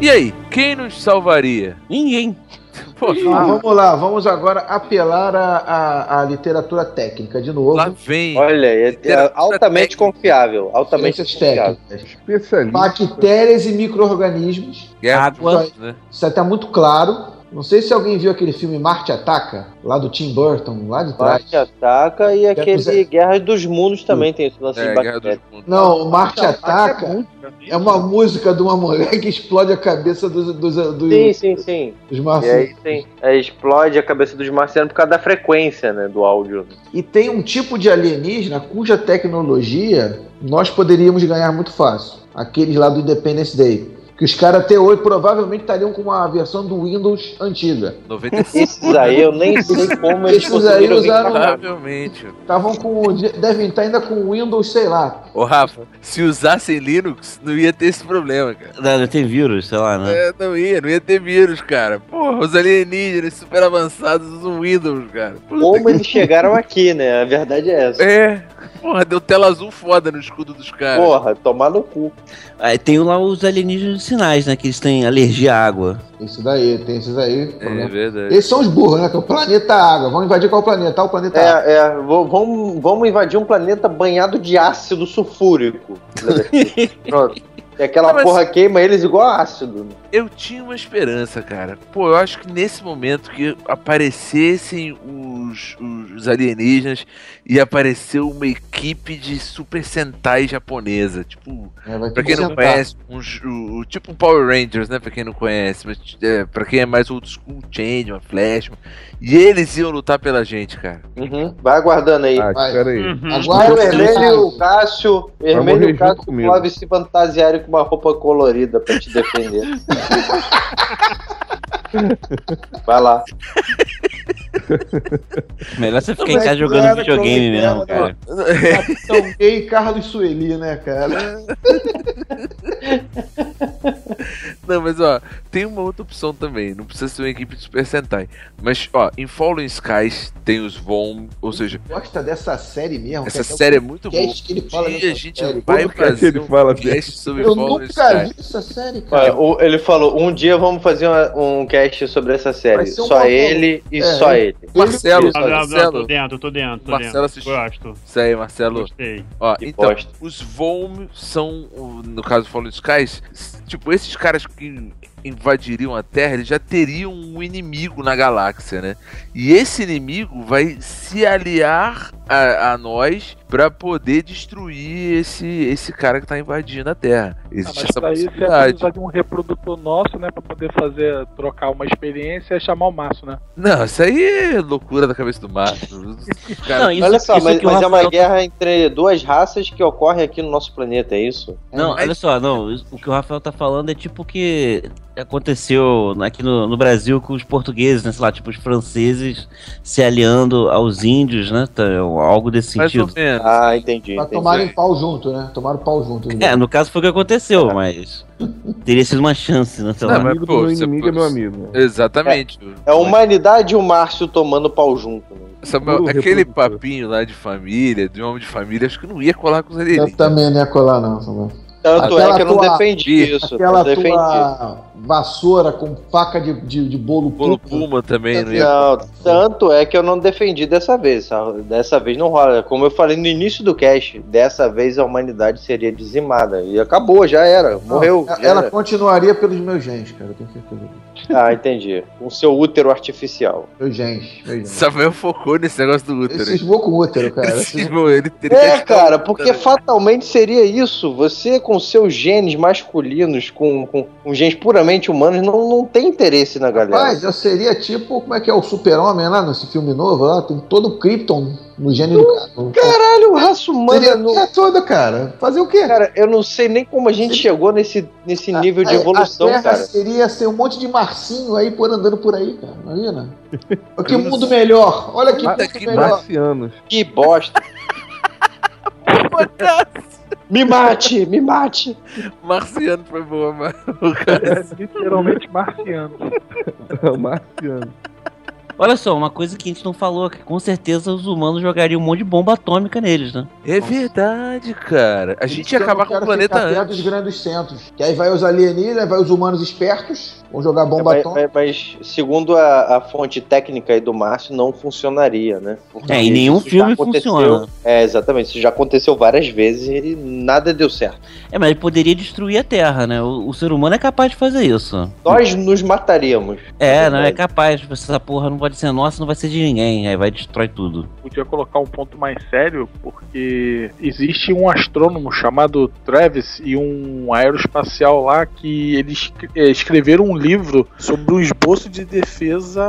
Speaker 1: E aí, quem nos salvaria?
Speaker 8: Ninguém.
Speaker 1: Pô,
Speaker 3: Ah, vamos lá, vamos agora apelar à à- à literatura técnica de novo.
Speaker 1: lá vem.
Speaker 2: Olha, é, é altamente confiável. Altamente
Speaker 3: Ciências
Speaker 2: confiável.
Speaker 3: técnicas.
Speaker 4: Especialista.
Speaker 3: Bactérias e micro-organismos.
Speaker 1: Guerra
Speaker 8: Água.
Speaker 1: de- né?
Speaker 3: Isso aí tá muito claro. Não sei se alguém viu aquele filme Marte Ataca, lá do Tim Burton, lá de trás.
Speaker 2: Marte ataca e aquele
Speaker 3: Zé-
Speaker 2: Guerra dos Mundos também tem esse lance de
Speaker 1: É, Guerra
Speaker 2: bactéria.
Speaker 1: dos Mundos.
Speaker 3: Não, o Marte Ataca é uma música de uma mulher que explode a cabeça dos, dos, dos,
Speaker 2: Sim, sim, sim.
Speaker 3: dos
Speaker 2: E
Speaker 3: marcianos.
Speaker 2: aí tem. Aí explode a cabeça dos marcianos por causa da frequência, né? Do áudio.
Speaker 3: E tem um tipo de alienígena cuja tecnologia nós poderíamos ganhar muito fácil. Aqueles lá do Independence Day. Que os caras até hoje provavelmente estariam com uma versão do Windows antiga.
Speaker 1: 95.
Speaker 2: Esses aí eu nem sei como eles
Speaker 3: Esses aí
Speaker 2: conseguiram vir
Speaker 3: usaram-
Speaker 2: pra cá.
Speaker 1: Provavelmente.
Speaker 3: Estavam com. Devem estar ainda com o Windows, sei lá.
Speaker 1: Ô, Rafa, se usassem Linux, não ia ter esse problema, cara.
Speaker 8: Não, tem vírus, sei lá, né?
Speaker 1: É, não ia, não ia ter vírus, cara. Porra, os alienígenas super avançados usam Windows, cara. Puta
Speaker 2: Como eles chegaram aqui, né? A verdade é
Speaker 1: que-
Speaker 2: essa.
Speaker 1: É. Porra, deu tela azul foda no escudo dos caras.
Speaker 2: Porra, tomar no cu.
Speaker 8: Aí tem lá os alienígenas sinais, né? Que eles têm alergia à água.
Speaker 3: Esse daí, tem esses aí.
Speaker 1: é
Speaker 3: problema.
Speaker 1: verdade.
Speaker 3: Esses são os burros, né? Que é o planeta água. Vamos invadir qual planeta? Ah, o planeta água.
Speaker 2: É, é. v- Vamos, vamos invadir um planeta banhado de ácido sulfúrico. Pronto. E aquela
Speaker 1: Não, mas-
Speaker 2: porra queima eles igual ácido.
Speaker 1: Eu tinha uma esperança, cara. Pô, eu acho que nesse momento que aparecessem os, os alienígenas e apareceu uma equipe de super sentai japonesa. Tipo,
Speaker 3: É, vai ter
Speaker 1: Pra
Speaker 3: que
Speaker 1: quem não
Speaker 3: sentar.
Speaker 1: conhece, um j- o, o tipo um Power Rangers, né? Pra quem não conhece, mas é, pra quem é mais old school, Changeman, Flashman. E eles iam lutar pela gente, cara.
Speaker 2: Uhum. Vai aguardando aí.
Speaker 4: Ah,
Speaker 3: Vai.
Speaker 4: espera aí.
Speaker 5: Uhum.
Speaker 2: Vai,
Speaker 3: Agora
Speaker 2: é o
Speaker 3: o
Speaker 2: vermelho, o Cássio, vermelho,
Speaker 4: morrer
Speaker 2: o Cássio,
Speaker 4: junto
Speaker 2: o
Speaker 4: comigo.
Speaker 2: Clóvis se fantasiarem com uma roupa colorida pra te defender. Vai lá.
Speaker 8: Melhor você ficar em casa jogando
Speaker 3: cara,
Speaker 8: videogame
Speaker 3: como é que
Speaker 8: mesmo,
Speaker 3: é,
Speaker 8: cara.
Speaker 3: Capitão Gay e Carlos Sueli, né, cara?
Speaker 1: Não, mas ó, tem uma outra opção também. Não precisa ser uma equipe de Super Sentai. Mas, ó, em Fallen Skies tem os Vom, ou seja,
Speaker 3: Gosta dessa série mesmo.
Speaker 1: essa
Speaker 3: cara,
Speaker 1: série é
Speaker 3: o
Speaker 1: muito boa.
Speaker 3: podcast Que ele fala
Speaker 1: Um dia
Speaker 3: nessa
Speaker 1: a gente
Speaker 3: série.
Speaker 1: vai
Speaker 3: Todo podcast
Speaker 1: fazer
Speaker 3: ele
Speaker 1: um
Speaker 3: fala
Speaker 1: podcast
Speaker 3: dela.
Speaker 1: sobre
Speaker 3: Eu
Speaker 1: Fallen
Speaker 3: nunca
Speaker 1: Sky.
Speaker 3: vi essa série,
Speaker 2: Olha,
Speaker 3: cara.
Speaker 2: É, o- ele falou: um dia vamos fazer uma- um cast sobre essa série.
Speaker 3: Vai ser um
Speaker 2: Só
Speaker 3: maluco.
Speaker 2: ele e
Speaker 3: É,
Speaker 2: só ele.
Speaker 1: Marcelo,
Speaker 5: Não, não, não, tô
Speaker 1: Marcelo.
Speaker 5: dentro, tô dentro, tô
Speaker 1: Marcelo
Speaker 5: dentro.
Speaker 1: assistiu.
Speaker 5: Gosto,
Speaker 1: Isso aí, Marcelo.
Speaker 5: gostei.
Speaker 1: Ó,
Speaker 2: Que
Speaker 1: então,
Speaker 2: bosta.
Speaker 1: os Volm são, o- no caso Fallen Skies, s- tipo, esses caras que invadiriam a Terra, eles já teriam um inimigo na galáxia, né? E esse inimigo vai se aliar a, a nós pra poder destruir esse, esse cara que tá invadindo a Terra.
Speaker 6: Ah,
Speaker 1: Existe
Speaker 6: mas
Speaker 1: essa
Speaker 6: pra isso é
Speaker 1: possibilidade.
Speaker 6: precisar de um reprodutor nosso, né? Pra poder fazer, trocar uma experiência e chamar o Márcio, né?
Speaker 1: Não, isso aí é loucura da cabeça do Márcio. Os caras-
Speaker 8: Não, isso-
Speaker 2: Olha só,
Speaker 8: isso
Speaker 2: mas,
Speaker 8: que o
Speaker 2: mas é uma
Speaker 8: Rafael-
Speaker 2: guerra entre duas raças que ocorre aqui no nosso planeta, é isso?
Speaker 8: Não, olha só, não, isso- o que o Rafael tá falando é tipo o que aconteceu aqui no, no Brasil com os portugueses, né, sei lá, tipo os franceses se aliando aos índios, né, tá, algo desse
Speaker 1: mais ou
Speaker 8: sentido.
Speaker 1: menos.
Speaker 2: Ah, entendi.
Speaker 3: Pra
Speaker 2: entendi.
Speaker 3: tomarem pau junto, né? Tomaram pau junto.
Speaker 8: É, no caso foi o que aconteceu, mas teria sido uma chance, né, sei
Speaker 1: Não,
Speaker 8: lá.
Speaker 1: mas,
Speaker 4: amigo do
Speaker 1: pô,
Speaker 4: meu
Speaker 1: você
Speaker 4: inimigo é
Speaker 1: pode-
Speaker 4: meu amigo.
Speaker 1: Exatamente.
Speaker 2: É a humanidade e o Márcio tomando pau junto. né?
Speaker 1: Samuel,
Speaker 4: Puro
Speaker 1: aquele
Speaker 4: reprodutor.
Speaker 1: papinho lá de família, de homem de família, acho que não ia colar com os
Speaker 3: Eu
Speaker 1: alienígenas.
Speaker 3: também não ia colar, não, Samuel.
Speaker 2: Tanto
Speaker 3: Aquela
Speaker 2: é que eu não
Speaker 3: tua-
Speaker 2: defendi isso.
Speaker 3: Aquela
Speaker 2: Não defendi.
Speaker 3: tua vassoura com faca de, de, de bolo,
Speaker 1: Bolo
Speaker 3: puro.
Speaker 1: Puma também não ia.
Speaker 2: Não, tanto é que eu não defendi dessa vez. sabe? Dessa vez não rola. Como eu falei no início do cast, dessa vez a humanidade seria dizimada. E acabou, já era.
Speaker 3: Não,
Speaker 2: Morreu.
Speaker 3: Ela
Speaker 2: já
Speaker 3: ela
Speaker 2: era.
Speaker 3: continuaria pelos meus genes, cara. Eu tenho certeza.
Speaker 2: Ah, entendi. Com seu útero artificial.
Speaker 3: Meus genes. Meus genes.
Speaker 1: Samuel focou nesse negócio do
Speaker 3: Ele
Speaker 1: útero. hein?
Speaker 3: cismou com o útero, cara.
Speaker 1: Ele cismou, ele teria
Speaker 2: É, cara, porque
Speaker 3: né?
Speaker 2: fatalmente seria isso. Você com seus genes masculinos, com, com, com genes puramente humanos, não, não tem interesse na galera.
Speaker 3: Rapaz, eu seria tipo, como é que é o super-homem lá nesse filme novo lá? Tem todo o Krypton no gênio do cara.
Speaker 2: Caralho, raça humana.
Speaker 3: Seria
Speaker 2: não-
Speaker 3: é toda, cara. Fazer o quê?
Speaker 2: Cara, eu não sei nem como a gente chegou nesse, nesse nível de
Speaker 3: A- a-
Speaker 2: evolução,
Speaker 3: a terra
Speaker 2: cara.
Speaker 3: seria ser um monte de marcinho aí por andando por aí, cara. Imagina. Olha Que
Speaker 1: Eu não
Speaker 3: mundo melhor. Olha que
Speaker 1: Puta
Speaker 3: mundo
Speaker 1: que
Speaker 3: melhor.
Speaker 4: Marcianos.
Speaker 2: Que bosta. me mate, me mate.
Speaker 1: Marciano foi boa, mas
Speaker 6: É literalmente marciano.
Speaker 4: Marcianos.
Speaker 8: Olha só, uma coisa que a gente não falou, que com certeza os humanos jogariam um monte de bomba atômica neles, né?
Speaker 1: É verdade, cara. A gente
Speaker 3: Eu
Speaker 1: ia
Speaker 3: não
Speaker 1: acabar com o
Speaker 3: quero
Speaker 1: planeta
Speaker 3: ficar perto
Speaker 1: antes.
Speaker 3: dos grandes centros. Que aí vai os alienígenas, vai os humanos espertos, vão jogar bomba
Speaker 2: É, mas,
Speaker 3: atômica.
Speaker 2: mas- mas segundo a, a fonte técnica aí do Márcio, não funcionaria, né? Porque
Speaker 8: É, em nenhum
Speaker 2: isso já
Speaker 8: filme
Speaker 2: aconteceu-
Speaker 8: funciona.
Speaker 2: É, exatamente. Isso já aconteceu várias vezes e nada deu certo.
Speaker 8: É, mas ele poderia destruir a Terra, né? O, o ser humano é capaz de fazer isso.
Speaker 2: Nós nos mataríamos.
Speaker 8: É, não é
Speaker 2: verdade.
Speaker 8: capaz. Essa porra não pode ser nossa, não vai ser de ninguém. Aí vai destrói tudo.
Speaker 6: Podia colocar um ponto mais sério, porque existe um astrônomo chamado Travis e um aeroespacial lá que eles eh, escreveram um livro sobre um esboço de defesa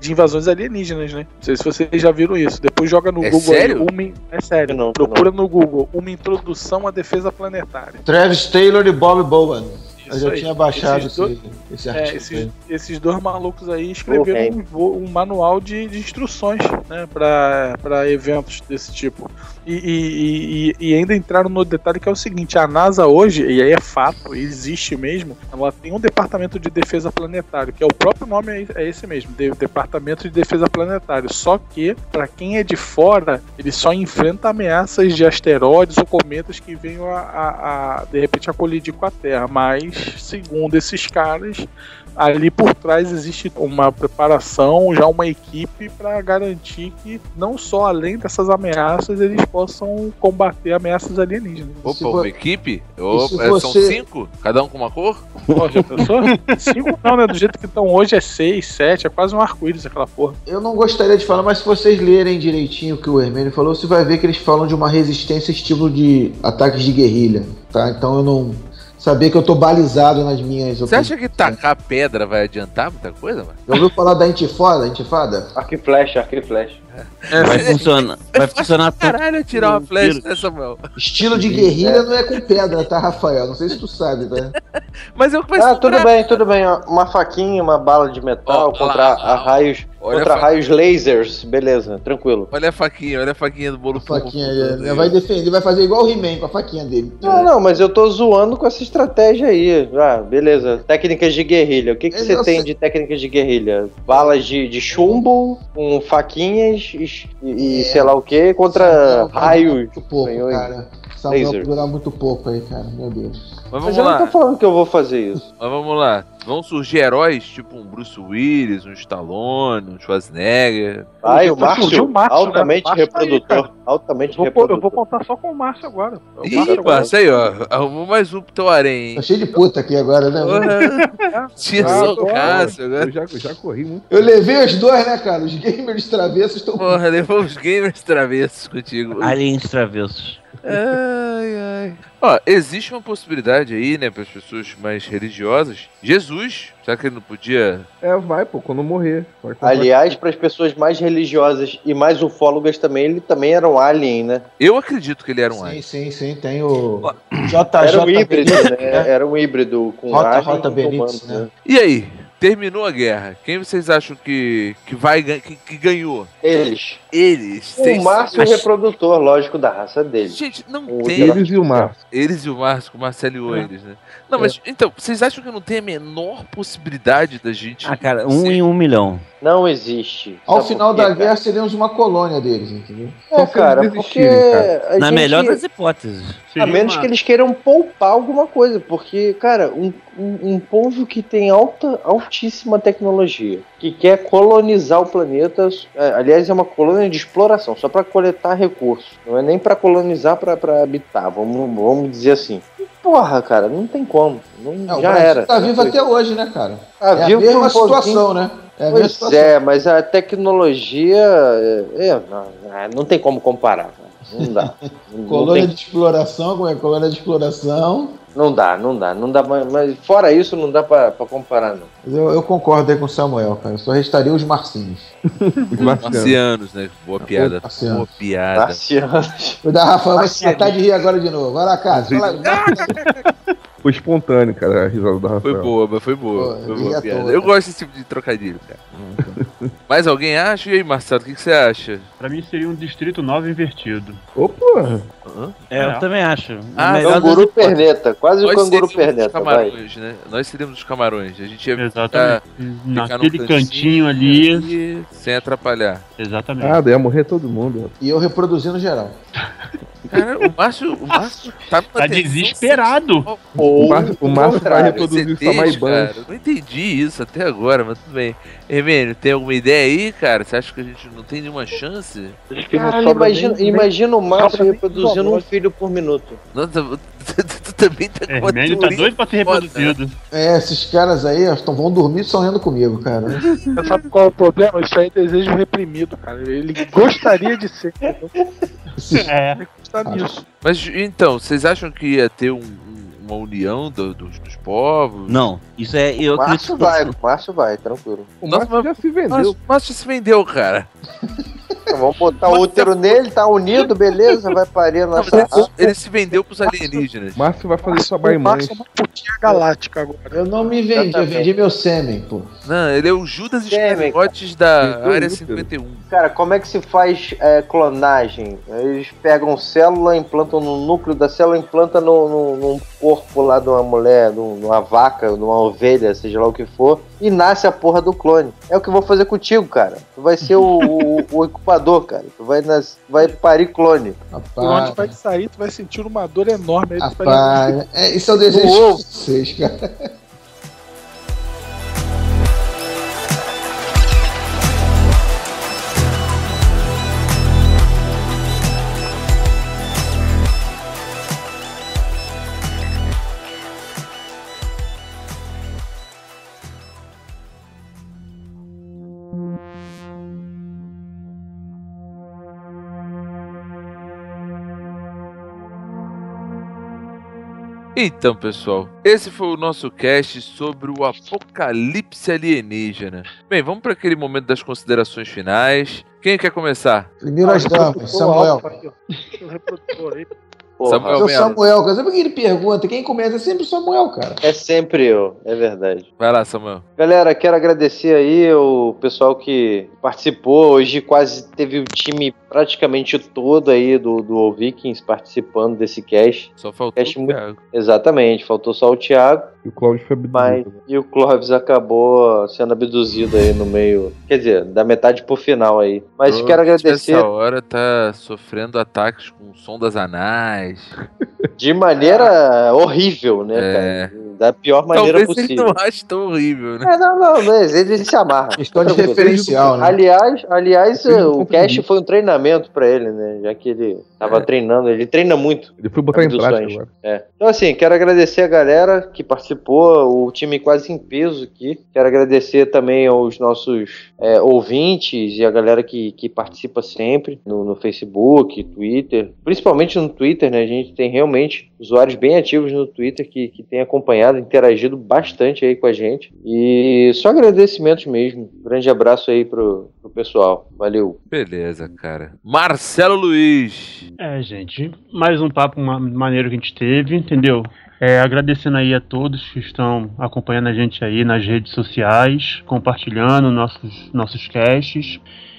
Speaker 6: de invasões alienígenas, né? Não sei se vocês já viram isso. Depois joga no
Speaker 1: É
Speaker 6: Google aí
Speaker 1: sério?
Speaker 6: uma in- É sério.
Speaker 2: Não, não.
Speaker 6: Procura no Google uma introdução à defesa planetária.
Speaker 3: Travis Taylor e Bob Bowen. Eu já
Speaker 6: aí.
Speaker 3: tinha baixado
Speaker 6: Esses
Speaker 3: esse,
Speaker 6: dois-
Speaker 3: esse
Speaker 6: É,
Speaker 3: artigo.
Speaker 6: esses,
Speaker 3: aí.
Speaker 6: esses dois malucos aí escreveram um, vo- um manual de, de instruções né, para eventos desse tipo. E, e- e- e ainda entraram no detalhe que é o seguinte: a NASA hoje, e aí é fato, existe mesmo, ela tem um departamento de defesa planetário, que é o próprio nome é, é esse mesmo: de- Departamento de Defesa Planetário. Só que, para quem é de fora, ele só enfrenta ameaças de asteroides ou cometas que venham a- a- a de repente a colidir com a Terra. Mas, segundo esses caras, ali por trás existe uma preparação, já uma equipe para garantir que não só além dessas ameaças eles possam combater ameaças alienígenas.
Speaker 1: Opa,
Speaker 3: se
Speaker 1: uma
Speaker 3: vo-
Speaker 1: equipe? Opa, é, São
Speaker 3: você-
Speaker 1: cinco? Cada um com uma cor?
Speaker 6: Ó, já pensou? Cinco não, né? Do jeito que estão hoje é seis, sete, é quase um arco-íris aquela porra.
Speaker 3: Eu não gostaria de falar, mas se vocês lerem direitinho o que o Hermênio falou, você vai ver que eles falam de uma resistência estilo de ataques de guerrilha, tá? Então eu não... Saber que eu tô balizado nas minhas
Speaker 1: Você acha que tacar pedra vai adiantar muita coisa, mano?
Speaker 3: Já ouviu falar da intifada, intifada?
Speaker 2: Arco e flecha, arco e flecha. É
Speaker 8: Vai funcionar. Vai funcionar tanto.
Speaker 1: Caralho, tirar uma flecha, né, Samuel?
Speaker 3: Estilo de guerrilha não é com pedra, tá, Rafael? Não sei se tu sabe, tá?
Speaker 1: Mas é o que vai
Speaker 2: Ah,
Speaker 1: sobrar.
Speaker 2: tudo bem, tudo bem. ó. Uma faquinha, uma bala de metal
Speaker 1: Ó,
Speaker 2: contra
Speaker 1: lá,
Speaker 2: a- a
Speaker 1: ó.
Speaker 2: raios
Speaker 1: Olha
Speaker 2: Contra
Speaker 1: a fa-
Speaker 2: raios lasers, beleza, tranquilo.
Speaker 1: Olha a faquinha, olha a faquinha do bolo.
Speaker 3: Faquinha, ele vai defender, vai fazer igual o He-Man com a faquinha dele.
Speaker 2: Não, não, mas eu tô zoando com essa estratégia aí. Ah, beleza. Técnicas de guerrilha. O que, que
Speaker 3: Eu
Speaker 2: você
Speaker 3: não
Speaker 2: tem
Speaker 3: sei.
Speaker 2: de técnicas de guerrilha? Balas de, de chumbo, com faquinhas e, e
Speaker 3: É. tá
Speaker 2: sei lá o que, contra
Speaker 3: Samuel
Speaker 2: raios.
Speaker 3: Muito pouco,
Speaker 2: canhões.
Speaker 3: cara. Samuel
Speaker 2: Laser.
Speaker 3: durar muito pouco aí, cara. Meu Deus.
Speaker 1: Mas vamos
Speaker 2: Mas eu não tô
Speaker 1: lá,
Speaker 2: falando que eu vou fazer isso.
Speaker 1: mas vamos lá. Vão surgir heróis tipo um Bruce Willis, um Stallone, um Schwarzenegger.
Speaker 2: Vai,
Speaker 6: Surgiu
Speaker 2: o Márcio,
Speaker 6: o Márcio, né?
Speaker 2: Ah,
Speaker 6: Márcio
Speaker 2: altamente
Speaker 6: tá aí,
Speaker 2: reprodutor.
Speaker 6: cara.
Speaker 2: altamente
Speaker 6: Vou pô- eu vou
Speaker 2: reprodutor.
Speaker 6: contar só com o Márcio agora. É o
Speaker 1: Ih,
Speaker 6: Márcio agora.
Speaker 1: passa aí, ó. Arrumou mais um pro teu harém,
Speaker 3: Tá
Speaker 1: hein?
Speaker 3: cheio de puta aqui agora, né?
Speaker 1: Porra, Tinha
Speaker 4: Ah,
Speaker 1: só
Speaker 4: tô-
Speaker 1: o Cássio agora.
Speaker 4: Eu já, eu já corri muito.
Speaker 3: Eu levei os dois, né, cara? Os gamers travessos estão.
Speaker 1: Porra, levou os gamers travessos contigo.
Speaker 8: Aliens travessos.
Speaker 1: Ai, ai. Ó, existe uma possibilidade aí, né, para as pessoas mais religiosas. Jesus, será que ele não podia?
Speaker 4: É, vai, pô, quando morrer. Vai comprar-
Speaker 2: Aliás, para as pessoas mais religiosas e mais ufólogas também, ele também era um alien, né?
Speaker 1: Eu acredito que ele era um alien.
Speaker 3: Sim, sim, sim. Tem o.
Speaker 2: Era um
Speaker 3: JJ
Speaker 2: híbrido,
Speaker 3: Benito,
Speaker 2: né? Era um híbrido com
Speaker 3: Rota-
Speaker 2: alien
Speaker 3: Rota
Speaker 2: e com
Speaker 3: Benítez,
Speaker 2: humano,
Speaker 3: né?
Speaker 1: E aí, terminou a guerra. Quem vocês acham que que vai gan- que, que ganhou?
Speaker 2: Eles.
Speaker 1: Eles.
Speaker 2: O
Speaker 1: Vocês-
Speaker 2: Márcio
Speaker 8: Mas-
Speaker 2: reprodutor, lógico, da raça é dele.
Speaker 1: Gente, não
Speaker 2: O
Speaker 1: tem.
Speaker 4: Eles e o Márcio.
Speaker 1: Eles e o Márcio, o Marcelo e eles, né? Não, mas então, vocês acham que não tem a menor possibilidade da gente.
Speaker 8: Ah, cara, um em um milhão.
Speaker 2: Não existe.
Speaker 3: Ao
Speaker 2: Sabe
Speaker 3: final
Speaker 2: por quê,
Speaker 3: da
Speaker 2: cara?
Speaker 3: guerra seremos uma colônia deles, entendeu?
Speaker 4: Só
Speaker 2: É,
Speaker 4: se
Speaker 2: cara,
Speaker 4: eles
Speaker 2: porque.
Speaker 4: desistirem, cara.
Speaker 2: a
Speaker 8: Na
Speaker 2: gente-
Speaker 8: é melhor das hipóteses.
Speaker 4: é
Speaker 2: A
Speaker 5: Seria
Speaker 2: menos
Speaker 5: uma-
Speaker 2: que eles queiram poupar alguma coisa, porque, cara, um, um, um povo que tem alta, altíssima tecnologia, que quer colonizar o planeta, é, aliás, é uma colônia de exploração, só para coletar recursos, não é nem para colonizar, para habitar, vamos, vamos dizer assim. Porra, cara, não tem como, não-
Speaker 3: É, o
Speaker 2: já
Speaker 3: Brasil
Speaker 2: era.
Speaker 3: tá
Speaker 2: já
Speaker 3: vivo
Speaker 2: foi.
Speaker 3: até hoje, né, cara?
Speaker 2: Tá
Speaker 3: é
Speaker 2: vivo
Speaker 3: a mesma
Speaker 2: um pouquinho.
Speaker 3: situação, né? É a mesma
Speaker 2: Pois
Speaker 3: situação.
Speaker 2: é, mas a tecnologia, é, é, não, não tem como comparar, cara. não dá. não
Speaker 3: Colônia
Speaker 2: tem
Speaker 3: de exploração, como é? Colônia de exploração.
Speaker 2: Não dá, não dá, não dá, mas- mas fora isso não dá pra, pra comparar não.
Speaker 3: Mas Eu, eu concordo aí com o Samuel, cara. Só restaria os marcinhos.
Speaker 4: Os marcianos.
Speaker 1: Marcianos, né? Boa piada.
Speaker 3: marciano.
Speaker 1: Boa piada.
Speaker 2: Marcianos.
Speaker 3: O da Rafael vai se matar de rir agora de novo. Vai lá, Cássio. Vai lá.
Speaker 4: Foi espontâneo, cara, a risada da
Speaker 1: Foi
Speaker 4: Rafael.
Speaker 1: boa, mas foi boa.
Speaker 3: Pô,
Speaker 1: foi
Speaker 3: eu
Speaker 1: boa
Speaker 3: ri à
Speaker 1: piada.
Speaker 3: toa,
Speaker 1: Eu
Speaker 3: cara.
Speaker 1: gosto desse tipo de trocadilho, cara. Mas alguém acha? E aí, Marcelo, o que, que você acha?
Speaker 5: Pra mim seria um Distrito 9 invertido.
Speaker 4: Ô, porra.
Speaker 8: É, eu
Speaker 5: É.
Speaker 8: também acho. Na
Speaker 1: Ah,
Speaker 8: melhor das
Speaker 2: Canguru perneta, quase o canguru
Speaker 1: seríamos os
Speaker 2: perneta, vai.
Speaker 1: camarões, né? Nós seríamos os camarões. A gente ia É, ficar,
Speaker 5: Exatamente.
Speaker 1: ficar
Speaker 5: Naquele
Speaker 1: num
Speaker 5: cantinho ali.
Speaker 1: sem atrapalhar.
Speaker 5: Exatamente.
Speaker 4: Ah, ia morrer todo mundo.
Speaker 3: E eu reproduzindo geral.
Speaker 1: Cara, o Márcio, o Márcio tá, numa
Speaker 5: Tá
Speaker 1: tensão
Speaker 5: desesperado.
Speaker 4: O
Speaker 2: Ou
Speaker 4: Márcio, o
Speaker 2: o
Speaker 4: Márcio vai
Speaker 2: contrário.
Speaker 4: reproduzir o
Speaker 1: Você diz,
Speaker 4: Samaiban.
Speaker 1: cara, eu não entendi isso até agora, mas tudo bem. Hermênio, tem alguma ideia aí, cara? Você acha que a gente não tem nenhuma chance?
Speaker 2: Caralho, imagina, imagina o Márcio reproduzindo um filho por minuto.
Speaker 1: Nossa, tu, tu também tá com uma
Speaker 5: Hermênio tá
Speaker 1: teoria
Speaker 5: doido pra ser
Speaker 1: foda.
Speaker 5: reproduzido.
Speaker 3: É, esses caras aí ó, tão- vão dormir sonhando comigo, cara.
Speaker 6: Você sabe qual é o problema? Isso aí é desejo reprimido, cara. Ele gostaria de ser. entendeu?
Speaker 3: Esses-
Speaker 5: É.
Speaker 6: Ele está nisso.
Speaker 1: Mas então, vocês acham que ia ter um- um- uma união do- dos, dos povos?
Speaker 8: Não, isso é. Eu
Speaker 2: O Márcio
Speaker 8: acredito
Speaker 2: vai,
Speaker 8: que
Speaker 2: o Márcio vai, tranquilo.
Speaker 4: O
Speaker 1: Nossa,
Speaker 4: Márcio já se vendeu.
Speaker 1: Mas, mas se vendeu, cara.
Speaker 2: Então, vamos botar o útero nele, tá unido, beleza, vai parir
Speaker 1: Não,
Speaker 2: na
Speaker 1: mas
Speaker 2: nossa raça.
Speaker 1: ele, ele se vendeu pros alienígenas.
Speaker 4: O Márcio vai fazer sua
Speaker 6: O
Speaker 4: baimãe.
Speaker 6: Márcio é uma putinha galáctica agora.
Speaker 3: Eu não me vendi, eu vendi meu sêmen, pô.
Speaker 1: Não, ele é o Judas
Speaker 2: Gêmeo,
Speaker 1: Iscariotes da
Speaker 4: Vendeu
Speaker 1: Área
Speaker 4: isso,
Speaker 1: 51.
Speaker 2: Cara, como é que se faz é, clonagem? Eles pegam célula, implantam no núcleo da célula, implantam no, no- num corpo lá de uma mulher, de um- de uma vaca, de uma ovelha, seja lá o que for, e nasce a porra do clone. É o que eu vou fazer contigo, cara. Tu vai ser o, o, o ocupador, cara. Tu vai, nas, vai parir clone.
Speaker 6: Por onde vai
Speaker 3: Rapaz.
Speaker 6: sair, tu vai sentir uma dor enorme. Aí tu vai
Speaker 3: Rapaz. É, isso é o desejo de
Speaker 2: Uou.
Speaker 3: vocês, cara.
Speaker 1: Então, pessoal, esse foi o nosso cast sobre o apocalipse alienígena. Bem, vamos para aquele momento das considerações finais. Quem quer começar?
Speaker 2: Ah,
Speaker 3: Primeiro as damas, Samuel.
Speaker 6: O reprodutor aí.
Speaker 2: Porra.
Speaker 3: É o Samuel, cara. Sabe por que ele pergunta? Quem começa é sempre o Samuel, cara.
Speaker 2: É sempre eu, é verdade.
Speaker 1: Vai lá, Samuel.
Speaker 2: Galera, quero agradecer aí o pessoal que participou. Hoje quase teve o time praticamente todo aí do, do Vikings participando desse cast.
Speaker 1: Só faltou
Speaker 2: Cast
Speaker 1: o
Speaker 2: muito-
Speaker 1: Thiago.
Speaker 2: Exatamente, faltou só o Thiago.
Speaker 4: E o Cláudio foi abduzido.
Speaker 2: Mas, e o Clóvis acabou sendo abduzido aí no meio. Quer dizer, da metade pro final aí. Mas
Speaker 1: Provavelmente
Speaker 2: quero agradecer
Speaker 1: Nessa hora tá sofrendo ataques com sondas anais.
Speaker 2: de maneira horrível, né,
Speaker 1: É.
Speaker 2: cara? Da pior maneira
Speaker 1: Talvez ele
Speaker 2: possível.
Speaker 1: não ache tão horrível, né?
Speaker 2: É, não, não, mas ele se amarra.
Speaker 3: Questão de referencial, né?
Speaker 2: Aliás, aliás
Speaker 4: Vocês não
Speaker 2: o
Speaker 4: compreendem.
Speaker 2: Cash foi um treinamento pra ele, né? Já que ele
Speaker 1: É.
Speaker 2: tava treinando, ele treina muito.
Speaker 4: Ele foi botar em prática
Speaker 2: Abduções.
Speaker 4: agora.
Speaker 2: É. Então, assim, quero agradecer a galera que participou, o time quase em peso aqui. Quero agradecer também aos nossos é, ouvintes e a galera que, que participa sempre no, no Facebook, Twitter. Principalmente no Twitter, né? A gente tem realmente usuários bem ativos no Twitter que, que tem acompanhado, interagido bastante aí com a gente. E só agradecimentos mesmo. Grande abraço aí pro, pro pessoal. Valeu.
Speaker 1: Beleza, cara. Marcelo Luiz.
Speaker 5: É, gente, mais um papo ma- maneiro que a gente teve, entendeu? É, agradecendo aí a todos que estão acompanhando a gente aí nas redes sociais, compartilhando nossos, nossos casts.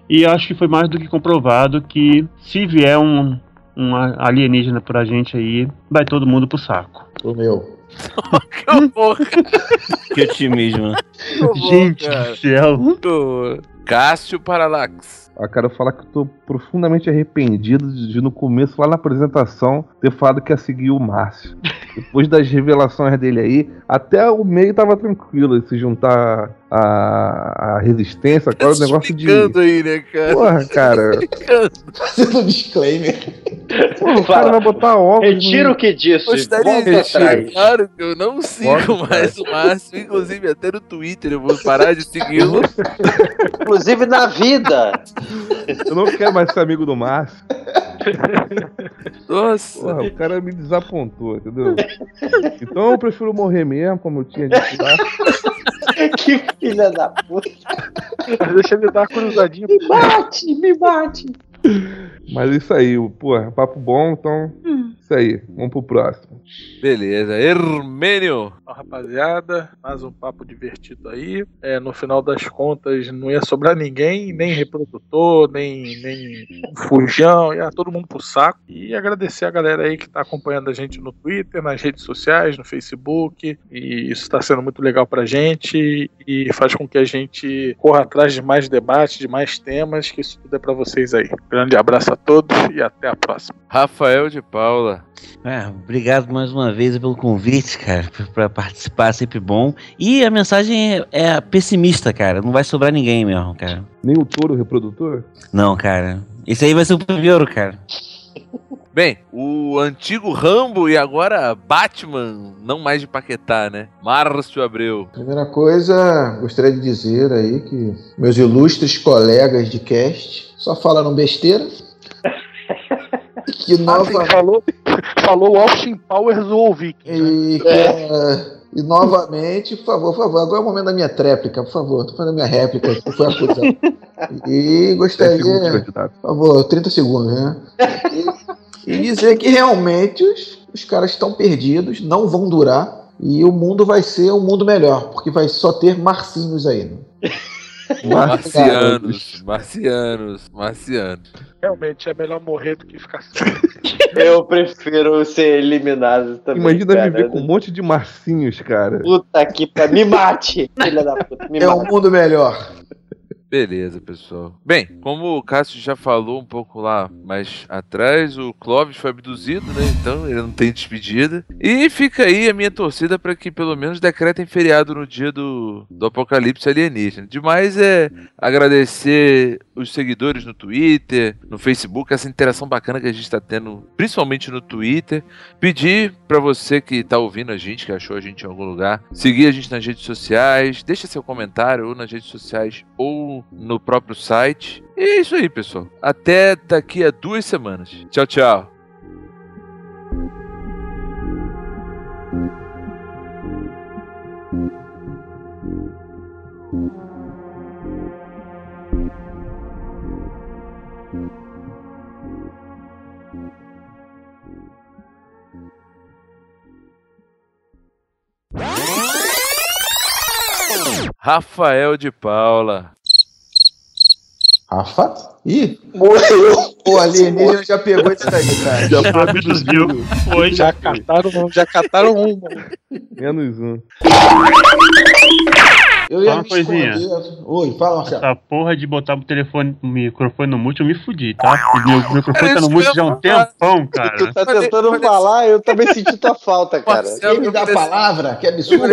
Speaker 5: E acho que foi mais do que comprovado que se vier um, um a- alienígena pra gente aí, vai todo mundo pro saco.
Speaker 3: O meu.
Speaker 1: Que horror, cara.
Speaker 8: Que otimismo. né?
Speaker 1: Que horror,
Speaker 5: gente
Speaker 1: cara.
Speaker 5: do céu!
Speaker 1: Que horror. Cássio Paralax.
Speaker 4: Ah, cara, eu falar que eu tô profundamente arrependido de, de no começo, lá na apresentação, ter falado que ia seguir o Márcio. Depois das revelações dele aí, até o meio tava tranquilo. Se juntar a, a resistência, agora o negócio de.
Speaker 1: Tá Explicando aí, né, cara?
Speaker 4: Porra, cara.
Speaker 1: Explicando.
Speaker 3: Fazendo um disclaimer.
Speaker 4: Porra, o
Speaker 2: Fala.
Speaker 4: cara vai botar ovos.
Speaker 2: Retiro o que disse.
Speaker 1: Eu gostaria
Speaker 2: Volta
Speaker 1: de
Speaker 2: atrás.
Speaker 1: claro que eu não sigo
Speaker 4: Volta
Speaker 1: mais o Márcio, inclusive até no Twitter eu vou parar de segui-lo.
Speaker 2: Inclusive na vida.
Speaker 4: no- Eu não quero mais ser amigo do Márcio.
Speaker 1: Nossa,
Speaker 4: Porra, o cara me desapontou, entendeu? Então eu prefiro morrer mesmo, como eu tinha dito lá.
Speaker 2: que filha da puta.
Speaker 6: Deixa ele dar uma cruzadinha.
Speaker 2: Me bate, me bate.
Speaker 4: Mas é isso aí, o- porra, papo bom, então. Isso aí, vamos pro próximo.
Speaker 1: beleza. Hermênio.
Speaker 6: Ó, rapaziada, mais um papo divertido aí. É, no final das contas, não ia sobrar ninguém, nem reprodutor, nem, nem fujão, ia todo mundo pro saco. E agradecer a galera aí que tá acompanhando a gente no Twitter, nas redes sociais, no Facebook. E isso tá sendo muito legal pra gente e faz com que a gente corra atrás de mais debates, de mais temas, que isso tudo é pra vocês aí. Grande abraço a todos e até a próxima.
Speaker 1: Rafael de Paula.
Speaker 8: Ah, obrigado mais uma vez pelo convite, cara, pra- pra participar, sempre bom. E a mensagem é, é pessimista, cara. Não vai sobrar ninguém mesmo, cara.
Speaker 4: Nem o touro reprodutor?
Speaker 8: Não, cara. Esse aí vai ser o primeiro, cara.
Speaker 1: Bem, o antigo Rambo e agora Batman, não mais de Paquetá, né? Márcio Abreu.
Speaker 3: Primeira coisa, gostaria de dizer aí que meus ilustres colegas de cast só falaram besteira. E que nova.
Speaker 6: Ah, falou, falou o Austin Powers né? ou o Viking.
Speaker 3: E, que,
Speaker 4: É.
Speaker 3: eh, e novamente, por favor, por favor, agora é o momento da minha tréplica, por favor, tô fazendo a minha réplica, eu fui acusado. E
Speaker 4: Dez segundos,
Speaker 3: gostaria,
Speaker 4: candidato.
Speaker 3: por favor, 30 segundos, né? E, e dizer que realmente os, os caras estão perdidos, não vão durar, e o mundo vai ser um mundo melhor, porque vai só ter marcinhos aí. né?
Speaker 1: Marcianos, marcianos, marcianos.
Speaker 6: Realmente é melhor morrer do que ficar sem.
Speaker 2: Eu prefiro ser eliminado também.
Speaker 4: Imagina
Speaker 2: cara.
Speaker 4: viver com um monte de marcinhos, cara.
Speaker 2: Puta que pariu. Me mate, filha da puta. Me
Speaker 3: É um
Speaker 2: mate.
Speaker 3: mundo melhor.
Speaker 1: Beleza, pessoal. Bem, como o Cássio já falou um pouco lá mais atrás, o Clóvis foi abduzido, né? Então ele não tem despedida. E fica aí a minha torcida para que pelo menos decretem feriado no dia do, do apocalipse alienígena. Demais é agradecer os seguidores no Twitter, no Facebook, essa interação bacana que a gente está tendo, principalmente no Twitter. Pedir para você que tá ouvindo a gente, que achou a gente em algum lugar, seguir a gente nas redes sociais, deixa seu comentário ou nas redes sociais ou no próprio site. E é isso aí, pessoal. Até daqui a duas semanas. Tchau, tchau. Rafael de Paula.
Speaker 3: Rafa? Ih! Morreu! O alienígena já pegou isso daí, cara.
Speaker 6: Já foi abduzido. Foi. Já cataram um, já cataram um.
Speaker 4: Menos um.
Speaker 3: Eu ia
Speaker 5: Fala uma
Speaker 3: me
Speaker 5: coisinha.
Speaker 3: esconder. Oi, fala, Marcelo.
Speaker 2: Tá
Speaker 5: Essa porra de botar o telefone, o microfone no mute, eu me fudi, tá? O meu microfone tá no mute já há um tempão, cara.
Speaker 2: Tu tá tentando falar, eu também senti tua falta, cara.
Speaker 3: Quem me dá a palavra? Que absurdo.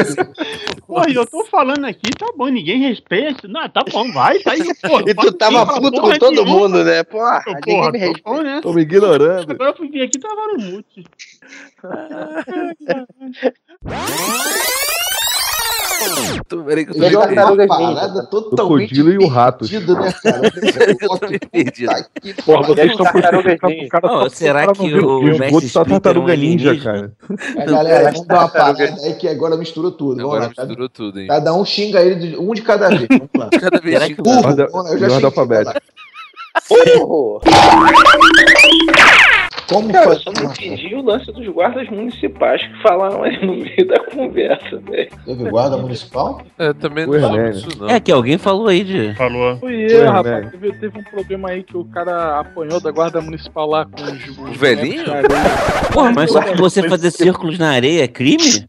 Speaker 5: Porra, e eu tô falando aqui, tá bom, ninguém respeita. Não, tá bom, vai, tá aí, porra.
Speaker 2: E tu tava puto com todo mundo, né? Porra,
Speaker 5: Eu,
Speaker 2: ninguém
Speaker 5: porra,
Speaker 2: me
Speaker 5: tô
Speaker 2: respeita.
Speaker 5: bom, né?
Speaker 4: Tô me ignorando.
Speaker 5: Agora eu fui vir aqui e tava no mute.
Speaker 1: Tô, peraí que eu tô
Speaker 3: Melhor
Speaker 1: me perdendo.
Speaker 3: uma
Speaker 2: Tartarugas
Speaker 3: parada
Speaker 4: O é
Speaker 3: totalmente
Speaker 4: Codilo e o Ratos.
Speaker 3: perdida, né,
Speaker 1: Eu tô
Speaker 3: cara?
Speaker 1: me perdendo.
Speaker 3: Puta que
Speaker 4: Porra, vocês
Speaker 2: estão Tartarugas
Speaker 4: com
Speaker 2: Ninja.
Speaker 4: o cara
Speaker 8: Não,
Speaker 4: só-
Speaker 8: será
Speaker 4: cara não
Speaker 8: que
Speaker 4: viu
Speaker 8: o
Speaker 4: esgoto
Speaker 8: Mestre
Speaker 4: tá
Speaker 8: Splinter é um
Speaker 4: tartaruga ninja,
Speaker 8: alienígena?
Speaker 4: cara?
Speaker 3: É, galera, vamos dar uma parada aí que agora tá misturou tudo. Vamos
Speaker 1: Agora
Speaker 3: lá, cada,
Speaker 1: misturou tudo, hein?
Speaker 3: cada um xinga ele, de- um de cada vez. Vamos lá.
Speaker 1: Cada vez
Speaker 8: Será
Speaker 1: que-
Speaker 8: que-
Speaker 3: Burro,
Speaker 4: ordem-
Speaker 3: vamos lá,
Speaker 4: em ordem
Speaker 3: xinguei,
Speaker 4: alfabética.
Speaker 2: Porra!
Speaker 3: Como
Speaker 7: Cara, eu
Speaker 3: fazer?
Speaker 7: só não entendi o lance dos guardas municipais que falaram aí no meio da conversa, velho.
Speaker 3: Teve guarda municipal?
Speaker 1: Eu também não
Speaker 4: Ué,
Speaker 1: soube
Speaker 4: né?
Speaker 1: disso, não.
Speaker 8: É que alguém falou aí de.
Speaker 5: Falou.
Speaker 6: Foi eu,
Speaker 4: Foi,
Speaker 6: rapaz.
Speaker 4: né?
Speaker 6: Teve, teve um problema aí que o cara apanhou da guarda municipal lá com os. os bonecos
Speaker 1: velhinho?
Speaker 6: de areia.
Speaker 8: Porra, mas só que você fazer círculos na areia é crime?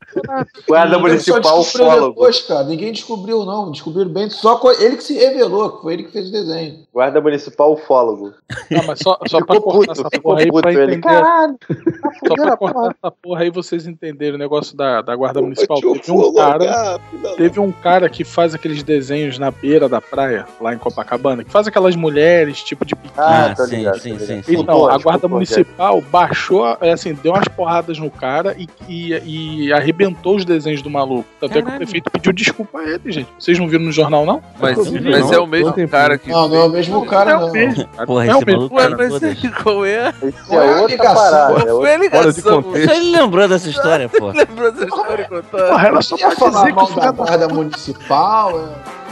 Speaker 3: Ele
Speaker 2: Guarda
Speaker 3: só
Speaker 2: municipal,
Speaker 3: descobriu
Speaker 2: fólogo.
Speaker 3: depois, cara. Ninguém descobriu, não. Descobriram bem. Só co- ele que se revelou, que foi ele que fez o desenho.
Speaker 2: Guarda municipal, fólogo.
Speaker 6: Não, mas só, só pra
Speaker 2: Ficou
Speaker 6: cortar
Speaker 2: puto,
Speaker 6: essa
Speaker 2: ficou
Speaker 6: porra aí
Speaker 2: puto
Speaker 6: pra
Speaker 2: ele.
Speaker 6: entender.
Speaker 2: Caralho, tá
Speaker 6: Só
Speaker 2: fudendo
Speaker 6: pra
Speaker 2: a porra.
Speaker 6: cortar essa porra aí vocês entenderem o negócio da, da guarda
Speaker 7: Eu
Speaker 6: municipal.
Speaker 7: te
Speaker 6: Teve um cara.
Speaker 7: folgar, filha da-
Speaker 6: Teve um cara que faz aqueles desenhos na beira da praia, lá em Copacabana, que faz aquelas mulheres, tipo de biquíni.
Speaker 2: Ah, tô
Speaker 8: sim,
Speaker 2: ligado,
Speaker 8: sim,
Speaker 2: tô
Speaker 8: sim,
Speaker 2: ligado.
Speaker 8: sim.
Speaker 6: Então, a
Speaker 2: Lógico,
Speaker 3: é.
Speaker 6: guarda
Speaker 2: lógico.
Speaker 6: municipal baixou, é assim, deu umas porradas no cara e, e, e arrebentou os desenhos do maluco. Tanto é que o
Speaker 8: Caralho.
Speaker 6: prefeito pediu desculpa a ele, gente. Vocês não viram no jornal, não?
Speaker 1: Mas,
Speaker 8: Não, não,
Speaker 1: mas é o
Speaker 4: não,
Speaker 1: mesmo
Speaker 4: não.
Speaker 1: cara que.
Speaker 3: Não, não é o mesmo cara,
Speaker 6: Não,
Speaker 3: não.
Speaker 6: mesmo, cara.
Speaker 8: Porra,
Speaker 6: Não,
Speaker 8: esse
Speaker 6: mesmo.
Speaker 8: maluco
Speaker 1: Ué,
Speaker 8: tá
Speaker 1: mas
Speaker 8: todas.
Speaker 1: qual é?
Speaker 2: Isso
Speaker 3: Qual é a
Speaker 2: é outra
Speaker 3: ligação?
Speaker 2: parada. é
Speaker 1: Qual
Speaker 2: outra-
Speaker 1: é a ligação?
Speaker 4: contexto.
Speaker 1: Você
Speaker 8: Só ele lembrou dessa história, pô.
Speaker 1: lembrou dessa história e contou?
Speaker 6: Porra, era só
Speaker 3: Você É, ia
Speaker 6: pra
Speaker 3: falar
Speaker 6: dizer que o
Speaker 3: mal da
Speaker 6: filho da
Speaker 3: guarda municipal? é?